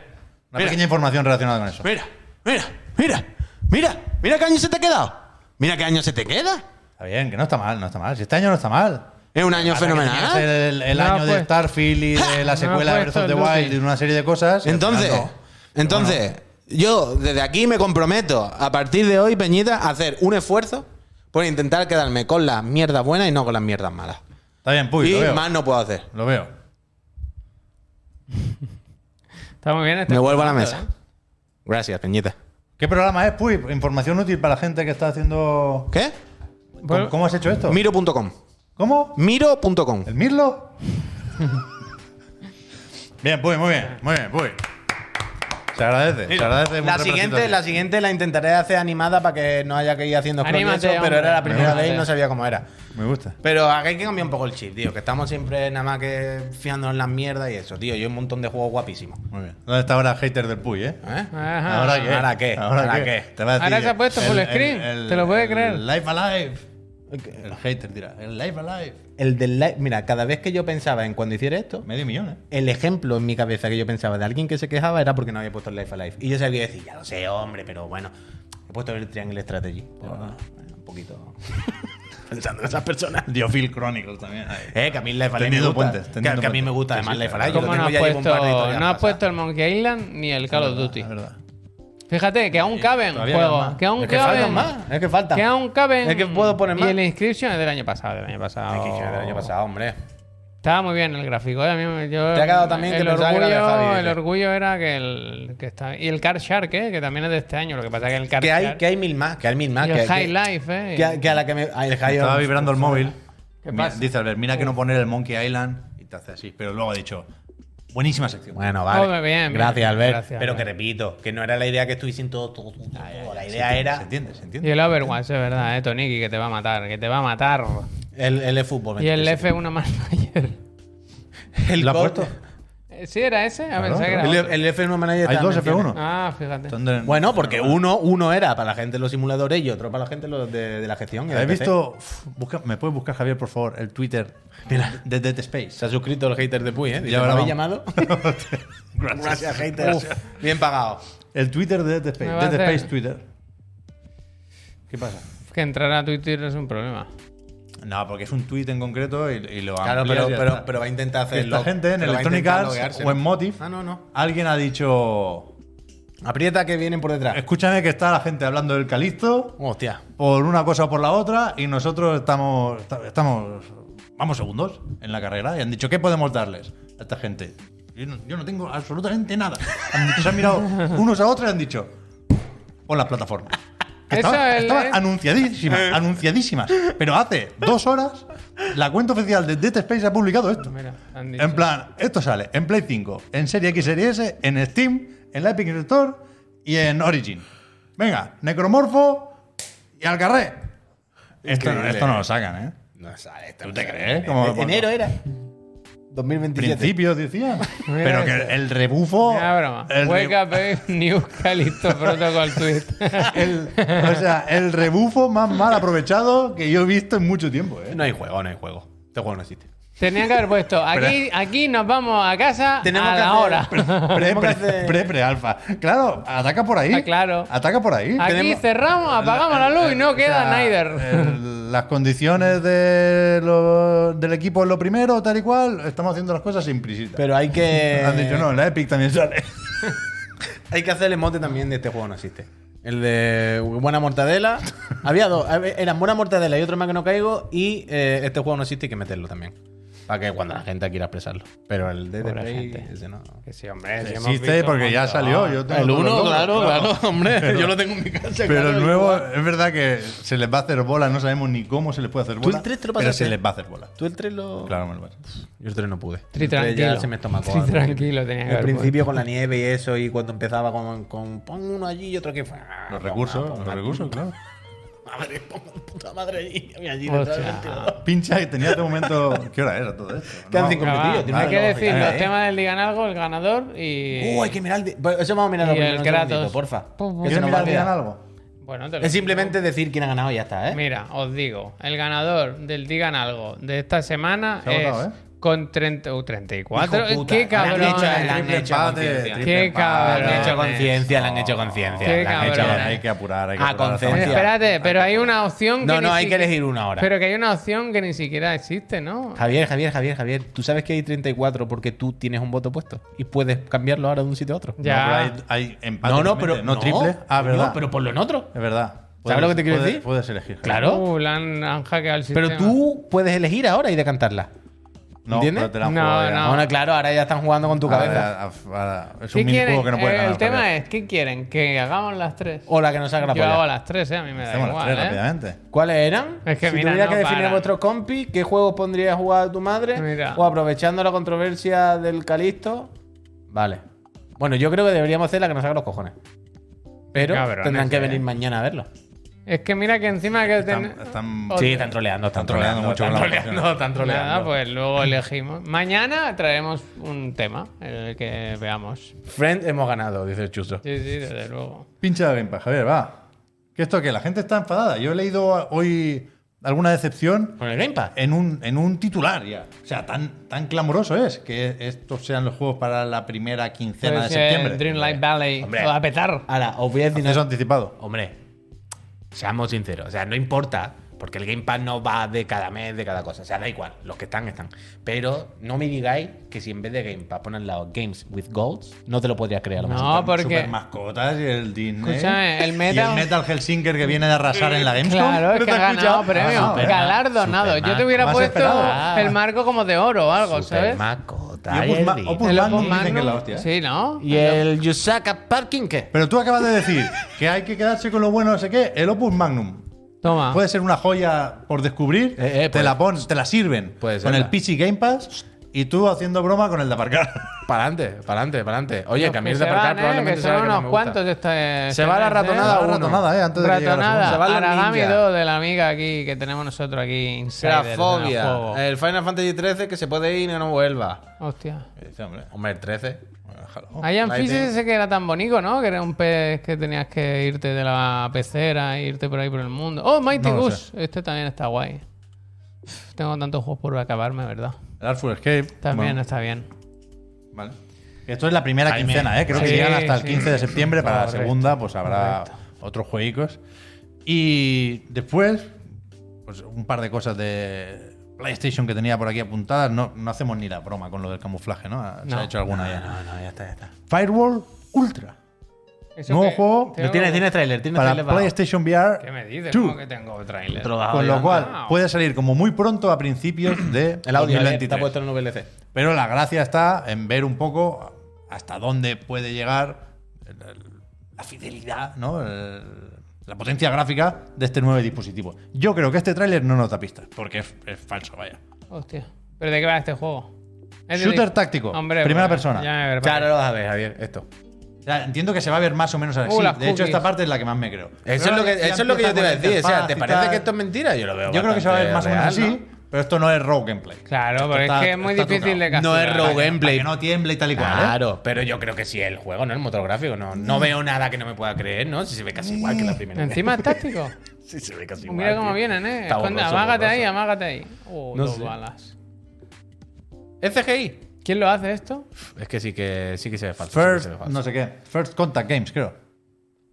Speaker 2: una
Speaker 5: mira,
Speaker 2: pequeña información relacionada con eso.
Speaker 5: mira, mira, mira, mira, mira qué año se te ha quedado. Mira qué año se te queda.
Speaker 2: Está bien, que no está mal, no está mal. Si este año no está mal.
Speaker 5: Es un año
Speaker 2: Ahora que tenía que ser
Speaker 5: fenomenal.
Speaker 2: El, el
Speaker 1: No,
Speaker 2: año de
Speaker 1: pues.
Speaker 2: Starfield y de la
Speaker 1: No,
Speaker 2: secuela de
Speaker 1: pues,
Speaker 2: Breath of the
Speaker 1: esto es
Speaker 2: Wild
Speaker 1: útil.
Speaker 2: y de una serie de cosas. y al
Speaker 5: Entonces,
Speaker 2: final no.
Speaker 5: entonces, yo desde aquí me comprometo a partir de hoy, Peñita, a hacer un esfuerzo por intentar quedarme con las mierdas buenas y no con las mierdas malas.
Speaker 2: Está bien, Puy, lo
Speaker 5: y
Speaker 2: veo.
Speaker 5: más no puedo hacer.
Speaker 2: Lo veo.
Speaker 1: Está muy bien. este
Speaker 5: Me vuelvo a la
Speaker 1: formato,
Speaker 5: mesa.
Speaker 1: ¿eh?
Speaker 5: Gracias, Peñita.
Speaker 2: ¿Qué programa es, Puy? Información útil para la gente que está haciendo.
Speaker 5: ¿Qué?
Speaker 2: ¿Cómo, cómo has hecho esto?
Speaker 5: Miro.com.
Speaker 2: ¿Cómo?
Speaker 5: Miro.com.
Speaker 2: ¿El Mirlo? bien, Puy, muy bien, muy bien, Puy. Se agradece, se agradece.
Speaker 4: La
Speaker 2: mucha
Speaker 4: siguiente,
Speaker 2: presentación.
Speaker 4: la siguiente la intentaré hacer animada para que no haya que ir haciendo scroll y
Speaker 1: Anímate,
Speaker 4: eso, pero
Speaker 1: hombre,
Speaker 4: era la primera
Speaker 1: anímate.
Speaker 4: vez y no sabía cómo era.
Speaker 2: Me gusta.
Speaker 4: Pero hay que cambiar un poco el chip, tío, que estamos siempre nada más que fiándonos en las mierdas y eso, tío. Yo un montón de juegos guapísimos.
Speaker 2: Muy bien. ¿Dónde está ahora el hater del Puy, eh?
Speaker 4: ¿Eh?
Speaker 1: Ajá.
Speaker 2: ¿Ahora qué?
Speaker 4: ¿Ahora qué? ¿Ahora qué?
Speaker 2: va a decir
Speaker 1: Ah, Ahora se ha puesto full screen, te lo puedes
Speaker 2: el
Speaker 1: creer.
Speaker 2: Life Alive. El hater dirá, el Life Alive.
Speaker 4: El del live, mira, cada vez que yo pensaba en cuando hiciera esto,
Speaker 2: Medio millón, ¿eh?
Speaker 4: el ejemplo en mi cabeza que yo pensaba de alguien que se quejaba era porque no había puesto el Life Alive. Y yo sabía decir, ya lo sé, hombre, pero bueno, he puesto el Triangle Strategy. Pero, bueno, un poquito. Pensando en esas personas.
Speaker 2: Dio Phil Chronicles también. ahí.
Speaker 4: Eh, que a mí el Life Alive me
Speaker 2: Teniendo
Speaker 4: gusta.
Speaker 2: puentes,
Speaker 4: que,
Speaker 2: teniendo
Speaker 4: que a mí
Speaker 2: puentes.
Speaker 4: me gusta
Speaker 2: Sí,
Speaker 4: además
Speaker 2: sí,
Speaker 4: el Life
Speaker 2: claro.
Speaker 4: Alive. Yo
Speaker 1: ¿Cómo no
Speaker 4: tengo
Speaker 1: has
Speaker 4: ya llevo un par de
Speaker 1: puesto,
Speaker 4: historias
Speaker 1: no has
Speaker 4: pasadas.
Speaker 1: puesto el Monkey Island ni el Call of Duty?
Speaker 2: Es verdad.
Speaker 1: Fíjate que aún caben
Speaker 2: todavía quedan
Speaker 1: juegos.
Speaker 2: más.
Speaker 1: Que aún
Speaker 4: Es que
Speaker 1: caben.
Speaker 4: faltan más, es que faltan.
Speaker 1: Que aún caben.
Speaker 4: Es que puedo poner más.
Speaker 1: Y el Inscription es del año pasado. Del año pasado.
Speaker 4: Ay, que- que del año pasado, hombre.
Speaker 1: Estaba muy bien el gráfico. ¿eh? A mí me- yo-
Speaker 4: Te ha quedado también que
Speaker 1: el
Speaker 4: pensaba que
Speaker 1: orgullo,
Speaker 4: era de Javi, dice.
Speaker 1: el orgullo era que el que está y el Car Shark, ¿eh? que también es de este año. Lo que pasa es que el Car
Speaker 4: Que hay,
Speaker 1: Shark
Speaker 4: que hay mil más, que hay mil más.
Speaker 1: y
Speaker 4: que,
Speaker 1: el High
Speaker 4: que-
Speaker 1: Life, ¿eh?
Speaker 4: que a- que a la que me. ah, El High
Speaker 2: Estaba
Speaker 4: on-
Speaker 2: vibrando el móvil.
Speaker 1: ¿Qué
Speaker 2: Mira,
Speaker 1: pasa?
Speaker 2: Dice Albert, mira que no poner el Monkey Island y te hace así. Pero luego ha dicho, buenísima sección.
Speaker 4: Bueno, vale.
Speaker 1: Hombre, bien, bien.
Speaker 4: gracias, Albert.
Speaker 1: Gracias,
Speaker 4: Pero que
Speaker 1: Albert.
Speaker 4: repito, que no era la idea que estuviesen todos. todos, todos,
Speaker 2: Ah,
Speaker 4: todos. la idea
Speaker 2: Se
Speaker 4: era.
Speaker 2: entiende, se
Speaker 1: Y
Speaker 2: entiende.
Speaker 1: el Overwatch, es verdad, eh, Toniki, que te va a matar, que te va a matar.
Speaker 4: El, el de fútbol.
Speaker 1: Y el
Speaker 4: me
Speaker 1: F1 Manager.
Speaker 4: El
Speaker 2: ¿Lo has
Speaker 4: gol-
Speaker 2: puesto?
Speaker 1: Eh, ¿Sí era ese? A
Speaker 2: Claro,
Speaker 1: pensar que era
Speaker 4: El,
Speaker 1: otro.
Speaker 4: el F1 Manager.
Speaker 2: Hay
Speaker 4: también
Speaker 2: dos
Speaker 4: tiene.
Speaker 2: F1.
Speaker 1: Ah, fíjate.
Speaker 2: Son de-
Speaker 4: Bueno, porque uno, uno era para la gente de los simuladores y otro para la gente de los de, de la gestión. y del
Speaker 2: ¿Habéis
Speaker 4: PC.
Speaker 2: visto? Uf, busca- ¿Me puedes buscar, Javier, por favor, el Twitter de Dead
Speaker 4: Se
Speaker 2: Space?
Speaker 4: ha suscrito el hater de Puy, ¿eh? Dice,
Speaker 2: Ya
Speaker 4: ¿Me
Speaker 2: verá,
Speaker 4: habéis llamado?
Speaker 2: vamos.
Speaker 4: Gracias, hater. Uf, bien pagado.
Speaker 2: El Twitter de Dead Space.
Speaker 1: Me va a
Speaker 2: Dead Space
Speaker 1: hacer-
Speaker 2: Twitter. ¿Qué pasa?
Speaker 1: Que entrar a Twitter es un problema.
Speaker 2: No, porque es un tweet en concreto y, y lo
Speaker 4: Claro,
Speaker 2: amplías
Speaker 4: pero,
Speaker 2: y ya
Speaker 4: pero,
Speaker 2: está.
Speaker 4: pero va a intentar hacer.
Speaker 2: Esta
Speaker 4: lo-
Speaker 2: gente en
Speaker 4: pero va a
Speaker 2: Electronic
Speaker 4: intentar
Speaker 2: Arts
Speaker 4: loguearse,
Speaker 2: o en
Speaker 4: ¿no?
Speaker 2: Motive,
Speaker 4: Ah, no, no.
Speaker 2: alguien ha dicho:
Speaker 4: Aprieta que vienen por detrás.
Speaker 2: Escúchame que está la gente hablando del Calisto
Speaker 4: Hostia.
Speaker 2: por una cosa o por la otra y nosotros estamos, esta- estamos vamos segundos en la carrera y han dicho: ¿Qué podemos darles a esta gente? Yo no, yo no tengo absolutamente nada. Han dicho- se han mirado unos a otros y han dicho: Pon las plataformas. Que
Speaker 1: Eso
Speaker 2: Estaba,
Speaker 1: es- eh.
Speaker 2: estaba
Speaker 1: es-
Speaker 2: anunciadísimas, anunciadísimas. Pero hace dos horas la cuenta oficial de Dead Space ha publicado esto.
Speaker 1: Mira, han dicho.
Speaker 2: En plan, esto sale en Play 5, en Serie X, Serie S, en Steam, en la Epic Store y en Origin. Venga, Necromorfo y al carré. Esto,
Speaker 4: Increíble.
Speaker 2: esto no lo sacan, ¿eh?
Speaker 4: No sale.
Speaker 2: ¿Tú te crees? ¿eh?
Speaker 4: En-
Speaker 2: Como cuando-
Speaker 4: enero era. 2027.
Speaker 2: Principios decían.
Speaker 1: Mira
Speaker 2: Pero que
Speaker 1: eso.
Speaker 2: el rebufo.
Speaker 1: Una broma.
Speaker 2: el re-
Speaker 1: Wake up, babe. New Calixto Protocol Tweet.
Speaker 2: el- o sea, el rebufo más mal aprovechado que yo he visto en mucho tiempo, ¿eh?
Speaker 4: No hay juego, no hay juego. Este juego no existe.
Speaker 1: Tenían que haber puesto. Aquí, aquí nos vamos a casa
Speaker 4: Tenemos
Speaker 1: a
Speaker 4: que
Speaker 1: la
Speaker 4: hacer-
Speaker 1: hora.
Speaker 2: Pre,
Speaker 4: Tenemos que
Speaker 2: pre,
Speaker 4: hacer-
Speaker 2: pre, pre, alfa. Claro, ataca por ahí.
Speaker 1: Ah, claro.
Speaker 2: Ataca por ahí.
Speaker 1: Aquí
Speaker 4: tenemos-
Speaker 1: cerramos, apagamos la luz y no
Speaker 2: O sea,
Speaker 1: queda
Speaker 4: eh,
Speaker 1: Snyder.
Speaker 2: el- las condiciones de lo- del equipo es lo primero, tal y cual. Estamos haciendo las cosas implícitas.
Speaker 4: Pero hay que.
Speaker 2: Han dicho, no, en la Epic también sale.
Speaker 4: Hay que hacer el emote también de este juego no existe. El de Buena Mortadela. Había dos. hab- Eran Buena Mortadela y otro más que no caigo. Y eh, este juego no existe, hay que meterlo también. Para que cuando la gente quiera expresarlo. Pero el de
Speaker 1: Pobre
Speaker 4: Play,
Speaker 1: gente.
Speaker 4: ese no.
Speaker 1: Que sí, hombre. sí hemos
Speaker 2: Existe
Speaker 1: visto
Speaker 2: porque
Speaker 1: un
Speaker 2: ya
Speaker 1: montón.
Speaker 2: salió. Yo tengo todos
Speaker 4: El
Speaker 2: los
Speaker 4: uno,
Speaker 2: logos,
Speaker 4: claro, claro, hombre. yo lo tengo en mi casa.
Speaker 2: Pero
Speaker 4: claro,
Speaker 2: el nuevo,
Speaker 4: igual.
Speaker 2: es verdad que se les va a hacer bola, no sabemos ni cómo se les puede hacer
Speaker 4: ¿Tú el
Speaker 2: bola.
Speaker 4: tres te lo
Speaker 2: pero
Speaker 4: pasaste? Ah,
Speaker 2: se les va a hacer bola.
Speaker 4: ¿Tú el 3 lo.?
Speaker 2: Claro, me lo pasé.
Speaker 4: Yo el 3 no pude.
Speaker 1: Tri
Speaker 4: El tres
Speaker 1: tranquilo.
Speaker 4: Ya se me estomacó.
Speaker 1: Tri
Speaker 4: al principio.
Speaker 1: tranquilo tenía que
Speaker 4: Al
Speaker 1: haber
Speaker 4: principio con la nieve y eso. Y cuando empezaba con. con pon uno allí y otro "Ah, aquí.
Speaker 2: Los recursos, los recursos, claro.
Speaker 4: Madre, pongo puta madre allí. mira, allí
Speaker 1: Hostia.
Speaker 4: detrás del ventilador.
Speaker 2: Pincha y tenía de momento. ¿Qué hora era todo esto?
Speaker 4: Quedan cinco
Speaker 2: No,
Speaker 1: Venga, va,
Speaker 4: minutillos, tiene
Speaker 1: Hay
Speaker 4: una
Speaker 1: que
Speaker 4: lógica,
Speaker 1: decir los
Speaker 4: ¿eh?
Speaker 1: temas del Digan Algo, el ganador y.
Speaker 4: Uh, hay que mirar el. di- Eso vamos a mirar
Speaker 1: y
Speaker 4: primero,
Speaker 1: el
Speaker 4: un
Speaker 1: Kratos.
Speaker 4: segundito, porfa.
Speaker 1: Pum, pum.
Speaker 4: Que se
Speaker 2: ¿Quieres
Speaker 4: nos va a
Speaker 2: mirar bien
Speaker 4: olvidar.
Speaker 2: algo?
Speaker 1: Bueno, te lo
Speaker 4: Es simplemente decir quién ha ganado y ya está, ¿eh?
Speaker 1: Mira, os digo, el ganador del Digan Algo de esta semana
Speaker 2: Se ha
Speaker 1: es
Speaker 2: votado, ¿eh?
Speaker 1: con 30, uh, 34.
Speaker 4: Hijo puta,
Speaker 1: ¡Qué
Speaker 4: le han
Speaker 1: cabrón! Eh,
Speaker 4: hecho- le han
Speaker 2: Triple
Speaker 4: hecho
Speaker 2: empate.
Speaker 4: conciencia.
Speaker 2: triple
Speaker 1: Qué
Speaker 2: empate.
Speaker 4: Ah, Le han hecho
Speaker 1: cabrones.
Speaker 4: conciencia, le han hecho conciencia.
Speaker 1: Qué
Speaker 4: le han
Speaker 2: Hay que-
Speaker 4: hecho-
Speaker 1: cabrones.
Speaker 2: Hay que apurar, hay que
Speaker 4: A
Speaker 2: apurar.
Speaker 1: Pero
Speaker 4: conciencia.
Speaker 1: espérate, pero hay una opción
Speaker 4: No,
Speaker 1: que ni
Speaker 4: no, hay que
Speaker 1: siquiera-
Speaker 4: elegir una ahora.
Speaker 1: Pero que hay una opción que ni siquiera existe, ¿no?
Speaker 4: Javier, Javier, Javier, Javier, tú sabes que hay 34 porque tú tienes un voto puesto y puedes cambiarlo ahora de un sitio a otro.
Speaker 2: No, pero
Speaker 1: Ya.
Speaker 2: hay, hay empate. realmente, No triple. Ah,
Speaker 4: coño,
Speaker 2: verdad.
Speaker 4: pero ponlo en otro.
Speaker 2: Es verdad.
Speaker 4: ¿Sabes lo que te quiero
Speaker 2: puedes-
Speaker 4: decir?
Speaker 2: Puedes elegir.
Speaker 4: Claro.
Speaker 1: Uh, le han, han hackeado el sistema.
Speaker 4: pero tú puedes elegir ahora y decantarla.
Speaker 2: No,
Speaker 4: ¿Entiendes?
Speaker 2: pero te la han
Speaker 1: No,
Speaker 2: jugado ya.
Speaker 1: no.
Speaker 4: Bueno, claro, ahora ya están jugando con tu
Speaker 2: Ahora,
Speaker 4: cabeza.
Speaker 2: ahora, ahora, es
Speaker 1: ¿Qué quieren?
Speaker 2: un minijuego que no puedes
Speaker 1: Eh,
Speaker 2: ganar.
Speaker 1: el tema es, ¿qué quieren? ¿Que hagamos las tres?
Speaker 4: O la que nos salga la
Speaker 1: Yo hago
Speaker 4: polla.
Speaker 1: las tres, ¿eh? A mí me da
Speaker 2: Hacemos las
Speaker 1: igual,
Speaker 2: tres
Speaker 1: ¿eh?
Speaker 2: rápidamente.
Speaker 4: ¿Cuáles eran?
Speaker 1: Es que
Speaker 4: si
Speaker 1: mira,
Speaker 4: tuviera
Speaker 1: no
Speaker 4: que definir
Speaker 1: paran.
Speaker 4: a vuestro compi, ¿qué juego pondría a jugar tu madre?
Speaker 1: Mira.
Speaker 4: O aprovechando la controversia del Calisto. Vale. Bueno, yo creo que deberíamos hacer la que nos haga los cojones. Pero
Speaker 1: Cabrones,
Speaker 4: tendrán que
Speaker 1: eh.
Speaker 4: venir mañana a verlo.
Speaker 1: Es que mira que encima que...
Speaker 2: Están-
Speaker 1: ten-
Speaker 2: están-
Speaker 1: Otra.
Speaker 4: Sí, están troleando, están
Speaker 2: Están troleando
Speaker 4: troleando,
Speaker 2: mucho
Speaker 4: están
Speaker 2: con la
Speaker 4: troleando,
Speaker 2: canción.
Speaker 4: están
Speaker 1: Nada,
Speaker 4: troleando.
Speaker 1: pues luego elegimos. Mañana traeremos un tema, el que veamos.
Speaker 4: Friend hemos ganado, dice Chuso.
Speaker 1: Sí, sí, desde luego.
Speaker 2: Pincha la Game Pass, Javier, va. Que esto que la gente está enfadada. Yo he leído hoy alguna decepción
Speaker 4: Con el Game Pass.
Speaker 2: en un, en un titular ya. O sea, tan, tan clamoroso es que estos sean los juegos para la primera quincena de
Speaker 1: Entonces, eh,
Speaker 2: septiembre.
Speaker 1: Dreamlight Valley
Speaker 4: Hombre.
Speaker 1: lo va a petar.
Speaker 4: Ahora, os voy a decir
Speaker 2: Eso
Speaker 4: una-
Speaker 2: anticipado.
Speaker 4: Hombre, seamos sinceros. O sea, no importa, porque el Game Pass no va de cada mes, de cada cosa. O sea, da igual. Los que están, están. Pero no me digáis que si en vez de Game Pass ponen lado Games with Golds, no te lo podrías creer. a lo mejor.
Speaker 1: No, Ah, porque...
Speaker 2: Super mascotas y el Disney.
Speaker 1: Escúchame, el
Speaker 2: Y
Speaker 1: Metal-
Speaker 2: el Metal Hellsinger que viene de arrasar en la Gamescom.
Speaker 1: Claro, es
Speaker 2: ¿No
Speaker 1: que
Speaker 2: te
Speaker 1: ha
Speaker 2: has
Speaker 1: ganado
Speaker 2: escuchado?
Speaker 1: premio.
Speaker 2: Ah,
Speaker 4: Superman,
Speaker 1: galardonado. Yo te hubiera
Speaker 2: Superman.
Speaker 1: puesto
Speaker 2: Superman.
Speaker 1: el marco como de oro o algo,
Speaker 4: Super
Speaker 1: pues, ¿sabes?
Speaker 4: Macota,
Speaker 2: Y Opus
Speaker 4: el
Speaker 2: Ma-
Speaker 4: Disney.
Speaker 2: Opus- Magnum dicen que es la hostia, ¿eh?
Speaker 1: Sí, ¿no?
Speaker 4: Y el Yusaka Parking, ¿qué?
Speaker 2: Pero tú acabas de decir que hay que quedarse con lo bueno, no sé qué, el Opus Magnum.
Speaker 1: Toma.
Speaker 2: Puede ser una joya por descubrir,
Speaker 4: Eh, eh,
Speaker 2: te,
Speaker 4: puede-
Speaker 2: la pon- te la sirven
Speaker 4: puede
Speaker 2: con el
Speaker 4: serla.
Speaker 2: PC Game Pass y tú haciendo broma con el de aparcar.
Speaker 4: Para adelante, para adelante, para adelante. Oye,
Speaker 1: Los
Speaker 4: que a mí
Speaker 1: que
Speaker 4: el
Speaker 1: se
Speaker 4: de aparcar
Speaker 1: van, ¿eh?
Speaker 4: probablemente
Speaker 1: Que
Speaker 4: sea
Speaker 1: son
Speaker 4: el que más
Speaker 1: unos
Speaker 4: me gusta.
Speaker 1: cuantos este.
Speaker 4: Se va la
Speaker 1: este mes,
Speaker 4: ratonada
Speaker 1: ¿eh?
Speaker 4: uno.
Speaker 2: ratonada, eh, antes de llegar a la
Speaker 1: Ratonada.
Speaker 4: segunda. Se va la
Speaker 1: Aragami
Speaker 4: ninja.
Speaker 1: 2 de la amiga aquí que tenemos nosotros aquí. Insider. del juego.
Speaker 4: Grafobia. Eh. El Final Fantasy XIII que se puede ir y no vuelva.
Speaker 1: Hostia.
Speaker 2: Dice, hombre,
Speaker 4: Hombre, el 13.
Speaker 2: bueno,
Speaker 4: Oh,
Speaker 2: déjalo.
Speaker 1: Allá en
Speaker 4: Lightning.
Speaker 1: Physics ese que era tan bonito, ¿no? Que era un pez que tenías que irte de la pecera, e irte por ahí por el mundo. Oh, Mighty
Speaker 2: No lo
Speaker 1: Goose. Este también está guay. Uf, Tengo tantos juegos por acabarme, ¿verdad?
Speaker 2: El Artful Escape.
Speaker 1: También
Speaker 2: bueno,
Speaker 1: está bien.
Speaker 2: vale. Esto es la primera
Speaker 4: Jaime.
Speaker 2: quincena, ¿eh? creo que
Speaker 1: Sí,
Speaker 2: llegan hasta el
Speaker 1: sí.
Speaker 2: 15 de septiembre. Para la
Speaker 1: Correcto,
Speaker 2: segunda, pues habrá otros jueguicos. Y después, pues un par de cosas de PlayStation que tenía por aquí apuntadas. No, no hacemos ni la broma con lo del camuflaje, ¿no? Se
Speaker 1: No.
Speaker 2: ha hecho alguna ya.
Speaker 4: no, ya está, ya está.
Speaker 2: Firewall Ultra. Nuevo juego,
Speaker 1: Tengo-
Speaker 4: Tienes, tienes trailer, tienes
Speaker 2: para
Speaker 4: trailer. bajado.
Speaker 2: PlayStation VR.
Speaker 1: ¿Qué me dices?
Speaker 2: 2.
Speaker 1: ¿Cómo que tengo trailer?
Speaker 4: Otro bajado
Speaker 2: Con
Speaker 4: ya.
Speaker 2: lo cual,
Speaker 1: Wow.
Speaker 2: puede salir como muy pronto a principios de
Speaker 4: El audio Javier, está
Speaker 2: 2023.
Speaker 4: puesto en un VLC.
Speaker 2: Pero la gracia está en ver un poco hasta dónde puede llegar el- el- la fidelidad, ¿no? El- la potencia gráfica de este nuevo dispositivo. Yo creo que este tráiler no nos da pistas, porque es, es falso, vaya.
Speaker 1: Hostia. ¿Pero de qué va este juego? Es de-
Speaker 2: Shooter táctico, primera
Speaker 1: pues,
Speaker 2: persona.
Speaker 1: ya me preparo.
Speaker 4: Claro, lo vas a ver, Javier, esto.
Speaker 2: O sea, entiendo que se va a ver más o menos así.
Speaker 1: Uh,
Speaker 2: de
Speaker 1: las
Speaker 2: hecho,
Speaker 1: cookies.
Speaker 2: esta parte es la que más me creo.
Speaker 4: Eso
Speaker 2: Pero
Speaker 4: es lo que,
Speaker 2: ya
Speaker 4: eso es lo que yo te iba a
Speaker 2: empieza con
Speaker 4: decir. O sea,
Speaker 2: interfaz
Speaker 4: ¿te
Speaker 2: y
Speaker 4: parece
Speaker 2: tal.
Speaker 4: que esto es mentira? Yo lo veo.
Speaker 2: Yo creo que se va a ver más o menos
Speaker 4: bastante
Speaker 2: así,
Speaker 4: real,
Speaker 2: pero esto no es raw gameplay.
Speaker 1: Claro, pero
Speaker 2: Está-
Speaker 1: es que es muy
Speaker 2: está
Speaker 1: difícil
Speaker 2: trucado.
Speaker 1: de
Speaker 4: ¿no? No
Speaker 1: capturar.
Speaker 4: es raw
Speaker 2: Para
Speaker 4: gameplay.
Speaker 2: que no tiemble y tal y cual. ¿eh?
Speaker 4: Claro, pero yo creo que sí el juego, no el motor gráfico. No, no veo nada que no me pueda creer, ¿no? Si se ve casi igual que la primera. vez.
Speaker 1: Encima es táctico.
Speaker 4: Sí, se ve casi igual.
Speaker 1: Mira cómo
Speaker 4: tío.
Speaker 1: vienen, eh.
Speaker 4: Está
Speaker 1: Esconde,
Speaker 4: borroso,
Speaker 1: amágate ahí,
Speaker 4: borroso.
Speaker 1: amágate ahí. Uh,
Speaker 4: No
Speaker 1: dos
Speaker 4: sé.
Speaker 1: balas.
Speaker 4: ¿Es CGI?
Speaker 1: ¿Quién lo hace esto?
Speaker 4: Es que sí que, sí que se ve falso. sí que
Speaker 2: First,
Speaker 4: se ve falso.
Speaker 2: no sé qué. First Contact Games, creo.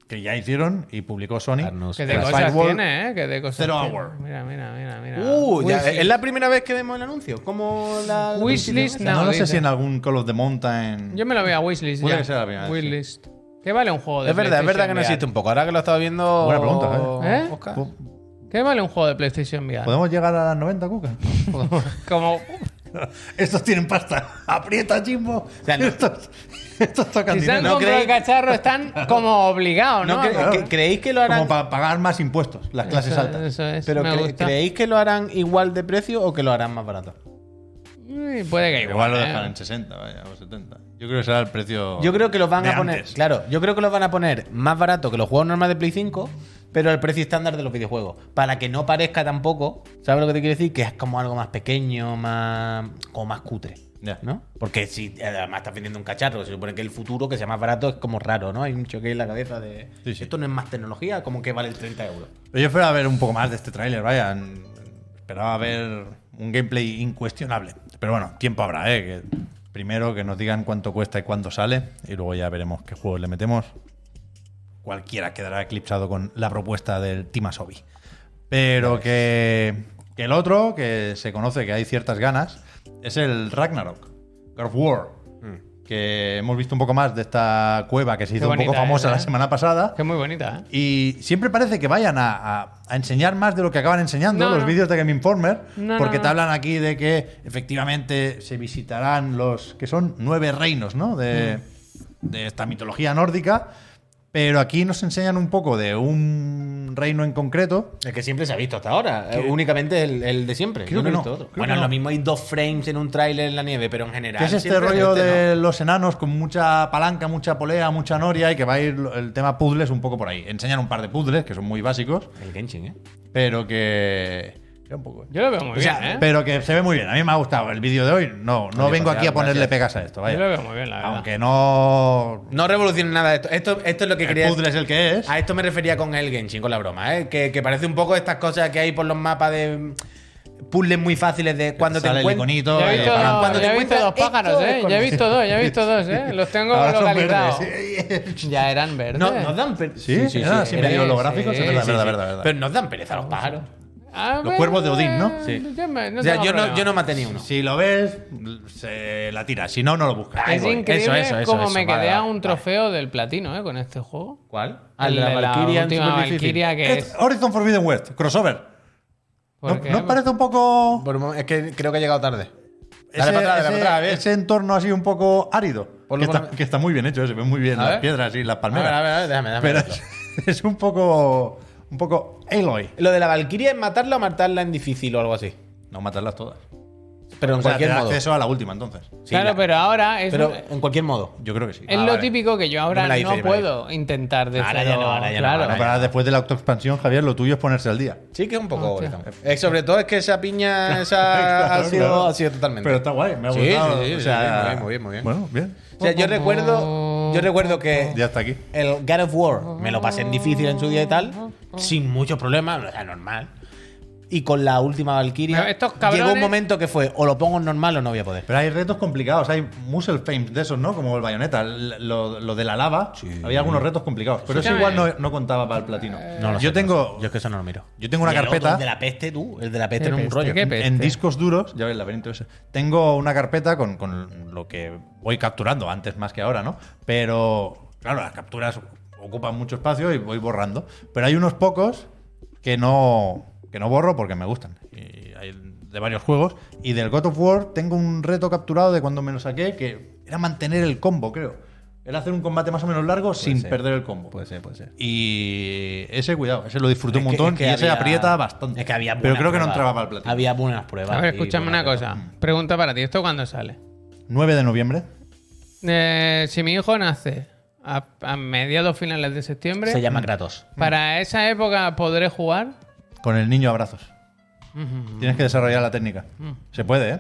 Speaker 2: Que ya hicieron y publicó Sony.
Speaker 4: Darnos-
Speaker 1: Que de
Speaker 2: El
Speaker 1: cosas
Speaker 2: Firewall
Speaker 1: tiene, eh. Que de cosas
Speaker 2: Zero
Speaker 1: tiene.
Speaker 2: Hour.
Speaker 1: Mira, mira, mira, mira.
Speaker 4: Uh, ya,
Speaker 1: Wish-
Speaker 4: es la primera vez que vemos el anuncio. Como la.
Speaker 1: Wishlist
Speaker 2: No,
Speaker 1: now,
Speaker 2: lo
Speaker 1: dice.
Speaker 2: sé si en algún Call of the Mountain.
Speaker 1: Yo me lo veo a Wishlist.
Speaker 2: Puede
Speaker 1: ya.
Speaker 2: que sea la primera vez, sí.
Speaker 1: Wishlist. ¿Qué vale un juego de
Speaker 4: Es verdad, es verdad
Speaker 1: PlayStation
Speaker 4: que no
Speaker 1: VR?
Speaker 4: existe un poco. Ahora que lo he estado viendo.
Speaker 2: Buena pregunta, Javier.
Speaker 1: ¿Eh?
Speaker 4: Oscar.
Speaker 2: Po-
Speaker 1: ¿Qué vale un juego de PlayStation VR?
Speaker 2: ¿Podemos llegar a las 90, Cuca?
Speaker 1: Como
Speaker 2: Estos tienen pasta. Aprieta, chimbo.
Speaker 4: sea, no.
Speaker 2: Estos, estos tocan
Speaker 1: Si se han
Speaker 2: dinero.
Speaker 4: no
Speaker 1: comprado el
Speaker 4: creéis-
Speaker 1: cacharro, están como obligados, ¿no?
Speaker 4: ¿No cre-
Speaker 1: Eso-
Speaker 4: que- ¿Creéis que lo harán?
Speaker 2: Como para pagar más impuestos, las clases altas.
Speaker 1: Eso es,
Speaker 4: Pero
Speaker 1: me
Speaker 4: cre-
Speaker 1: gusta.
Speaker 4: ¿creéis que lo harán igual de precio o que lo harán más barato?
Speaker 1: Mm, Puede que
Speaker 2: Igual
Speaker 1: igual.
Speaker 2: lo
Speaker 1: ¿eh?
Speaker 2: dejan en 60, vaya, o 70. Yo creo que será el precio.
Speaker 4: Yo creo que los van
Speaker 2: de
Speaker 4: a poner.
Speaker 2: antes.
Speaker 4: Claro, yo creo que los van a poner más barato que los juegos normales de Play 5. pero al precio estándar de los videojuegos. Para que no parezca tampoco, ¿sabes lo que te quiero decir? Que es como algo más pequeño, más. como más cutre.
Speaker 2: Ya.
Speaker 4: ¿No? Porque si además estás vendiendo un cacharro, se supone que el futuro que sea más barato es como raro, ¿no? Hay un choque en la cabeza de.
Speaker 2: Sí, sí.
Speaker 4: Esto no es más tecnología, como que vale 30 euros.
Speaker 2: Pero yo esperaba ver un poco más de este tráiler, vaya. N- Esperaba ver un gameplay incuestionable. Pero bueno, tiempo habrá, ¿eh? Que primero que nos digan cuánto cuesta y cuándo sale. Y luego ya veremos qué juegos le metemos. Cualquiera quedará eclipsado con la propuesta del Team Asobi. Pero que, que el otro, que se conoce que hay ciertas ganas, es el Ragnarok. God of War. Que hemos visto un poco más de esta cueva que se hizo un
Speaker 1: Mm. bonita
Speaker 2: poco famosa
Speaker 1: es,
Speaker 2: la
Speaker 1: ¿eh?
Speaker 2: semana pasada.
Speaker 1: Que es muy bonita, ¿eh?
Speaker 2: Y siempre parece que vayan a, a- a enseñar más de lo que acaban enseñando
Speaker 1: No,
Speaker 2: los
Speaker 1: no.
Speaker 2: vídeos de Game Informer,
Speaker 1: No,
Speaker 2: porque
Speaker 1: no,
Speaker 2: te
Speaker 1: no.
Speaker 2: hablan aquí de que efectivamente se visitarán los que son nueve reinos, ¿no? De,
Speaker 1: Mm.
Speaker 2: de esta mitología nórdica. Pero aquí nos enseñan un poco de un reino en concreto.
Speaker 4: El que siempre se ha visto hasta ahora. eh, Únicamente el, el de siempre.
Speaker 2: Creo
Speaker 4: Yo no
Speaker 2: que
Speaker 4: he
Speaker 2: no,
Speaker 4: visto otro.
Speaker 2: creo
Speaker 4: Bueno,
Speaker 2: que no.
Speaker 4: lo mismo hay dos frames en un tráiler en la nieve, pero en general.
Speaker 2: Que es este
Speaker 4: siempre
Speaker 2: rollo
Speaker 4: este, ¿no?
Speaker 2: de los enanos con mucha palanca, mucha polea, mucha noria y que va a ir el tema puzzles un poco por ahí. Enseñan un par de puzzles que son muy básicos,
Speaker 4: El Genshin, ¿eh?
Speaker 2: pero que... que un poco...
Speaker 1: Yo lo veo muy
Speaker 2: O sea,
Speaker 1: bien, ¿eh?
Speaker 2: pero que se ve muy bien. A mí me ha gustado el vídeo de hoy. No, no
Speaker 4: Oye,
Speaker 2: vengo
Speaker 4: pues ya,
Speaker 2: aquí a ponerle
Speaker 4: gracias.
Speaker 2: pegas a esto,
Speaker 1: Yo lo
Speaker 2: vaya.
Speaker 1: veo muy bien, la verdad.
Speaker 2: Aunque no.
Speaker 4: No revoluciona nada esto. Esto, esto es lo que
Speaker 2: El
Speaker 4: quería
Speaker 2: puzzle es el que es.
Speaker 4: A esto me refería con el Genshin, con la broma, ¿eh? que, que parece un poco estas cosas que hay por los mapas de mm, puzzles muy fáciles de cuando te
Speaker 2: Sale el
Speaker 4: encuentras.
Speaker 2: iconito.
Speaker 1: Ya he
Speaker 2: eh,
Speaker 1: visto,
Speaker 2: para-
Speaker 4: cuando te
Speaker 1: ya he visto
Speaker 4: encuentras
Speaker 1: dos pájaros,
Speaker 4: esto,
Speaker 1: ¿eh? Ya he visto dos, ya he visto dos, ¿eh? Los tengo
Speaker 2: Ahora son
Speaker 1: localizados.
Speaker 2: verdes.
Speaker 1: Ya eran verdes.
Speaker 4: No, nos dan pereza.
Speaker 2: Sí, sí, sí. Siempre digo los
Speaker 1: sí,
Speaker 2: gráficos.
Speaker 1: sí,
Speaker 2: Es verdad,
Speaker 1: sí,
Speaker 2: verdad, verdad. verdad.
Speaker 4: Pero nos dan pereza los pájaros.
Speaker 1: Ah,
Speaker 2: Los cuervos de Odín, ¿no?
Speaker 1: eh,
Speaker 4: Sí.
Speaker 1: yo me- no
Speaker 4: o sea,
Speaker 1: tengo
Speaker 4: yo no,
Speaker 1: problema.
Speaker 4: yo no maté ni uno.
Speaker 2: Si lo ves, se la tira. Si no, no lo buscas.
Speaker 1: Es increíble
Speaker 4: Eso, eso, eso,
Speaker 1: como
Speaker 4: eso.
Speaker 1: me
Speaker 4: Vale,
Speaker 1: quedé a
Speaker 4: vale, Ah,
Speaker 1: un trofeo del platino, ¿eh? Con este juego.
Speaker 4: ¿Cuál?
Speaker 1: El de la última
Speaker 4: superdifícil.
Speaker 1: Valkyria que
Speaker 2: Es
Speaker 1: es...
Speaker 2: Horizon Forbidden West, crossover. ¿No,
Speaker 1: ¿por qué?
Speaker 2: no os parece un poco.
Speaker 4: Por un momento, es que creo que he llegado tarde.
Speaker 2: ese,
Speaker 4: Dale para atrás, dale para
Speaker 2: ese-
Speaker 4: atrás, a ver.
Speaker 2: ese entorno así un poco árido.
Speaker 4: Ponlo,
Speaker 2: que, está,
Speaker 4: ponlo.
Speaker 2: que está muy bien hecho, eh, se ven muy bien
Speaker 4: A
Speaker 2: las
Speaker 4: ver.
Speaker 2: piedras y las
Speaker 4: A ver,
Speaker 2: palmeras.
Speaker 4: a ver, a ver, déjame, déjame.
Speaker 2: Pero
Speaker 4: verlo.
Speaker 2: es, es un poco. Un poco Aloy.
Speaker 4: Lo de la Valkyria es matarla o matarla en difícil o algo así.
Speaker 2: No matarlas todas.
Speaker 4: Pero en
Speaker 2: O sea, te
Speaker 4: cualquier
Speaker 2: da
Speaker 4: modo.
Speaker 2: acceso a la última entonces.
Speaker 4: Sí,
Speaker 1: Claro,
Speaker 4: la-
Speaker 1: pero ahora es...
Speaker 4: pero
Speaker 1: un-
Speaker 4: en cualquier modo.
Speaker 2: Yo creo que sí.
Speaker 1: Es
Speaker 2: Ah,
Speaker 1: lo
Speaker 2: vale.
Speaker 1: típico que yo
Speaker 4: No
Speaker 1: ahora
Speaker 4: me la
Speaker 1: no,
Speaker 4: dices, no me la
Speaker 1: puedo intentar de
Speaker 4: Ahora ya
Speaker 1: cero,
Speaker 4: no, ahora ya no,
Speaker 1: claro.
Speaker 4: ahora
Speaker 2: No, para después de la autoexpansión, Javier, lo tuyo es ponerse al día.
Speaker 4: Sí que es un poco
Speaker 1: Hostia.
Speaker 4: Horizon. Eh, sobre todo es que esa piña esa Ah, ha,
Speaker 2: Claro,
Speaker 4: sido,
Speaker 2: claro.
Speaker 4: ha sido totalmente.
Speaker 2: Pero está guay, me ha
Speaker 4: Sí,
Speaker 2: gustado.
Speaker 4: sí, sí,
Speaker 2: o
Speaker 4: sí,
Speaker 2: sea,
Speaker 4: muy bien, muy bien, muy bien.
Speaker 2: Bueno, bien.
Speaker 4: O sea, yo recuerdo, yo recuerdo que
Speaker 2: Ya está aquí.
Speaker 4: el God of War me lo pasé en difícil en su día y tal, sin muchos problemas, o sea, normal. Y con la última Valkyria
Speaker 1: Pero estos
Speaker 4: llegó un
Speaker 1: cabrones-
Speaker 4: momento que fue o lo pongo en normal o no voy a poder.
Speaker 2: Pero hay retos complicados, hay muscle pains de esos, ¿no? Como el bayoneta, el- lo, lo de la lava. Había algunos retos complicados. Pero eso igual no, no contaba para el platino.
Speaker 4: No lo
Speaker 2: yo,
Speaker 4: sé,
Speaker 2: tengo,
Speaker 4: yo es que eso no lo miro.
Speaker 2: yo tengo una
Speaker 4: Y el otro,
Speaker 2: carpeta.
Speaker 4: el de la peste, tú, el de la peste
Speaker 1: Qué
Speaker 4: era un
Speaker 1: peste,
Speaker 4: rollo.
Speaker 1: qué
Speaker 2: En
Speaker 1: peste.
Speaker 2: discos duros, ya ves el laberinto ese. Tengo una carpeta con, con lo que voy capturando antes más que ahora, ¿no? Pero, claro, las capturas ocupan mucho espacio y voy borrando. Pero hay unos pocos que no, que no borro porque me gustan. Y hay de varios juegos. Y del God of War tengo un reto capturado de cuando me lo saqué que era mantener el combo, creo. Era hacer un combate más o menos largo sin
Speaker 4: ser.
Speaker 2: perder el combo.
Speaker 4: Puede ser, puede ser.
Speaker 2: Y ese, cuidado, ese lo disfruté un
Speaker 4: Es que-
Speaker 2: montón
Speaker 4: es que
Speaker 2: y ese
Speaker 4: había-
Speaker 2: aprieta bastante.
Speaker 4: Es que había
Speaker 2: Pero
Speaker 4: buenas
Speaker 2: creo que no
Speaker 4: pruebas.
Speaker 2: entraba para el platino.
Speaker 4: Había buenas pruebas.
Speaker 1: A ver,
Speaker 4: y
Speaker 1: escúchame
Speaker 4: buenas
Speaker 1: una
Speaker 4: cosas.
Speaker 1: cosa. Pregunta para ti. ¿Esto cuándo sale?
Speaker 2: 9 de noviembre.
Speaker 1: Eh, si mi hijo nace a, a mediados finales de septiembre,
Speaker 4: Se llama Kratos.
Speaker 1: para esa época podré jugar.
Speaker 2: Con el niño abrazos. Tienes que desarrollar la técnica.
Speaker 1: Mm.
Speaker 2: Se puede, ¿eh?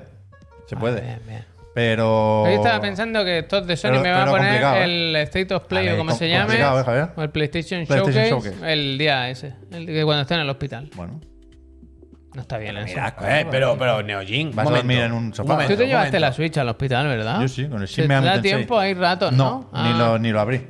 Speaker 2: Se puede.
Speaker 1: Bien, bien.
Speaker 2: Pero.
Speaker 1: Yo estaba pensando que estos de Sony
Speaker 2: Pero-
Speaker 1: me van a
Speaker 2: pero
Speaker 1: poner
Speaker 2: complicado, ¿eh?
Speaker 1: el State of Play
Speaker 2: A ver,
Speaker 1: o como
Speaker 2: com-
Speaker 1: se llame,
Speaker 2: complicado, ¿eh, Javier?
Speaker 1: o el PlayStation,
Speaker 2: PlayStation
Speaker 1: Showcase,
Speaker 2: Showcase.
Speaker 1: el día ese, el que cuando esté en el hospital.
Speaker 2: Bueno.
Speaker 1: No está bien eso.
Speaker 4: Mira, eh, pero, pero Neojin.
Speaker 2: Vas a dormir en un sofá.
Speaker 1: Tú te
Speaker 2: un
Speaker 1: llevaste la Switch al hospital, ¿verdad?
Speaker 2: Yo sí, con el
Speaker 1: ¿Te
Speaker 2: Shin Megami
Speaker 1: da
Speaker 2: Tensei.
Speaker 1: tiempo, hay ratos, ¿no?
Speaker 2: No, ni,
Speaker 1: Ah.
Speaker 2: lo, ni lo abrí.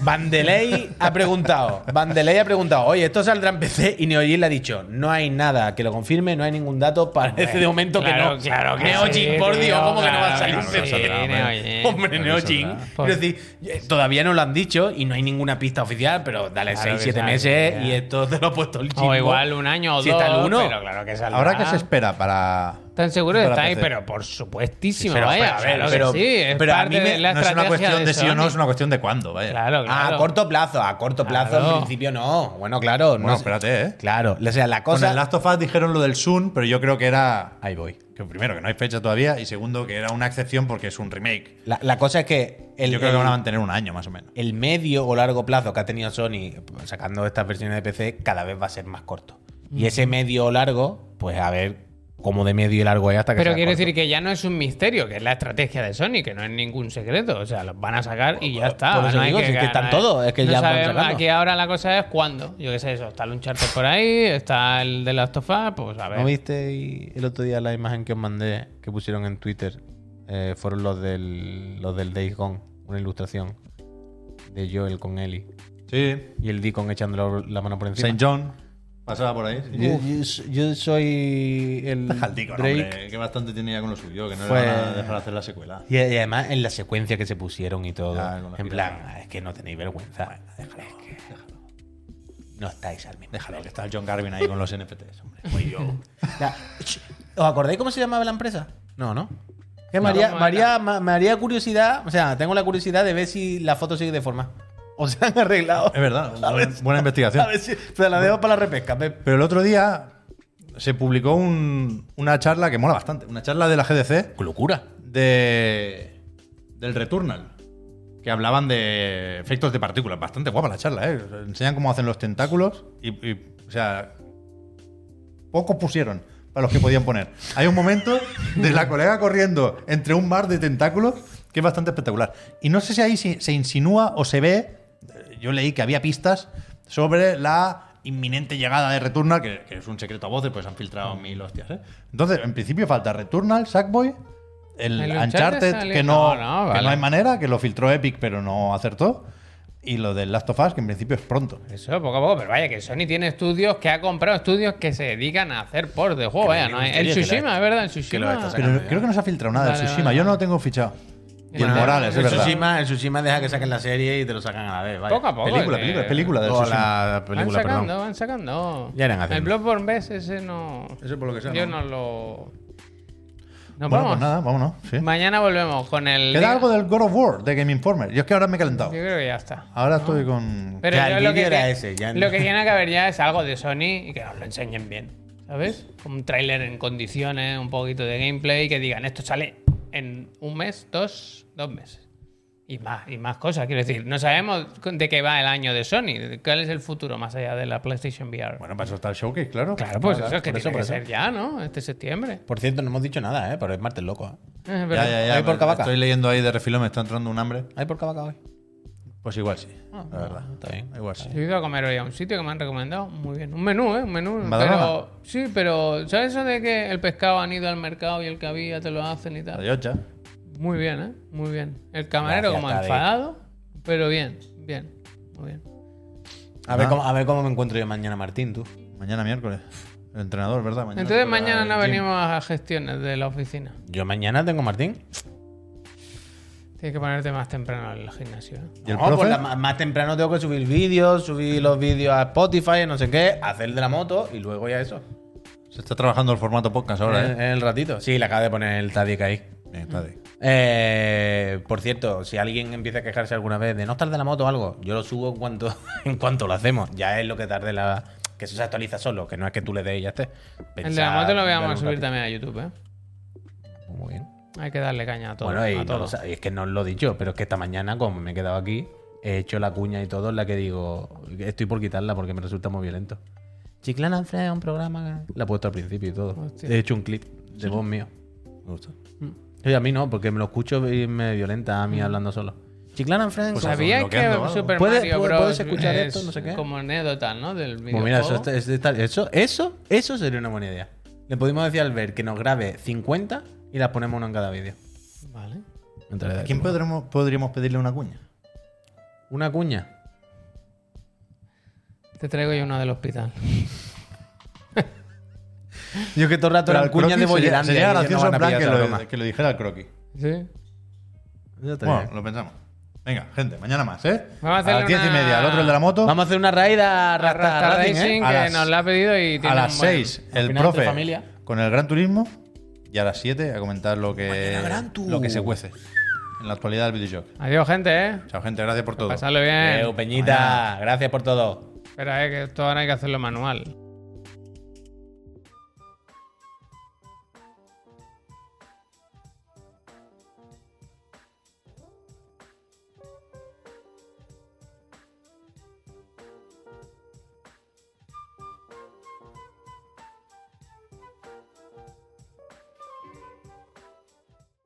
Speaker 4: Vandeley ha preguntado, Vandeley ha preguntado, oye, esto saldrá en PC y Neojin le ha dicho, no hay nada que lo confirme, no hay ningún dato, parece de momento
Speaker 1: claro,
Speaker 4: que no.
Speaker 1: claro que
Speaker 4: Neojin,
Speaker 1: sí,
Speaker 4: por Dios,
Speaker 1: tío,
Speaker 4: ¿cómo que no va
Speaker 1: claro
Speaker 4: a salir?
Speaker 1: que
Speaker 4: en
Speaker 1: sí,
Speaker 4: PC?
Speaker 1: Neojin.
Speaker 4: Hombre, Neojin.
Speaker 1: Por-
Speaker 4: Quiero decir, eh, todavía no lo han dicho y no hay ninguna pista oficial, pero dale
Speaker 1: Claro
Speaker 4: 6,
Speaker 1: que
Speaker 4: 7
Speaker 1: saldrá,
Speaker 4: meses
Speaker 1: ya.
Speaker 4: y esto te lo ha puesto el chico.
Speaker 1: O igual un año o
Speaker 4: Si
Speaker 1: dos.
Speaker 4: está el uno,
Speaker 1: pero claro claro que saldrá.
Speaker 2: Ahora que se espera para.
Speaker 1: Tan seguro que
Speaker 2: para
Speaker 1: está ahí,
Speaker 2: PC?
Speaker 1: pero por supuestísimo,
Speaker 4: Sí, pero,
Speaker 1: vaya.
Speaker 4: pero, a ver,
Speaker 1: claro
Speaker 4: pero-
Speaker 1: que sí, es
Speaker 4: pero a
Speaker 1: parte
Speaker 4: mí me-
Speaker 1: de la
Speaker 2: no es una
Speaker 1: estrategia
Speaker 2: cuestión de, sí o no,
Speaker 1: Sony.
Speaker 2: es una cuestión de cuándo, vaya. Ah,
Speaker 1: Claro, claro.
Speaker 4: A corto plazo, a corto plazo
Speaker 1: Claro.
Speaker 4: en principio no. Bueno, claro.
Speaker 2: Bueno,
Speaker 4: no sé.
Speaker 2: espérate, ¿eh?
Speaker 4: Claro. O sea, la
Speaker 2: Con
Speaker 4: cosa.
Speaker 2: el Last of Us dijeron lo del Sun, pero yo creo que era.
Speaker 4: Ahí voy.
Speaker 2: Que primero, que no hay fecha todavía, y segundo, que era una excepción porque es un remake.
Speaker 4: La, la cosa es que. El,
Speaker 2: yo creo que
Speaker 4: el-
Speaker 2: van a mantener un año más o menos.
Speaker 4: el medio o largo plazo que ha tenido Sony sacando estas versiones de PC cada vez va a ser más corto. Y ese medio o largo, pues a ver cómo de medio y largo es hasta que
Speaker 1: Pero
Speaker 4: sea
Speaker 1: quiero
Speaker 4: corto.
Speaker 1: decir que ya no es un misterio, que es la estrategia de Sony, que no es ningún secreto. O sea, los van a sacar y ya está.
Speaker 4: por eso
Speaker 1: no hay
Speaker 4: digo, si es que
Speaker 1: no
Speaker 4: están
Speaker 1: hay-
Speaker 4: todos, es que
Speaker 1: no
Speaker 4: ya van
Speaker 1: sabemos-
Speaker 4: sacando.
Speaker 1: Aquí ahora la cosa es cuándo. Yo qué sé, eso. Está el Uncharted por ahí, está el de Last of Us, pues a ver.
Speaker 4: ¿No viste el otro día la imagen que os mandé que pusieron en Twitter? Eh, fueron los del, los del Days Gone, una ilustración de Joel con Ellie.
Speaker 2: Sí.
Speaker 4: Y el Deacon echándole la mano por encima.
Speaker 2: St. John pasaba por ahí. sí.
Speaker 4: Yo, yo- yo soy el
Speaker 2: Deja al Deacon,
Speaker 4: Drake.
Speaker 2: hombre, que bastante tiene ya con lo suyo, que no
Speaker 4: Fue-
Speaker 2: le van a dejar hacer la secuela.
Speaker 4: Y, y además en la secuencia que se pusieron y todo.
Speaker 2: Ah, con la
Speaker 4: en
Speaker 2: pirata.
Speaker 4: plan, "Ah, es que no tenéis vergüenza. Es que No estáis al mismo.
Speaker 2: Déjalo, que está el John Garvin ahí con los NFTs, hombre. Muy yo.
Speaker 4: Ya, ch, ¿Os acordáis cómo se llamaba la empresa? No, ¿no? Que
Speaker 1: No,
Speaker 4: María,
Speaker 1: ¿cómo
Speaker 4: María,
Speaker 1: era?
Speaker 4: ma- me haría curiosidad, o sea, tengo la curiosidad de ver si la foto sigue de forma. O se han arreglado.
Speaker 2: Es verdad,
Speaker 4: A ver,
Speaker 2: buena, buena investigación.
Speaker 4: a ver si te la dejo para la repesca. Pep.
Speaker 2: Pero el otro día se publicó un- una charla que mola bastante. Una charla de la GDC. locura! De, del Returnal. Que hablaban de efectos de partículas. Bastante guapa la charla, ¿eh? Enseñan cómo hacen los tentáculos y, y, o sea, poco pusieron para los que podían poner. Hay un momento de la colega corriendo entre un mar de tentáculos que es bastante espectacular. Y no sé si ahí se se insinúa o se ve, eh, yo leí que había pistas sobre la inminente llegada de Returnal, que, que es un secreto a voces, pues han
Speaker 1: Mm.
Speaker 2: filtrado mil hostias. ¿eh? Entonces, en principio falta Returnal, Sackboy, el,
Speaker 1: El Uncharted
Speaker 2: Uncharted,
Speaker 1: sale-
Speaker 2: que, no,
Speaker 1: no, no,
Speaker 2: que
Speaker 1: vale.
Speaker 2: no hay manera, que lo filtró Epic pero no acertó, y lo del Last of Us, que en principio es pronto.
Speaker 1: Eso, poco a poco, pero vaya, que Sony tiene estudios que ha comprado estudios que se dedican a hacer por de juego, vaya, ¿no?
Speaker 4: ningún
Speaker 1: El
Speaker 4: misterio, que lo
Speaker 1: Tsushima,
Speaker 4: es-
Speaker 1: es verdad, el
Speaker 4: lo está
Speaker 1: Tsushima.
Speaker 4: sacando.
Speaker 2: Pero creo que no se ha filtrado nada
Speaker 1: Vale,
Speaker 2: del
Speaker 1: vale,
Speaker 2: Tsushima, yo no lo tengo fichado. Y el
Speaker 1: Bueno,
Speaker 2: Morales, es
Speaker 4: el
Speaker 2: verdad.
Speaker 4: Tsushima, el Tsushima deja que saquen la serie y te lo sacan a la vez. vaya.
Speaker 1: Poco a poco. eh.
Speaker 2: Película,
Speaker 1: que-
Speaker 2: película, es película
Speaker 1: Oh,
Speaker 2: del
Speaker 4: O
Speaker 2: Tsushima.
Speaker 4: la película,
Speaker 1: van sacando,
Speaker 4: perdón.
Speaker 1: van sacando.
Speaker 4: Ya irán
Speaker 1: el
Speaker 4: haciendo.
Speaker 1: Bloodborne Best ese no.
Speaker 2: Ese por lo que sea,
Speaker 1: Yo no,
Speaker 2: ¿no?
Speaker 1: lo. Nos
Speaker 2: Bueno,
Speaker 1: vamos.
Speaker 2: pues nada, vámonos.
Speaker 4: ¿eh?
Speaker 2: sí.
Speaker 1: Mañana volvemos con el.
Speaker 2: Queda algo del God of War, de Game Informer. Yo es que ahora me he
Speaker 1: Yo
Speaker 2: calentado.
Speaker 1: creo que ya está.
Speaker 2: Ahora estoy con.
Speaker 1: Pero
Speaker 4: Ya,
Speaker 1: yo
Speaker 4: el
Speaker 1: lo, que
Speaker 4: vídeo era
Speaker 1: tie-
Speaker 4: ese, ya
Speaker 1: lo
Speaker 4: no.
Speaker 1: que tiene que haber ya es algo de Sony y que nos lo enseñen bien. ¿Sabes? Un tráiler en condiciones, un poquito de gameplay, que digan esto sale en un mes, dos, dos meses. Y más, y más cosas. Quiero decir, no sabemos de qué va el año de Sony, de cuál es el futuro más allá de la PlayStation VR.
Speaker 2: Bueno, para eso está el showcase, claro.
Speaker 1: claro, pues eso es que
Speaker 2: por
Speaker 1: tiene que
Speaker 2: por
Speaker 1: ser ya, ¿no? Este septiembre.
Speaker 4: Por cierto, no hemos dicho nada, ¿eh? Pero es martes loco. ¿eh?
Speaker 1: Eh, es
Speaker 2: Ya,
Speaker 1: verdad.
Speaker 2: ya, ya.
Speaker 4: Ahí por
Speaker 2: me-
Speaker 4: Cavaca.
Speaker 2: Estoy leyendo ahí de refilón, me está entrando un hambre.
Speaker 4: ¿Hay por cabaca hoy?
Speaker 2: Pues igual sí.
Speaker 1: Ah.
Speaker 2: la verdad.
Speaker 4: Está bien.
Speaker 2: Igual sí.
Speaker 1: Yo he ido a comer hoy a un sitio que me han recomendado muy bien. Un menú, ¿eh? Un menú.
Speaker 2: ¿Badalona?
Speaker 1: Pero, sí, pero ¿sabes eso de que el pescado han ido al mercado y el que había te lo hacen y tal?
Speaker 2: Adiós, ya.
Speaker 1: Muy bien, ¿eh? Muy bien. El camarero
Speaker 4: Gracias,
Speaker 1: como
Speaker 4: Tadei.
Speaker 1: enfadado, pero bien, bien, muy bien.
Speaker 4: A ver,
Speaker 2: Ah.
Speaker 4: cómo, a ver cómo me encuentro yo mañana, Martín, tú.
Speaker 2: Mañana miércoles. El entrenador, ¿verdad? Mañana
Speaker 1: Entonces
Speaker 2: toca
Speaker 1: mañana
Speaker 2: el
Speaker 1: no
Speaker 2: gym.
Speaker 1: venimos a gestiones de la oficina.
Speaker 4: Yo mañana tengo Martín.
Speaker 1: Tienes que ponerte más temprano al gimnasio. ¿eh?
Speaker 2: ¿Y el
Speaker 4: No, pues
Speaker 2: profe?
Speaker 4: la- más, temprano tengo que subir vídeos, subir los vídeos a Spotify, no sé qué, hacer de la moto y luego ya eso.
Speaker 2: Se está trabajando el formato podcast ahora,
Speaker 4: en,
Speaker 2: ¿eh?
Speaker 4: en el ratito. Sí, le acaba de poner el Tadic ahí.
Speaker 2: Bien, está ahí.
Speaker 4: Eh, por cierto, si alguien empieza a quejarse alguna vez de no estar de la moto o algo, yo lo subo en cuanto, en cuanto lo hacemos. Ya es lo que tarde la. Que eso se actualiza solo, que no es que tú le des y ya esté.
Speaker 1: el de la moto lo
Speaker 4: Pensad,
Speaker 1: vamos a
Speaker 4: dale un
Speaker 1: subir
Speaker 4: ratito.
Speaker 1: también a YouTube, ¿eh?
Speaker 4: Muy bien.
Speaker 1: Hay que darle caña a todo.
Speaker 4: Bueno, y
Speaker 1: a
Speaker 4: no
Speaker 1: todo.
Speaker 4: lo sa- es que no os lo he dicho, pero es que esta mañana, como me he quedado aquí, he hecho la cuña y todo en la que digo, estoy por quitarla porque me resulta muy violento. Chiclana Fre es un programa. que- La he puesto al principio y todo.
Speaker 1: Hostia.
Speaker 4: He hecho un clip de voz mío. Me gusta. Y a mí no, porque me lo escucho y me violenta
Speaker 1: Mm.
Speaker 4: a mí hablando solo. Chiclana Fre
Speaker 2: Pues
Speaker 4: como-
Speaker 1: ¿Sabías que
Speaker 2: bloqueando o algo.
Speaker 1: Super
Speaker 4: ¿Puedes-
Speaker 1: Mario
Speaker 4: puedes-
Speaker 1: Bros.
Speaker 4: puedes escuchar
Speaker 1: es
Speaker 4: esto? No sé qué.
Speaker 1: como anécdota, ¿no? Del videojuego.
Speaker 4: Pues mira, eso, está- eso está- eso, eso, eso sería una buena idea. Le podemos decir al ver que nos grabe 50 y las ponemos uno en cada vídeo.
Speaker 1: Vale.
Speaker 4: Entonces,
Speaker 2: ¿A quién podremos- podríamos pedirle una cuña?
Speaker 4: Una cuña.
Speaker 1: Te traigo yo una del hospital.
Speaker 4: Yo que todo el rato
Speaker 2: Pero
Speaker 4: eran
Speaker 2: al
Speaker 4: cuñas
Speaker 2: croquis sería,
Speaker 4: de Boyelandia.
Speaker 2: sería
Speaker 4: y ellos no
Speaker 2: gracioso
Speaker 4: van
Speaker 2: en
Speaker 4: a
Speaker 2: plan
Speaker 4: pillar
Speaker 2: que
Speaker 4: esa
Speaker 2: lo,
Speaker 4: broma.
Speaker 2: que lo dijera el croquis.
Speaker 1: ¿Sí?
Speaker 4: Yo te
Speaker 2: Bueno,
Speaker 4: digo.
Speaker 2: lo pensamos. Venga, gente, mañana más, ¿eh?
Speaker 1: Vamos a
Speaker 2: a
Speaker 1: hacerle
Speaker 2: las diez y
Speaker 1: una-
Speaker 2: media, el otro el de la moto.
Speaker 4: Vamos a hacer una raid a Rasta
Speaker 1: Rasta
Speaker 4: Racing, ¿eh?
Speaker 1: Racing,
Speaker 2: A
Speaker 1: que
Speaker 2: las-
Speaker 1: nos la ha pedido y tiene
Speaker 2: a las
Speaker 1: un buen-
Speaker 2: 6,
Speaker 1: al
Speaker 2: el
Speaker 1: final, entre
Speaker 2: profe
Speaker 1: familia.
Speaker 2: con el Gran Turismo. Y a las 7 a comentar lo que, lo que se cuece en la actualidad del videojuego.
Speaker 1: Adiós, gente, ¿eh?
Speaker 2: Chao, gente, gracias por todo.
Speaker 1: Pasadlo bien.
Speaker 4: Adeu, Peñita, gracias por todo.
Speaker 1: Espera, eh, que esto ahora hay que hacerlo manual.